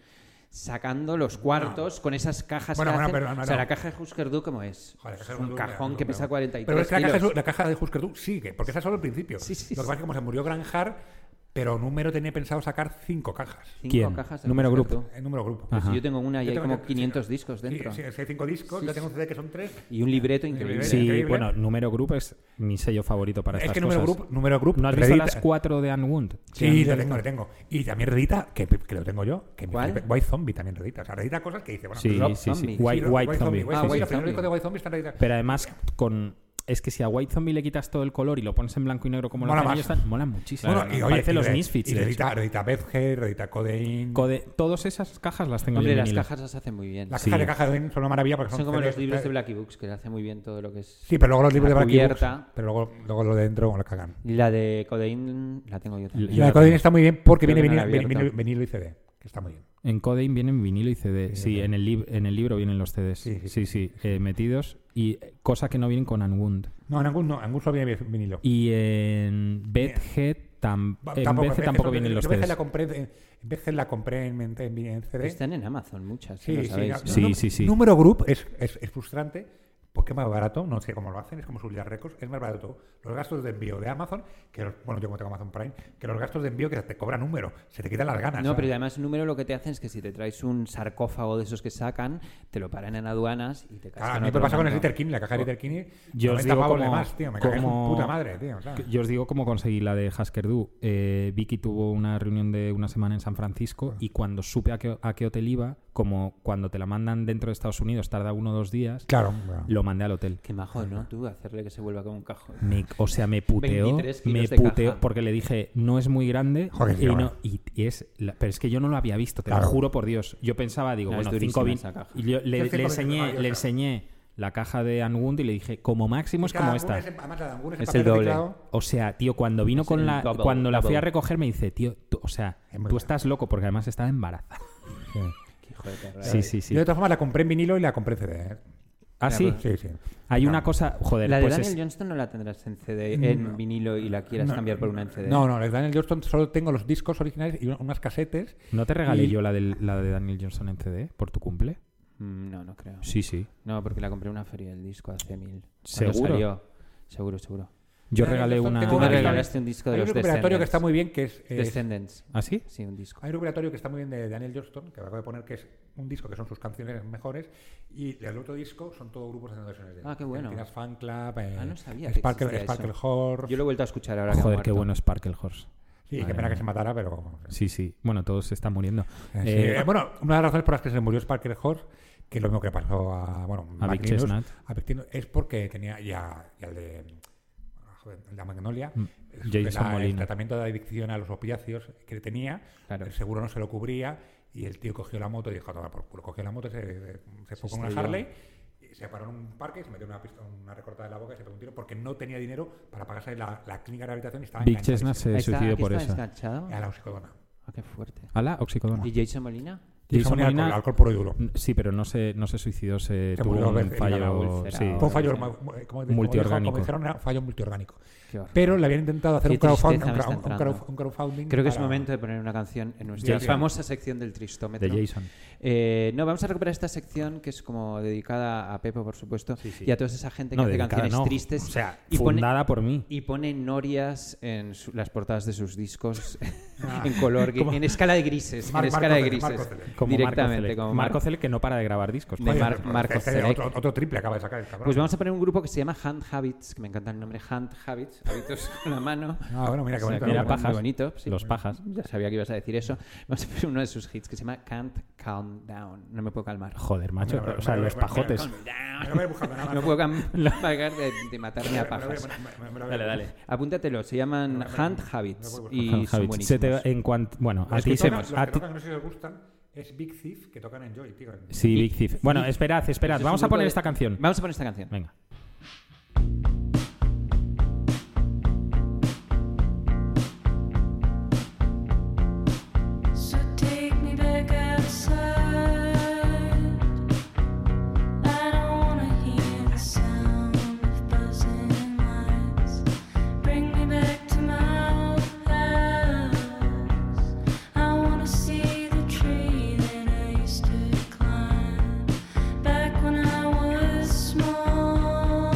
[SPEAKER 4] sacando los cuartos con esas cajas
[SPEAKER 6] Bueno,
[SPEAKER 4] que
[SPEAKER 6] bueno,
[SPEAKER 4] hacen.
[SPEAKER 6] pero no,
[SPEAKER 4] o sea,
[SPEAKER 6] no.
[SPEAKER 4] la caja de Husker Du, ¿cómo es?
[SPEAKER 6] Joder,
[SPEAKER 4] es
[SPEAKER 6] que es
[SPEAKER 4] un
[SPEAKER 6] duro,
[SPEAKER 4] cajón
[SPEAKER 6] duro,
[SPEAKER 4] que
[SPEAKER 6] duro.
[SPEAKER 4] pesa 43
[SPEAKER 6] Pero es que la
[SPEAKER 4] kilos.
[SPEAKER 6] caja, la caja de Husker Du sigue, porque esa es solo el principio.
[SPEAKER 4] Sí, sí,
[SPEAKER 6] lo que pasa
[SPEAKER 4] sí.
[SPEAKER 6] es que como se murió Gran Hart, pero Número tenía pensado sacar cinco cajas.
[SPEAKER 4] Cinco
[SPEAKER 5] ¿Quién?
[SPEAKER 4] cajas de
[SPEAKER 5] Número
[SPEAKER 4] Husker
[SPEAKER 5] grupo.
[SPEAKER 4] Du.
[SPEAKER 6] En número grupo.
[SPEAKER 4] Pues yo tengo una y
[SPEAKER 6] Yo
[SPEAKER 4] hay
[SPEAKER 6] tengo-
[SPEAKER 4] como
[SPEAKER 6] sí,
[SPEAKER 4] 500
[SPEAKER 6] sí.
[SPEAKER 4] discos dentro.
[SPEAKER 6] Sí, sí, sí, hay cinco discos, yo tengo un CD que son tres.
[SPEAKER 4] Y un libreto increíble.
[SPEAKER 6] Increíble.
[SPEAKER 5] Sí,
[SPEAKER 6] Increíble.
[SPEAKER 5] bueno, número group es mi sello favorito para
[SPEAKER 6] Es
[SPEAKER 5] estas
[SPEAKER 6] que número
[SPEAKER 5] cosas.
[SPEAKER 6] group, número group.
[SPEAKER 5] ¿No has visto
[SPEAKER 6] reedita-
[SPEAKER 5] las cuatro de Anne Wund?
[SPEAKER 6] Sí, lo tengo, lo tengo. Y también redita, que, que lo tengo yo, que me
[SPEAKER 4] ¿Cuál?
[SPEAKER 6] flipa. White Zombie también redita. O sea, redita cosas que dice, bueno,
[SPEAKER 5] Sí,
[SPEAKER 4] Rob
[SPEAKER 5] sí, sí.
[SPEAKER 4] Zombie.
[SPEAKER 5] White,
[SPEAKER 6] lo-
[SPEAKER 5] White Zombie.
[SPEAKER 6] White
[SPEAKER 4] Ah,
[SPEAKER 5] sí,
[SPEAKER 6] Zombie,
[SPEAKER 5] sí.
[SPEAKER 4] White
[SPEAKER 6] los primeros
[SPEAKER 4] Zombie.
[SPEAKER 6] discos de White Zombie están reditados.
[SPEAKER 5] Pero además, con. Es que si a White Zombie le quitas todo el color y lo pones en blanco y negro como
[SPEAKER 6] Mola
[SPEAKER 5] lo hacen
[SPEAKER 6] más.
[SPEAKER 5] ellos, están- molan muchísimo.
[SPEAKER 6] Bueno, y, oye,
[SPEAKER 5] Parece
[SPEAKER 6] y
[SPEAKER 5] los
[SPEAKER 6] re-
[SPEAKER 5] Misfits.
[SPEAKER 6] Y
[SPEAKER 5] de hecho.
[SPEAKER 6] redita, redita Bedhead, redita Codeine.
[SPEAKER 5] Code- todas esas cajas las tengo
[SPEAKER 4] Hombre,
[SPEAKER 5] yo en
[SPEAKER 4] las
[SPEAKER 5] vinilo.
[SPEAKER 4] cajas las hacen muy bien.
[SPEAKER 6] las
[SPEAKER 5] sí.
[SPEAKER 6] cajas de caja de Codeine son una maravilla porque son,
[SPEAKER 4] Son como
[SPEAKER 6] CDs,
[SPEAKER 4] los libros de
[SPEAKER 6] eh,
[SPEAKER 4] Blacky Books, que le hace muy bien todo lo que es.
[SPEAKER 6] Sí, pero luego los libros
[SPEAKER 4] La
[SPEAKER 6] de Black Books,
[SPEAKER 4] cubierta.
[SPEAKER 6] Pero luego, luego lo de dentro lo cagan.
[SPEAKER 4] Y la de Codeine la tengo yo también.
[SPEAKER 6] Y la de Codeine está muy bien porque
[SPEAKER 4] Creo
[SPEAKER 6] viene
[SPEAKER 4] que no la
[SPEAKER 6] vinil-
[SPEAKER 4] he
[SPEAKER 6] vinil- vinil-
[SPEAKER 4] abierto.
[SPEAKER 6] vinilo y CD, que está muy bien.
[SPEAKER 5] En Codein vienen vinilo y CD. Sí, en el, lib- en el libro vienen los CDs. Sí,
[SPEAKER 6] Sí,
[SPEAKER 5] sí,
[SPEAKER 6] sí,
[SPEAKER 5] eh, metidos. Y eh, cosa que no vienen con Anwound.
[SPEAKER 6] No, en Angus no, en Angus solo viene vinilo.
[SPEAKER 5] Y en Bedhead tam-
[SPEAKER 6] Va-
[SPEAKER 5] en Bedhead
[SPEAKER 6] en Bedhead
[SPEAKER 5] tampoco
[SPEAKER 6] son-
[SPEAKER 5] vienen
[SPEAKER 6] yo
[SPEAKER 5] los
[SPEAKER 6] Bedhead
[SPEAKER 5] CDs.
[SPEAKER 6] la compré en- en Bedhead la compré en, en, en- en CD.
[SPEAKER 5] Este
[SPEAKER 4] Están en Amazon muchas, ¿eh?
[SPEAKER 6] Sí,
[SPEAKER 4] lo
[SPEAKER 6] sí,
[SPEAKER 4] sabéis.
[SPEAKER 6] no,
[SPEAKER 4] ¿no?
[SPEAKER 5] Sí,
[SPEAKER 6] no,
[SPEAKER 5] sí, sí.
[SPEAKER 6] Número group es, es, es frustrante porque es más barato, no sé cómo lo hacen, es como subir récords, es más barato los gastos de envío de Amazon, que los- bueno, yo como tengo Amazon Prime, que los gastos de envío que te cobra número, se te quitan las ganas.
[SPEAKER 4] No,
[SPEAKER 6] ¿sabes?
[SPEAKER 4] pero además número lo que te hacen es que si te traes un sarcófago de esos que sacan, te lo paran en aduanas y te
[SPEAKER 6] Ah,
[SPEAKER 4] cascan
[SPEAKER 6] a mí me
[SPEAKER 4] otro
[SPEAKER 6] pasa con el
[SPEAKER 4] mando.
[SPEAKER 6] Litter King, la caja de Litter King,
[SPEAKER 5] Yo os
[SPEAKER 6] 90
[SPEAKER 5] digo
[SPEAKER 6] pavos de
[SPEAKER 5] como-
[SPEAKER 6] más, tío, me cagué en
[SPEAKER 5] como-
[SPEAKER 6] su puta madre, tío. ¿sabes?
[SPEAKER 5] Yo os digo cómo conseguí la de Hasker Du. Eh, Vicky tuvo una reunión de una semana en San Francisco y cuando supe a qué, a qué hotel iba, como cuando te la mandan dentro de Estados Unidos tarda uno o dos días,
[SPEAKER 6] Claro, bueno.
[SPEAKER 5] lo mandé al hotel.
[SPEAKER 4] Qué majo, ¿no? Tú, hacerle que se vuelva como un cajón.
[SPEAKER 5] Me- o sea, me puteó,
[SPEAKER 4] 23 kilos
[SPEAKER 5] me
[SPEAKER 4] de
[SPEAKER 5] puteó
[SPEAKER 4] caja.
[SPEAKER 5] porque le dije, no es muy grande.
[SPEAKER 6] Joder,
[SPEAKER 5] y
[SPEAKER 6] tío,
[SPEAKER 5] no-
[SPEAKER 6] bueno.
[SPEAKER 5] y- y es, la- pero es que yo no lo había visto, te lo
[SPEAKER 6] Claro.
[SPEAKER 5] juro por Dios. Yo pensaba, digo,
[SPEAKER 4] No, es
[SPEAKER 5] bueno,
[SPEAKER 4] durísima
[SPEAKER 5] cinco vin-
[SPEAKER 4] esa caja.
[SPEAKER 5] y yo le,
[SPEAKER 6] Es
[SPEAKER 5] le
[SPEAKER 6] cinco vin-
[SPEAKER 5] enseñé,
[SPEAKER 6] ah, yo
[SPEAKER 5] le
[SPEAKER 6] sé.
[SPEAKER 5] enseñé la caja de Anwound y le dije, como máximo es
[SPEAKER 6] Cada
[SPEAKER 5] como
[SPEAKER 6] Angus
[SPEAKER 5] esta.
[SPEAKER 6] es en- además, cada Angus es en
[SPEAKER 4] Es el
[SPEAKER 6] papel
[SPEAKER 4] doble.
[SPEAKER 6] reciclado.
[SPEAKER 5] O sea, tío, cuando vino
[SPEAKER 4] Es
[SPEAKER 5] con
[SPEAKER 4] el
[SPEAKER 5] la.
[SPEAKER 4] double,
[SPEAKER 5] cuando la fui
[SPEAKER 4] double.
[SPEAKER 5] a recoger me dice, tío, tú- o sea,
[SPEAKER 6] Es muy
[SPEAKER 5] tú
[SPEAKER 6] bueno.
[SPEAKER 5] estás loco porque además estaba embarazada.
[SPEAKER 4] Qué hijo de
[SPEAKER 5] [laughs]
[SPEAKER 4] perra.
[SPEAKER 5] Sí, sí, sí.
[SPEAKER 6] Yo de todas formas la compré en vinilo y la compré en CD. ¿eh?
[SPEAKER 5] Ah, sí.
[SPEAKER 6] Sí, sí.
[SPEAKER 5] Hay
[SPEAKER 6] No.
[SPEAKER 5] una cosa. Joder,
[SPEAKER 4] La de
[SPEAKER 5] pues
[SPEAKER 4] Daniel
[SPEAKER 5] es-
[SPEAKER 4] Johnston no la tendrás en CD, en vinilo y la quieras cambiar por una en CD.
[SPEAKER 6] No, no, de Daniel Johnston solo tengo los discos originales y un- unas casetes.
[SPEAKER 5] ¿No te regalé
[SPEAKER 6] Y-
[SPEAKER 5] yo la, del- la de Daniel Johnson en CD por tu cumple?
[SPEAKER 4] Mm, No, no creo.
[SPEAKER 5] Sí, sí.
[SPEAKER 4] No, porque la compré en una feria del disco hace mil. Cuando
[SPEAKER 5] ¿Seguro?
[SPEAKER 4] salió. Seguro, seguro.
[SPEAKER 5] Yo
[SPEAKER 6] Ah,
[SPEAKER 5] regalé
[SPEAKER 6] esto-
[SPEAKER 5] una.
[SPEAKER 6] tengo
[SPEAKER 4] Tú me
[SPEAKER 6] una-
[SPEAKER 4] regalaste un disco de
[SPEAKER 6] Hay un
[SPEAKER 4] los
[SPEAKER 6] recuperatorio que está
[SPEAKER 4] Descendents.
[SPEAKER 6] muy bien, que es... es-
[SPEAKER 4] Descendants.
[SPEAKER 5] ¿Ah, sí?
[SPEAKER 4] Sí, un disco.
[SPEAKER 6] Hay un recuperatorio que está muy bien de Daniel Johnston, que acabo de poner, que es un disco que son sus canciones mejores, y el otro disco son todos grupos de versiones de él.
[SPEAKER 4] Ah, qué bueno.
[SPEAKER 6] Tiras Fan Club, eh,
[SPEAKER 4] Ah, no sabía que
[SPEAKER 6] Sparkle,
[SPEAKER 4] existía
[SPEAKER 6] Sparkle
[SPEAKER 4] eso.
[SPEAKER 6] Horse.
[SPEAKER 4] Yo lo he vuelto a escuchar ahora. que ha
[SPEAKER 5] Joder, qué
[SPEAKER 4] muerto.
[SPEAKER 5] bueno Sparkle Horse.
[SPEAKER 6] Sí,
[SPEAKER 5] Madre
[SPEAKER 6] qué pena que
[SPEAKER 5] mía.
[SPEAKER 6] se matara, pero.
[SPEAKER 5] Sí, sí. Bueno, todos se están muriendo.
[SPEAKER 6] Eh, sí.
[SPEAKER 5] Eh,
[SPEAKER 6] Eh, bueno, una de las razones por las que se murió Sparkle Horse, que es lo mismo que pasó a. Bueno,
[SPEAKER 5] A Vic
[SPEAKER 6] Magnus,
[SPEAKER 5] Chestnut.
[SPEAKER 6] a Vic Chestnut, es porque tenía. Y, a- y al de. joder, el de Magnolia. es que
[SPEAKER 5] Mm, Jason
[SPEAKER 6] la- el
[SPEAKER 5] Molina.
[SPEAKER 6] tratamiento de adicción a los opiáceos que tenía,
[SPEAKER 4] Claro.
[SPEAKER 6] el seguro no se lo cubría, y el tío cogió la moto y dijo: Toma por culo. Cogió la moto, se, se fue con una
[SPEAKER 4] estrelló.
[SPEAKER 6] Harley. y Se paró en un parque, se metió una, pistola, una recortada en la boca y se pegó un tiro porque no tenía dinero para pagarse la, la clínica de rehabilitación y estaba
[SPEAKER 5] Big
[SPEAKER 6] enganchadísimo.
[SPEAKER 5] Chestnut se
[SPEAKER 4] Ahí está,
[SPEAKER 5] suicidó
[SPEAKER 4] aquí
[SPEAKER 5] por
[SPEAKER 4] está
[SPEAKER 5] eso.
[SPEAKER 4] enganchado.
[SPEAKER 6] A la oxicodona.
[SPEAKER 4] Ah, qué fuerte.
[SPEAKER 5] ¿Hala? Oxicodona.
[SPEAKER 4] ¿Y Jason Molina?
[SPEAKER 6] Y
[SPEAKER 5] Jason
[SPEAKER 6] Molina,
[SPEAKER 5] Molina-
[SPEAKER 6] alcohol, alcohol puro y duro.
[SPEAKER 5] N- Sí, pero no se, no se suicidó, se,
[SPEAKER 6] Se
[SPEAKER 5] tuvo
[SPEAKER 6] murió
[SPEAKER 5] un
[SPEAKER 6] de- de la
[SPEAKER 5] fallo.
[SPEAKER 4] úlcera
[SPEAKER 5] sí.
[SPEAKER 4] o-
[SPEAKER 6] Fue un fallo,
[SPEAKER 4] Sí.
[SPEAKER 6] ma- como- como
[SPEAKER 5] Multiorgánico.
[SPEAKER 6] dijo- Como dijeron, era fallo multiorgánico.
[SPEAKER 4] Qué horror.
[SPEAKER 6] Pero le habían intentado hacer
[SPEAKER 4] Qué
[SPEAKER 6] un crowdfunding.
[SPEAKER 4] tristeza me
[SPEAKER 6] Un, crowd-
[SPEAKER 4] está
[SPEAKER 6] un
[SPEAKER 4] entrando.
[SPEAKER 6] crowd- un crowdfunding
[SPEAKER 4] Creo que es
[SPEAKER 6] para-
[SPEAKER 4] momento
[SPEAKER 6] [laughs]
[SPEAKER 4] de poner una canción en nuestra
[SPEAKER 5] Jason.
[SPEAKER 4] famosa sección del tristómetro.
[SPEAKER 5] De Jason.
[SPEAKER 4] Eh, no, vamos a recuperar esta sección que es como dedicada a Pepo, por supuesto, y a toda esa gente que
[SPEAKER 5] No,
[SPEAKER 4] hace
[SPEAKER 5] dedicada
[SPEAKER 4] canciones
[SPEAKER 5] no.
[SPEAKER 4] tristes.
[SPEAKER 5] O sea,
[SPEAKER 4] y pone-
[SPEAKER 5] fundada por mí.
[SPEAKER 4] y pone norias en su- las portadas de sus
[SPEAKER 5] [laughs]
[SPEAKER 4] discos
[SPEAKER 5] Ah.
[SPEAKER 4] en color, gui- en escala de grises,
[SPEAKER 6] Mar-
[SPEAKER 4] en escala de
[SPEAKER 6] Marco Cele,
[SPEAKER 4] grises,
[SPEAKER 6] Marco Cele.
[SPEAKER 5] Como
[SPEAKER 4] directamente.
[SPEAKER 5] Marco Cele.
[SPEAKER 4] como Mar-
[SPEAKER 5] Marco Cele que no para de grabar discos.
[SPEAKER 4] de
[SPEAKER 5] joder.
[SPEAKER 4] Mar-
[SPEAKER 6] Pero
[SPEAKER 4] Marcos
[SPEAKER 6] este
[SPEAKER 4] Selec.
[SPEAKER 6] otro, otro triple acaba de sacar el cabrón.
[SPEAKER 4] Pues vamos a poner un grupo que se llama Hand Habits, que me encanta el nombre Hand Habits, [laughs] hábitos con la mano.
[SPEAKER 6] Ah, bueno, mira qué
[SPEAKER 4] O sea,
[SPEAKER 6] bonito.
[SPEAKER 4] que
[SPEAKER 5] mira,
[SPEAKER 4] era
[SPEAKER 6] Bueno,
[SPEAKER 5] pajas.
[SPEAKER 4] muy bonito. sí.
[SPEAKER 5] Los pajas.
[SPEAKER 4] Ya sabía que ibas a decir eso. Vamos a poner uno de sus hits que se llama Can't Calm Down. No me puedo calmar.
[SPEAKER 5] Joder, macho.
[SPEAKER 6] Hombre,
[SPEAKER 5] o sea,
[SPEAKER 6] hombre,
[SPEAKER 5] los
[SPEAKER 6] hombre,
[SPEAKER 5] pajotes.
[SPEAKER 6] hombre, Me lo voy buscando nada
[SPEAKER 4] [laughs]
[SPEAKER 6] más.
[SPEAKER 4] No puedo
[SPEAKER 5] [laughs]
[SPEAKER 4] cam- pagar de, de matarme a
[SPEAKER 6] Me lo voy-
[SPEAKER 4] pajas.
[SPEAKER 6] me- me- me lo voy-
[SPEAKER 5] Dale, dale.
[SPEAKER 4] Apúntatelo, se llaman Hand Habits y
[SPEAKER 5] Hans
[SPEAKER 4] son
[SPEAKER 5] Habits. Se
[SPEAKER 4] buenísimos.
[SPEAKER 5] te va- eh, en cuanto, bueno, a
[SPEAKER 6] Los que
[SPEAKER 5] ti se-
[SPEAKER 6] tocan-
[SPEAKER 5] a
[SPEAKER 6] Los que
[SPEAKER 5] ti-
[SPEAKER 6] tocan, no sé si os gustan, es Big Thief, que tocan en Joy, tío. en-
[SPEAKER 5] Sí, Big Thief. Bueno, esperad, esperad.
[SPEAKER 4] Es un
[SPEAKER 5] Vamos a
[SPEAKER 4] grupo
[SPEAKER 5] poner
[SPEAKER 4] de-
[SPEAKER 5] esta canción.
[SPEAKER 4] Vamos a poner esta canción.
[SPEAKER 5] Venga.
[SPEAKER 10] So take me back outside. I don't wanna hear the sound of buzzing lights. Bring me back to my old house. I wanna see the tree that I used to climb back when I was small.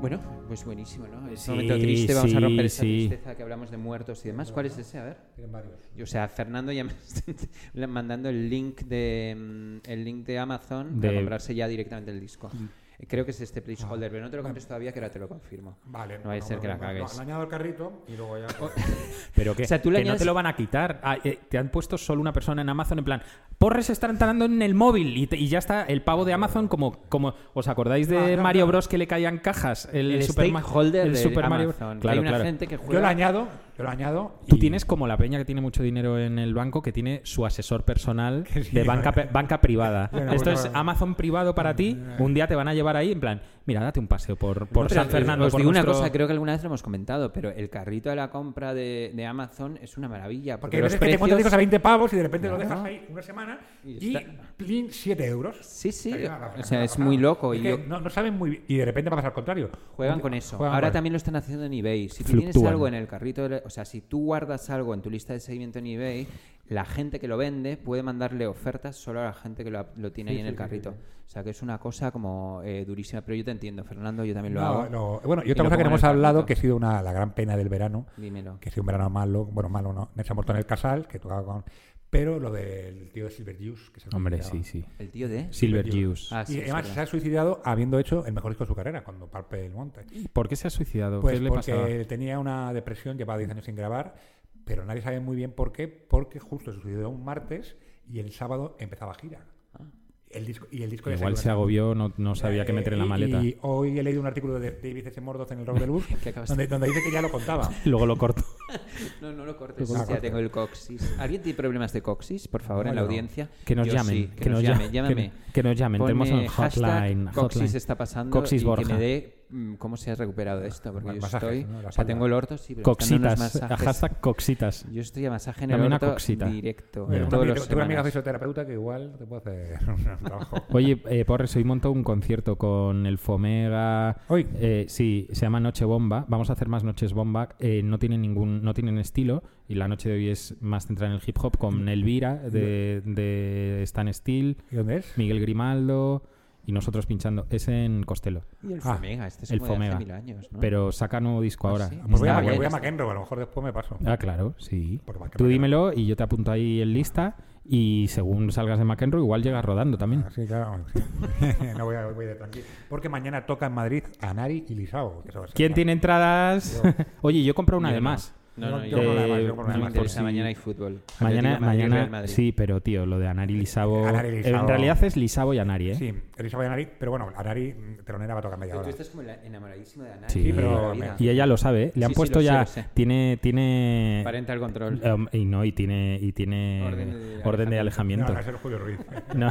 [SPEAKER 4] Bueno, pues buenísimo, ¿no? Es
[SPEAKER 5] Sí,
[SPEAKER 4] un momento triste, vamos a
[SPEAKER 5] sí,
[SPEAKER 4] romper esa
[SPEAKER 5] sí.
[SPEAKER 4] tristeza que hablamos de muertos y demás. ¿Cuál es ese? A ver.
[SPEAKER 6] Tienen varios.
[SPEAKER 4] O sea, Fernando ya me [laughs] está mandando el link de mm, el link de Amazon para
[SPEAKER 5] De- Mm. Ah.
[SPEAKER 4] comprarse ya directamente el disco. Eh, Creo que es este placeholder, pero no te lo compres todavía, que ahora te lo confirmo.
[SPEAKER 6] Vale.
[SPEAKER 4] No vaya a ser que la cagues.
[SPEAKER 6] Le añado el carrito y luego ya.
[SPEAKER 4] [laughs]
[SPEAKER 6] pues,
[SPEAKER 5] Pero que,
[SPEAKER 4] O sea, tú le
[SPEAKER 5] que no
[SPEAKER 4] añades-
[SPEAKER 5] te lo van a quitar. Ah, eh, te han puesto solo una persona en Amazon en plan, Porres está entrando en el móvil y, te- y ya está el pavo de Amazon como, como ¿os acordáis de Mario Bros que le caían cajas? El,
[SPEAKER 4] Ah, El
[SPEAKER 5] Super Ma-
[SPEAKER 4] stakeholder
[SPEAKER 5] el
[SPEAKER 4] de
[SPEAKER 5] Super Mario Bros.
[SPEAKER 4] Amazon, que
[SPEAKER 5] Claro,
[SPEAKER 4] hay una
[SPEAKER 5] claro.
[SPEAKER 4] gente que juega.
[SPEAKER 6] yo lo añado, yo lo añado.
[SPEAKER 5] Tú
[SPEAKER 6] y-
[SPEAKER 5] tienes como la peña que tiene mucho dinero en el banco que tiene su asesor
[SPEAKER 6] [laughs]
[SPEAKER 5] personal
[SPEAKER 6] Que sí,
[SPEAKER 5] de banca, pe- banca privada.
[SPEAKER 6] Bueno,
[SPEAKER 5] Esto
[SPEAKER 6] bueno.
[SPEAKER 5] es Amazon privado para ti. Un día te van a llevar ahí en plan, mira, date un paseo por, por
[SPEAKER 4] No, pero
[SPEAKER 5] San Fernando.
[SPEAKER 4] Os
[SPEAKER 5] por
[SPEAKER 4] digo una
[SPEAKER 5] nuestro-
[SPEAKER 4] cosa, creo que alguna vez lo hemos comentado, pero el carrito de la compra de, de Amazon es una maravilla.
[SPEAKER 6] Porque
[SPEAKER 4] Porque,
[SPEAKER 6] hay
[SPEAKER 4] los
[SPEAKER 6] veces que te encuentras
[SPEAKER 4] precios...
[SPEAKER 6] discos a 20 pavos y de repente lo
[SPEAKER 4] Claro.
[SPEAKER 6] dejas ahí una semana
[SPEAKER 4] Y
[SPEAKER 6] y,
[SPEAKER 4] está-
[SPEAKER 6] plin 7 euros.
[SPEAKER 4] Sí, sí,
[SPEAKER 6] Ahí va, va,
[SPEAKER 4] o sea,
[SPEAKER 6] va,
[SPEAKER 4] es
[SPEAKER 6] va.
[SPEAKER 4] muy loco y
[SPEAKER 6] que
[SPEAKER 4] yo-
[SPEAKER 6] no, no saben muy bien. Y de repente pasa al contrario.
[SPEAKER 4] Juegan con eso.
[SPEAKER 6] Juegan
[SPEAKER 4] Ahora
[SPEAKER 6] con-
[SPEAKER 4] también lo están haciendo en eBay. Si tú tienes
[SPEAKER 5] Fluctúan.
[SPEAKER 4] algo en el carrito, de la- o sea, si tú guardas algo en tu lista de seguimiento en eBay, la gente que lo vende puede mandarle ofertas solo a la gente que lo, ha- lo tiene ahí en el carrito. O sea, que es una cosa como eh, durísima. Pero yo te entiendo, Fernando, yo también lo
[SPEAKER 6] No,
[SPEAKER 4] hago.
[SPEAKER 6] no. Bueno, y
[SPEAKER 4] Y
[SPEAKER 6] otra
[SPEAKER 4] lo pongo
[SPEAKER 6] cosa que no
[SPEAKER 4] en el
[SPEAKER 6] hemos hablado,
[SPEAKER 4] carrito.
[SPEAKER 6] que ha sido una, la gran pena del verano,
[SPEAKER 4] Dímelo.
[SPEAKER 6] que ha sido un verano malo, bueno, malo no, se ha muerto en el Casal, que tocaba con... Pero lo del tío de Silver Juice, que se
[SPEAKER 5] Hombre,
[SPEAKER 6] suicidaba.
[SPEAKER 5] sí, sí.
[SPEAKER 4] El tío de...
[SPEAKER 5] Silver
[SPEAKER 6] Silver
[SPEAKER 5] Juice.
[SPEAKER 4] Ah, sí,
[SPEAKER 6] y
[SPEAKER 4] es
[SPEAKER 6] además
[SPEAKER 4] verdad.
[SPEAKER 6] se ha suicidado habiendo hecho el mejor disco de su carrera, cuando Palpe el Monte.
[SPEAKER 5] ¿Por qué se ha suicidado?
[SPEAKER 6] Pues
[SPEAKER 5] ¿Qué le
[SPEAKER 6] porque
[SPEAKER 5] pasaba? Mm.
[SPEAKER 6] tenía una depresión, llevaba 10 años sin grabar, pero nadie sabe muy bien por qué, porque justo se suicidó un martes y el sábado empezaba gira. El disco, y el disco ya
[SPEAKER 5] Ah. Igual
[SPEAKER 6] iba a
[SPEAKER 5] se
[SPEAKER 6] hacer.
[SPEAKER 5] agobió, no, no sabía qué meter en la
[SPEAKER 6] Eh, y-
[SPEAKER 5] maleta.
[SPEAKER 6] Y hoy he leído un artículo de David S. Mordoz en el Rock de
[SPEAKER 5] [laughs]
[SPEAKER 6] Luz,
[SPEAKER 4] Que acabas de-
[SPEAKER 6] donde, donde dice que ya lo contaba.
[SPEAKER 5] Luego lo cortó.
[SPEAKER 4] No, no lo cortes.
[SPEAKER 6] Ah,
[SPEAKER 4] ya
[SPEAKER 6] corta.
[SPEAKER 4] tengo el coxis. ¿Alguien tiene problemas de coxis, por favor,
[SPEAKER 6] No,
[SPEAKER 4] en la
[SPEAKER 6] yo no.
[SPEAKER 4] audiencia?
[SPEAKER 5] Que nos
[SPEAKER 4] Yo
[SPEAKER 5] llamen,
[SPEAKER 4] sí,
[SPEAKER 5] que nos
[SPEAKER 4] llame,
[SPEAKER 5] llamen,
[SPEAKER 4] llámame.
[SPEAKER 5] que- que nos llamen.
[SPEAKER 4] Ponme
[SPEAKER 5] Tenemos un
[SPEAKER 4] hashtag
[SPEAKER 5] hotline,
[SPEAKER 4] Coxis
[SPEAKER 5] hotline.
[SPEAKER 4] está pasando
[SPEAKER 5] Coxis
[SPEAKER 4] y
[SPEAKER 5] Borja.
[SPEAKER 4] que me dé mm, cómo se ha recuperado de esto, porque
[SPEAKER 6] Ma-
[SPEAKER 4] yo
[SPEAKER 6] masajes,
[SPEAKER 4] estoy...
[SPEAKER 6] ¿no? La
[SPEAKER 4] o sea,
[SPEAKER 6] espalda.
[SPEAKER 4] tengo el orto, sí, pero están unos
[SPEAKER 5] Coxitas.
[SPEAKER 4] masajes.
[SPEAKER 5] Hashtag coxitas.
[SPEAKER 4] Yo estoy a masaje en el
[SPEAKER 5] Dame una
[SPEAKER 4] orto
[SPEAKER 5] coxita.
[SPEAKER 4] directo.
[SPEAKER 6] Bueno,
[SPEAKER 4] todos
[SPEAKER 6] tengo
[SPEAKER 4] los
[SPEAKER 6] tengo una amiga
[SPEAKER 4] semanas.
[SPEAKER 6] fisioterapeuta que igual te
[SPEAKER 5] [laughs]
[SPEAKER 6] puede hacer un trabajo.
[SPEAKER 5] Oye, eh, Porres, hoy montó un concierto con el Fomega.
[SPEAKER 6] Hoy.
[SPEAKER 5] Eh, sí, se llama Noche Bomba. Vamos a hacer más Noches Bomba. Eh, no tienen ningún, no tienen estilo. Y la noche de hoy es más centrada en el hip hop
[SPEAKER 6] Mm.
[SPEAKER 5] con Elvira de, de Stan Steel,
[SPEAKER 6] ¿Y dónde es?
[SPEAKER 5] Miguel Grimaldo y nosotros pinchando. Es en Costello.
[SPEAKER 4] Y el
[SPEAKER 6] Ah,
[SPEAKER 4] Fomega, este es
[SPEAKER 5] el
[SPEAKER 4] como de
[SPEAKER 5] Fomega.
[SPEAKER 4] hace mil años, ¿no?
[SPEAKER 5] Pero saca nuevo disco
[SPEAKER 4] Ah,
[SPEAKER 5] ahora.
[SPEAKER 4] sí.
[SPEAKER 6] Pues voy a,
[SPEAKER 4] Está
[SPEAKER 6] voy a
[SPEAKER 4] bien.
[SPEAKER 6] McEnroe, a lo mejor después me paso.
[SPEAKER 5] Ah, claro, sí.
[SPEAKER 6] Por McEnroe.
[SPEAKER 5] Tú dímelo y yo te apunto ahí en lista. Y según salgas de McEnroe, igual llegas rodando también.
[SPEAKER 6] Ah, Sí, claro. sí. [laughs] no voy, a, voy de tranquilo. Porque mañana toca en Madrid Anari y Lisao. que eso va a ser
[SPEAKER 5] ¿Quién
[SPEAKER 6] guay.
[SPEAKER 5] tiene entradas? [laughs] Oye, yo compro una
[SPEAKER 4] Yo
[SPEAKER 5] de
[SPEAKER 4] no.
[SPEAKER 5] más.
[SPEAKER 4] No, no,
[SPEAKER 6] Yo
[SPEAKER 4] yo
[SPEAKER 6] con la
[SPEAKER 5] Eh,
[SPEAKER 6] de Madrid, yo con
[SPEAKER 4] no me
[SPEAKER 6] la de
[SPEAKER 5] por
[SPEAKER 6] Madrid.
[SPEAKER 4] interesa,
[SPEAKER 5] si-
[SPEAKER 4] mañana hay fútbol. Atlético
[SPEAKER 5] Mañana,
[SPEAKER 4] de Madrid, Real
[SPEAKER 5] mañana,
[SPEAKER 4] Madrid.
[SPEAKER 5] sí, pero tío, lo de Anari Lisabo.
[SPEAKER 6] Anari Lisabo.
[SPEAKER 5] En realidad es Lisabo y Anari, ¿eh?
[SPEAKER 6] Sí, Elizabeth Anari, pero bueno, Anari mm, telonera va a tocar media
[SPEAKER 4] Pero tú
[SPEAKER 6] hora.
[SPEAKER 4] estás como la- enamoradísimo de Ana.
[SPEAKER 5] Sí,
[SPEAKER 4] de la
[SPEAKER 6] pero-
[SPEAKER 4] vida.
[SPEAKER 5] Y ella lo sabe, ¿eh? le han
[SPEAKER 4] Sí, sí,
[SPEAKER 5] puesto
[SPEAKER 4] lo sé,
[SPEAKER 5] ya.
[SPEAKER 4] lo sé.
[SPEAKER 5] Tiene. tiene
[SPEAKER 4] Parental control.
[SPEAKER 5] um, y no, y tiene. Y tiene
[SPEAKER 4] Orden de
[SPEAKER 5] orden de
[SPEAKER 6] No,
[SPEAKER 5] alejamiento.
[SPEAKER 6] no, ese es Julio Ruiz.
[SPEAKER 5] [laughs] No,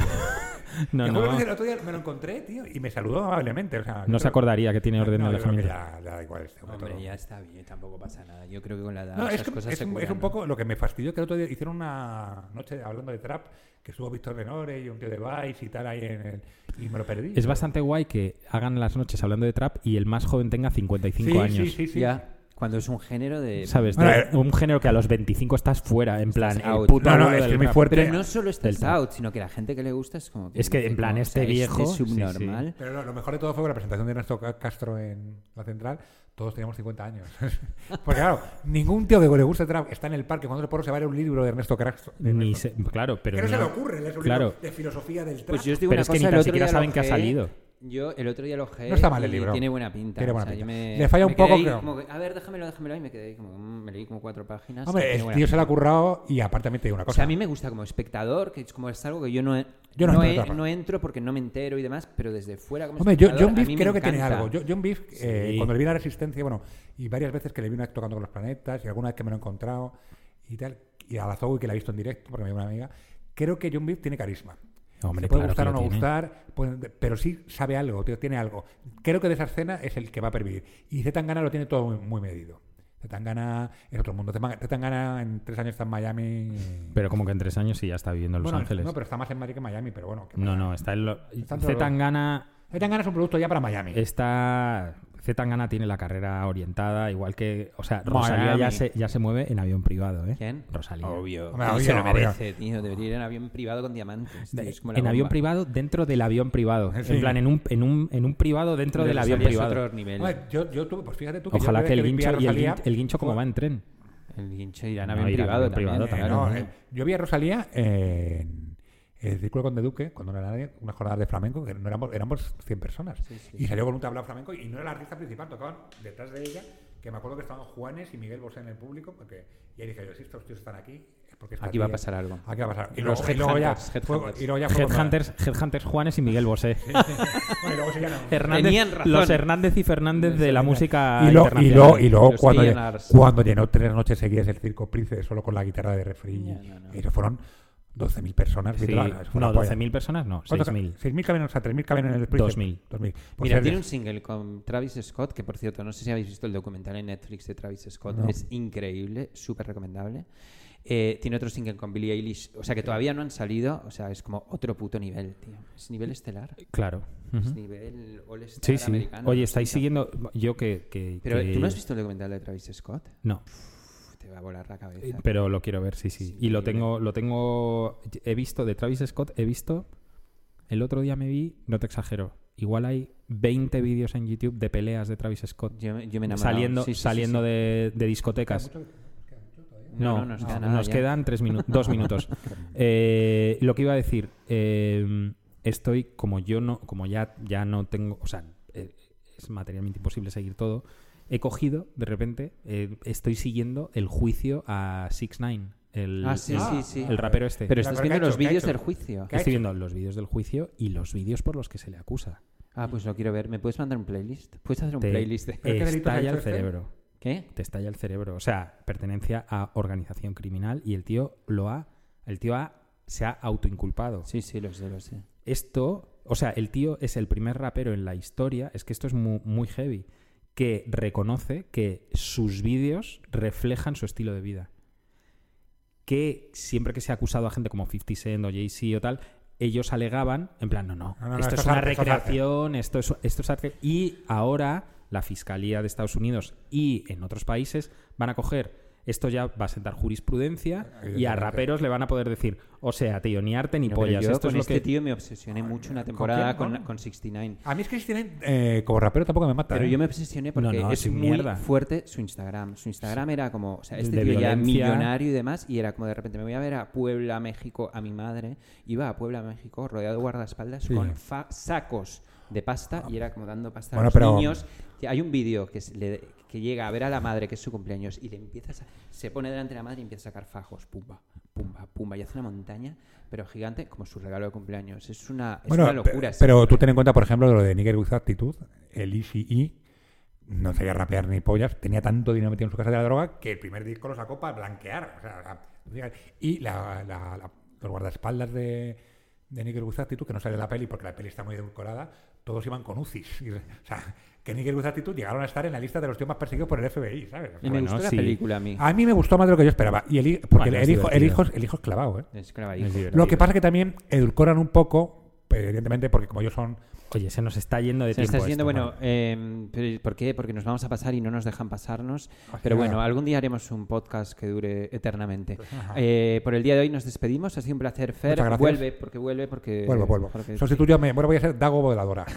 [SPEAKER 5] no,
[SPEAKER 6] [laughs] Que
[SPEAKER 5] no,
[SPEAKER 6] Julio Ruiz el otro día me lo encontré, tío, y me saludó amablemente. O sea,
[SPEAKER 5] no se acordaría que tiene orden de
[SPEAKER 6] no, yo creo que
[SPEAKER 5] alejamiento.
[SPEAKER 6] ya, ya da igual este hombre,
[SPEAKER 4] Hombre,
[SPEAKER 6] todo.
[SPEAKER 4] ya está bien, tampoco pasa nada. Yo creo que con la edad
[SPEAKER 6] No,
[SPEAKER 4] esas
[SPEAKER 6] es, que-
[SPEAKER 4] cosas
[SPEAKER 6] es
[SPEAKER 4] se
[SPEAKER 6] un,
[SPEAKER 4] curan,
[SPEAKER 6] es un
[SPEAKER 4] ¿no?
[SPEAKER 6] poco lo que me fastidió que el otro día hicieron una noche hablando de trap que estuvo Víctor Benore y un tío de Vice y tal ahí en el, y me lo perdí.
[SPEAKER 5] Es bastante guay que hagan las noches hablando de trap y el más joven tenga 55
[SPEAKER 6] Sí,
[SPEAKER 5] años.
[SPEAKER 6] Sí, sí, sí.
[SPEAKER 4] Ya, cuando es un género de...
[SPEAKER 5] ¿Sabes?
[SPEAKER 6] Bueno,
[SPEAKER 5] De
[SPEAKER 6] eh,
[SPEAKER 5] un género que a los 25 estás fuera, en plan, el
[SPEAKER 4] out.
[SPEAKER 5] puto
[SPEAKER 6] No, no,
[SPEAKER 5] abuelo
[SPEAKER 6] es que
[SPEAKER 5] del
[SPEAKER 6] es muy
[SPEAKER 5] rap.
[SPEAKER 6] fuerte.
[SPEAKER 4] Pero no solo está
[SPEAKER 5] Delta.
[SPEAKER 4] out, sino que la gente que le gusta es como...
[SPEAKER 5] Es que, en
[SPEAKER 4] dice,
[SPEAKER 5] plan,
[SPEAKER 4] como, o
[SPEAKER 5] este
[SPEAKER 4] sea,
[SPEAKER 5] viejo, sí, sí.
[SPEAKER 4] subnormal.
[SPEAKER 6] Pero lo, lo mejor de todo fue que la presentación de Ernesto Ca- Castro en la central, todos teníamos 50 años. [laughs] Porque claro, ningún tío que le guste trap está en el parque cuando el porro se va a leer un libro de Ernesto Castro. de
[SPEAKER 5] Ni
[SPEAKER 6] Ernesto.
[SPEAKER 5] se- claro, pero
[SPEAKER 6] que no, se
[SPEAKER 5] no-
[SPEAKER 6] le ocurre leer un
[SPEAKER 5] Claro.
[SPEAKER 6] libro de filosofía del trap.
[SPEAKER 4] Pues yo os digo
[SPEAKER 5] Pero
[SPEAKER 4] una
[SPEAKER 5] es que
[SPEAKER 4] cosa,
[SPEAKER 5] ni
[SPEAKER 4] el
[SPEAKER 5] tan
[SPEAKER 4] otro
[SPEAKER 5] siquiera
[SPEAKER 4] día
[SPEAKER 5] saben
[SPEAKER 4] lo
[SPEAKER 5] que ha
[SPEAKER 4] ojeé,
[SPEAKER 5] salido.
[SPEAKER 4] Yo el otro día lo ojeé
[SPEAKER 6] No está mal el
[SPEAKER 4] y
[SPEAKER 6] libro.
[SPEAKER 4] Tiene buena pinta.
[SPEAKER 6] Tiene
[SPEAKER 4] o
[SPEAKER 6] buena
[SPEAKER 4] sea, yo
[SPEAKER 6] pinta.
[SPEAKER 4] me-
[SPEAKER 6] Le falla
[SPEAKER 4] me
[SPEAKER 6] un
[SPEAKER 4] quedé
[SPEAKER 6] poco,
[SPEAKER 4] ahí
[SPEAKER 6] creo.
[SPEAKER 4] como que, a ver, déjamelo, déjamelo. Y me quedé ahí como... mm, me leí como cuatro páginas.
[SPEAKER 6] Hombre,
[SPEAKER 4] tiene
[SPEAKER 6] el
[SPEAKER 4] buena
[SPEAKER 6] tío
[SPEAKER 4] pinta.
[SPEAKER 6] se lo ha currado y aparte también te digo una
[SPEAKER 4] O
[SPEAKER 6] cosa.
[SPEAKER 4] sea, a mí me gusta como espectador, que es como es algo que yo no, he-
[SPEAKER 6] Yo no
[SPEAKER 4] no,
[SPEAKER 6] entro
[SPEAKER 4] he-
[SPEAKER 6] en la
[SPEAKER 4] no entro porque no me entero y demás, pero desde fuera como
[SPEAKER 6] Hombre, yo,
[SPEAKER 4] espectador,
[SPEAKER 6] John
[SPEAKER 4] a mí
[SPEAKER 6] Beef
[SPEAKER 4] me
[SPEAKER 6] creo que tiene
[SPEAKER 4] encanta.
[SPEAKER 6] algo. Yo- John Beef, eh,
[SPEAKER 5] Sí.
[SPEAKER 6] cuando le vi la resistencia, bueno, y varias veces que le vi una- tocando con los planetas, y alguna vez que me lo he encontrado y tal, y a la Zoe que la he visto en directo porque me dio una amiga, creo que John Beef tiene carisma.
[SPEAKER 5] Hombre,
[SPEAKER 6] Se puede
[SPEAKER 5] claro
[SPEAKER 6] gustar
[SPEAKER 5] que
[SPEAKER 6] o no
[SPEAKER 5] lo tiene.
[SPEAKER 6] gustar, pues, pero sí sabe algo, tío, tiene algo. Creo que de esa escena es el que va a pervivir. Y Zetangana lo tiene todo muy, muy medido. Zetangana es otro mundo. Zetangana en tres años está en Miami.
[SPEAKER 5] Pero como que en tres años sí ya está viviendo en Los
[SPEAKER 6] Bueno,
[SPEAKER 5] Ángeles.
[SPEAKER 6] No, pero está más en Madrid que en Miami, pero bueno. que-
[SPEAKER 5] No, no, está en lo...
[SPEAKER 6] Está en todo
[SPEAKER 5] C. Tangana
[SPEAKER 6] Zetangana es un producto ya para Miami.
[SPEAKER 5] está... Z Tangana tiene la carrera orientada, igual que. O sea,
[SPEAKER 4] Miami.
[SPEAKER 5] Rosalía ya se, ya se mueve en avión privado, ¿eh?
[SPEAKER 4] ¿Quién?
[SPEAKER 5] Rosalía.
[SPEAKER 4] Obvio.
[SPEAKER 6] Hombre,
[SPEAKER 4] Y
[SPEAKER 6] obvio,
[SPEAKER 4] se lo
[SPEAKER 6] obvio.
[SPEAKER 4] merece, tío. Debería ir en avión privado con diamantes. tío,
[SPEAKER 5] De-
[SPEAKER 4] es como la
[SPEAKER 5] en avión
[SPEAKER 4] bomba.
[SPEAKER 5] privado dentro del avión privado.
[SPEAKER 6] Sí.
[SPEAKER 5] En plan, en un, en, un, en un privado dentro del avión
[SPEAKER 4] Rosalía es
[SPEAKER 5] privado.
[SPEAKER 4] otro nivel.
[SPEAKER 6] Hombre, yo, yo tuve, pues fíjate tú que
[SPEAKER 5] Ojalá
[SPEAKER 6] yo
[SPEAKER 5] que el
[SPEAKER 6] vi a
[SPEAKER 5] guincho, y el,
[SPEAKER 6] Rosalía-
[SPEAKER 5] guin- el guincho como va en tren.
[SPEAKER 4] El hinche irá en
[SPEAKER 5] No,
[SPEAKER 4] avión
[SPEAKER 5] irá en
[SPEAKER 4] privado.
[SPEAKER 5] avión privado,
[SPEAKER 4] también,
[SPEAKER 6] Eh,
[SPEAKER 5] claro,
[SPEAKER 6] no,
[SPEAKER 5] ¿no?
[SPEAKER 6] eh, yo vi a Rosalía en el Círculo Conde Duque, cuando no era nadie, unas jornadas de flamenco, que no éramos, éramos 100 personas. Y salió con un tablao flamenco y no era la artista principal, tocaban detrás de ella, que me acuerdo que estaban Juanes y Miguel Bosé en el público, porque, y ahí dije yo, si estos tíos están aquí, es porque esta
[SPEAKER 4] Aquí va a
[SPEAKER 6] tía-
[SPEAKER 4] pasar algo.
[SPEAKER 6] Aquí va a pasar. Y
[SPEAKER 4] Los
[SPEAKER 6] luego, y luego ya,
[SPEAKER 4] headhunters,
[SPEAKER 6] fue-
[SPEAKER 4] headhunters.
[SPEAKER 6] y luego ya fue cuando-
[SPEAKER 5] Headhunters, Headhunters Juanes y Miguel Bosé.
[SPEAKER 6] [laughs] Bueno, y luego se llaman-
[SPEAKER 5] [laughs] Hernández-
[SPEAKER 4] Tenían razón.
[SPEAKER 5] Los Hernández y Fernández de la música
[SPEAKER 6] y luego, y
[SPEAKER 5] internacional.
[SPEAKER 6] luego, y luego
[SPEAKER 4] Los
[SPEAKER 6] cuando, lle-
[SPEAKER 4] Pioners.
[SPEAKER 6] cuando llenó tres noches seguidas el circo Price solo con la guitarra de refri eso fueron 12.000 personas
[SPEAKER 5] Sí.
[SPEAKER 6] literal, eso fue
[SPEAKER 5] No,
[SPEAKER 6] una polla.
[SPEAKER 5] 12.000 personas no,
[SPEAKER 6] ¿Cuánto
[SPEAKER 5] 6.000.
[SPEAKER 6] ca- 6.000 cabían, o sea, 3.000 cabían en el Price
[SPEAKER 5] 2.000.
[SPEAKER 6] 2.000 Pues
[SPEAKER 4] Mira,
[SPEAKER 6] el-
[SPEAKER 4] tiene un single con Travis Scott, que por cierto, no sé si habéis visto el documental en Netflix de Travis Scott, es increíble, súper recomendable. Eh, tiene otro single con Billie Eilish, o sea que todavía no han salido, o sea, es como otro puto nivel, tío. Es nivel estelar,
[SPEAKER 5] Claro. Ujú.
[SPEAKER 4] es nivel all star
[SPEAKER 5] Sí, sí.
[SPEAKER 4] Pues americano.
[SPEAKER 5] Oye, estáis siguiendo. Yo que. que-
[SPEAKER 4] Pero
[SPEAKER 5] que-
[SPEAKER 4] ¿tú no has visto el documental de Travis Scott?
[SPEAKER 5] No,
[SPEAKER 4] Uf, te va a volar la cabeza.
[SPEAKER 5] eh, pero lo quiero ver, sí, sí. Y lo tengo, lo tengo. He visto de Travis Scott, he visto. El otro día me vi, no te exagero, igual hay 20 vídeos en YouTube de peleas de Travis Scott
[SPEAKER 4] yo, me- yo me he enamorado.
[SPEAKER 5] saliendo,
[SPEAKER 4] Sí, sí, sí,
[SPEAKER 5] saliendo
[SPEAKER 4] sí.
[SPEAKER 5] De, de discotecas.
[SPEAKER 4] No, no, nos queda nada ya.
[SPEAKER 5] quedan tres
[SPEAKER 4] [laughs]
[SPEAKER 5] minu- dos minutos. Eh, lo que iba a decir, eh, estoy como yo no, como ya, ya no tengo, o sea, eh, es materialmente imposible seguir todo. He cogido, de repente, eh, estoy siguiendo el juicio a Six Nine, el,
[SPEAKER 4] Ah, sí,
[SPEAKER 5] el-
[SPEAKER 4] sí, sí.
[SPEAKER 5] el rapero este.
[SPEAKER 4] Pero
[SPEAKER 6] Claro,
[SPEAKER 4] estás
[SPEAKER 6] pero ¿qué ha
[SPEAKER 4] viendo los
[SPEAKER 6] hecho? ¿Qué ha
[SPEAKER 4] vídeos
[SPEAKER 6] hecho?
[SPEAKER 4] del juicio.
[SPEAKER 6] ¿Qué ha
[SPEAKER 5] estoy
[SPEAKER 6] hecho?
[SPEAKER 5] viendo los vídeos del juicio y los vídeos por los que se le acusa.
[SPEAKER 4] Ah, pues lo quiero ver. ¿Me puedes mandar un playlist? ¿Puedes hacer un
[SPEAKER 5] Te
[SPEAKER 4] playlist de...
[SPEAKER 6] ¿Pero qué delitos ha
[SPEAKER 5] estalla
[SPEAKER 6] hecho
[SPEAKER 5] el
[SPEAKER 6] este?
[SPEAKER 5] cerebro.
[SPEAKER 4] ¿Qué?
[SPEAKER 5] te estalla el cerebro. O sea, pertenencia a organización criminal y el tío lo ha. El tío ha, se ha autoinculpado.
[SPEAKER 4] Sí, sí, lo sé, lo sé.
[SPEAKER 5] Esto. O sea, el tío es el primer rapero en la historia. Es que esto es mu- muy, heavy. Que reconoce que sus vídeos reflejan su estilo de vida. Que siempre que se ha acusado a gente como 50 Cent o Jay-Z o tal. Ellos alegaban, en plan, no, no,
[SPEAKER 6] No, no, no,
[SPEAKER 5] esto,
[SPEAKER 6] esto
[SPEAKER 5] es
[SPEAKER 6] es
[SPEAKER 5] una
[SPEAKER 6] arte, esto es arte".
[SPEAKER 5] recreación corrupción, esto es, esto es arte. Y ahora la Fiscalía de Estados Unidos y en otros países van a coger. Esto ya va a sentar jurisprudencia y a
[SPEAKER 6] Evidentemente.
[SPEAKER 5] raperos le van a poder decir, o sea, tío, ni arte ni
[SPEAKER 4] No, pero
[SPEAKER 5] pollas.
[SPEAKER 4] yo
[SPEAKER 5] Esto
[SPEAKER 4] con
[SPEAKER 5] pues es lo
[SPEAKER 4] este
[SPEAKER 5] que.
[SPEAKER 4] tío me obsesioné mucho una temporada
[SPEAKER 6] quién,
[SPEAKER 4] con,
[SPEAKER 6] no?
[SPEAKER 4] con, 69.
[SPEAKER 6] a mí es que Christine eh, como rapero tampoco me mata
[SPEAKER 4] Pero
[SPEAKER 6] ¿eh?
[SPEAKER 4] yo me obsesioné porque
[SPEAKER 5] No, no,
[SPEAKER 4] es
[SPEAKER 5] sí,
[SPEAKER 4] muy
[SPEAKER 5] mierda.
[SPEAKER 4] fuerte su Instagram. Su Instagram era como, o sea, este
[SPEAKER 5] De
[SPEAKER 4] tío ya
[SPEAKER 5] violencia.
[SPEAKER 4] millonario y demás, y era como de repente me voy a ver a Puebla, México, a mi madre. Iba a Puebla, México, rodeado de guardaespaldas con fa- sacos de pasta y era como dando pasta a
[SPEAKER 6] Bueno,
[SPEAKER 4] los
[SPEAKER 6] pero-
[SPEAKER 4] niños. Que Hay un vídeo que, se le- que llega a ver a la madre, que es su cumpleaños, y le empieza a sa- se pone delante de la madre y empieza a sacar fajos, pumba, pumba, pumba, y hace una montaña, pero gigante, como su regalo de cumpleaños. Es una, es
[SPEAKER 6] Bueno,
[SPEAKER 4] una
[SPEAKER 6] pe-
[SPEAKER 4] locura. ese
[SPEAKER 6] pero
[SPEAKER 4] hombre.
[SPEAKER 6] tú ten en cuenta por ejemplo lo de Nigel with Actitud el Easy E no sabía rapear ni pollas tenía tanto dinero metido en su casa de la droga que el primer disco lo sacó para blanquear o sea, la- y la, la- la- los guardaespaldas de, de Nigel with Actitud que no sale en la peli porque la peli está muy edulcorada todos iban con UCIs [laughs] Y, o sea que Nigel with Actitud llegaron a estar en la lista de los tíos más perseguidos por el FBI ¿sabes? O
[SPEAKER 4] Y me
[SPEAKER 6] sea,
[SPEAKER 5] Bueno,
[SPEAKER 4] gustó la
[SPEAKER 5] sí. Ah.
[SPEAKER 4] película a mí.
[SPEAKER 6] a mí me gustó más de lo que yo esperaba y el, hi- porque
[SPEAKER 5] Bueno,
[SPEAKER 6] el,
[SPEAKER 5] es
[SPEAKER 6] hijo, el, hijo,
[SPEAKER 5] divertido.
[SPEAKER 6] es- el hijo es clavado ¿eh?
[SPEAKER 4] Es clavadico.
[SPEAKER 5] Es divertido.
[SPEAKER 6] Lo que pasa es que también edulcoran un poco, eh, evidentemente, porque como ellos son.
[SPEAKER 5] Oye, se nos está yendo de
[SPEAKER 4] Se
[SPEAKER 5] tiempo.
[SPEAKER 4] está diciendo,
[SPEAKER 6] este,
[SPEAKER 5] esto,
[SPEAKER 4] bueno,
[SPEAKER 5] madre.
[SPEAKER 4] eh, pero ¿por qué? Porque nos vamos a pasar y no nos dejan pasarnos. Pero
[SPEAKER 6] claro.
[SPEAKER 4] bueno, algún día haremos un podcast que dure eternamente. Eh, por el día de hoy nos despedimos. Ha sido un placer, Fer.
[SPEAKER 6] Pues, Muchas gracias.
[SPEAKER 4] Vuelve, porque vuelve, porque...
[SPEAKER 6] Vuelvo, vuelvo.
[SPEAKER 4] porque-
[SPEAKER 6] Sustituyame. Bueno, voy a ser Dago Voladora.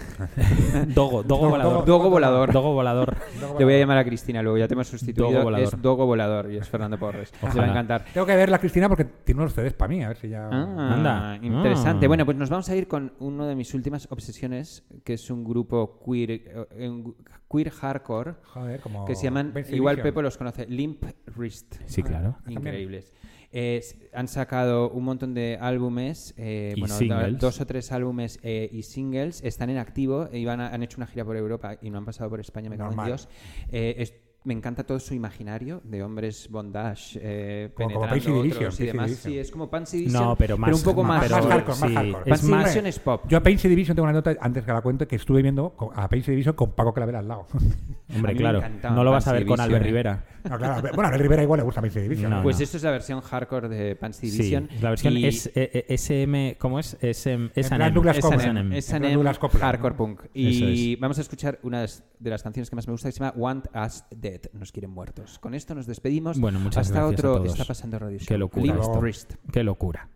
[SPEAKER 5] Dogo, Dogo volador.
[SPEAKER 4] eh, Dogo volador.
[SPEAKER 5] Dogo volador.
[SPEAKER 4] Te voy a llamar a Cristina luego, ya te hemos sustituido.
[SPEAKER 5] Dogo volador.
[SPEAKER 4] Es Dogo Volador y es Fernando Porres. Te va a
[SPEAKER 5] Ojalá.
[SPEAKER 4] encantar.
[SPEAKER 6] Tengo que ver la Cristina porque tiene unos CDs para mí, a ver si ya.
[SPEAKER 4] Ah,
[SPEAKER 5] Anda.
[SPEAKER 4] interesante.
[SPEAKER 5] Ah.
[SPEAKER 4] Bueno, pues nos vamos a ir con uno de mis últimas obsesiones, que es un grupo queer, eh, un queer hardcore,
[SPEAKER 6] Joder, como.
[SPEAKER 4] que se llaman,
[SPEAKER 6] Benz
[SPEAKER 4] igual
[SPEAKER 6] Edition.
[SPEAKER 4] Pepo los conoce, Limp Wrist. Ah,
[SPEAKER 5] Sí, claro.
[SPEAKER 6] También.
[SPEAKER 4] Increíbles. Eh, s- han sacado un montón de álbumes, eh,
[SPEAKER 5] Y
[SPEAKER 4] bueno, do-
[SPEAKER 5] singles.
[SPEAKER 4] dos o tres álbumes eh, y singles, están en activo, eh, y van a- han hecho una gira por Europa y no han pasado por España, me cago en
[SPEAKER 6] Normal.
[SPEAKER 4] Dios. Eh, es- me encanta todo su imaginario de hombres bondage, eh,
[SPEAKER 6] Como- como
[SPEAKER 4] penetrando
[SPEAKER 6] Pansy Division,
[SPEAKER 4] otros y
[SPEAKER 6] Pansy
[SPEAKER 4] demás.
[SPEAKER 6] Division.
[SPEAKER 4] Sí, es como Pansy Division,
[SPEAKER 5] No, pero más.
[SPEAKER 4] un poco más.
[SPEAKER 5] pero-
[SPEAKER 6] más hardcore, más
[SPEAKER 5] sí,
[SPEAKER 6] hardcore.
[SPEAKER 5] Es
[SPEAKER 4] Pansy
[SPEAKER 5] más.
[SPEAKER 4] Division es pop.
[SPEAKER 6] Yo a Pain Division tengo una nota antes que la cuento que estuve viendo co- a Pain Division con Paco Clavel al lado. [laughs]
[SPEAKER 5] Hombre,
[SPEAKER 4] me
[SPEAKER 5] claro.
[SPEAKER 4] encantaba
[SPEAKER 5] No lo vas a
[SPEAKER 4] Pansy
[SPEAKER 5] ver con
[SPEAKER 4] Division,
[SPEAKER 5] Albert
[SPEAKER 4] eh.
[SPEAKER 5] Rivera.
[SPEAKER 6] No, claro, a ver, bueno, a Abel Rivera igual le gusta Pain Division.
[SPEAKER 5] No,
[SPEAKER 4] Pues esto es la versión hardcore de Pansy
[SPEAKER 5] Sí,
[SPEAKER 4] Division.
[SPEAKER 5] la versión
[SPEAKER 4] y-
[SPEAKER 5] es eh, eh, SM, ¿cómo es? SM, es
[SPEAKER 6] plan
[SPEAKER 5] anem,
[SPEAKER 6] Douglas
[SPEAKER 5] es
[SPEAKER 6] Coburn.
[SPEAKER 5] anem.
[SPEAKER 4] Es
[SPEAKER 6] En plan
[SPEAKER 4] anem
[SPEAKER 6] Douglas Coppola,
[SPEAKER 4] hardcore
[SPEAKER 6] ¿no?
[SPEAKER 4] punk. Y
[SPEAKER 5] Eso es.
[SPEAKER 4] vamos a escuchar una des- de las canciones que más me gusta que se llama Want Us Dead, Nos quieren muertos. Con esto nos despedimos.
[SPEAKER 5] Bueno, muchas
[SPEAKER 4] Hasta
[SPEAKER 5] gracias a
[SPEAKER 4] otro
[SPEAKER 5] todos.
[SPEAKER 4] Está pasando Radio Show.
[SPEAKER 5] Qué locura
[SPEAKER 4] Limp
[SPEAKER 5] esto.
[SPEAKER 4] Bizkit.
[SPEAKER 5] Qué locura.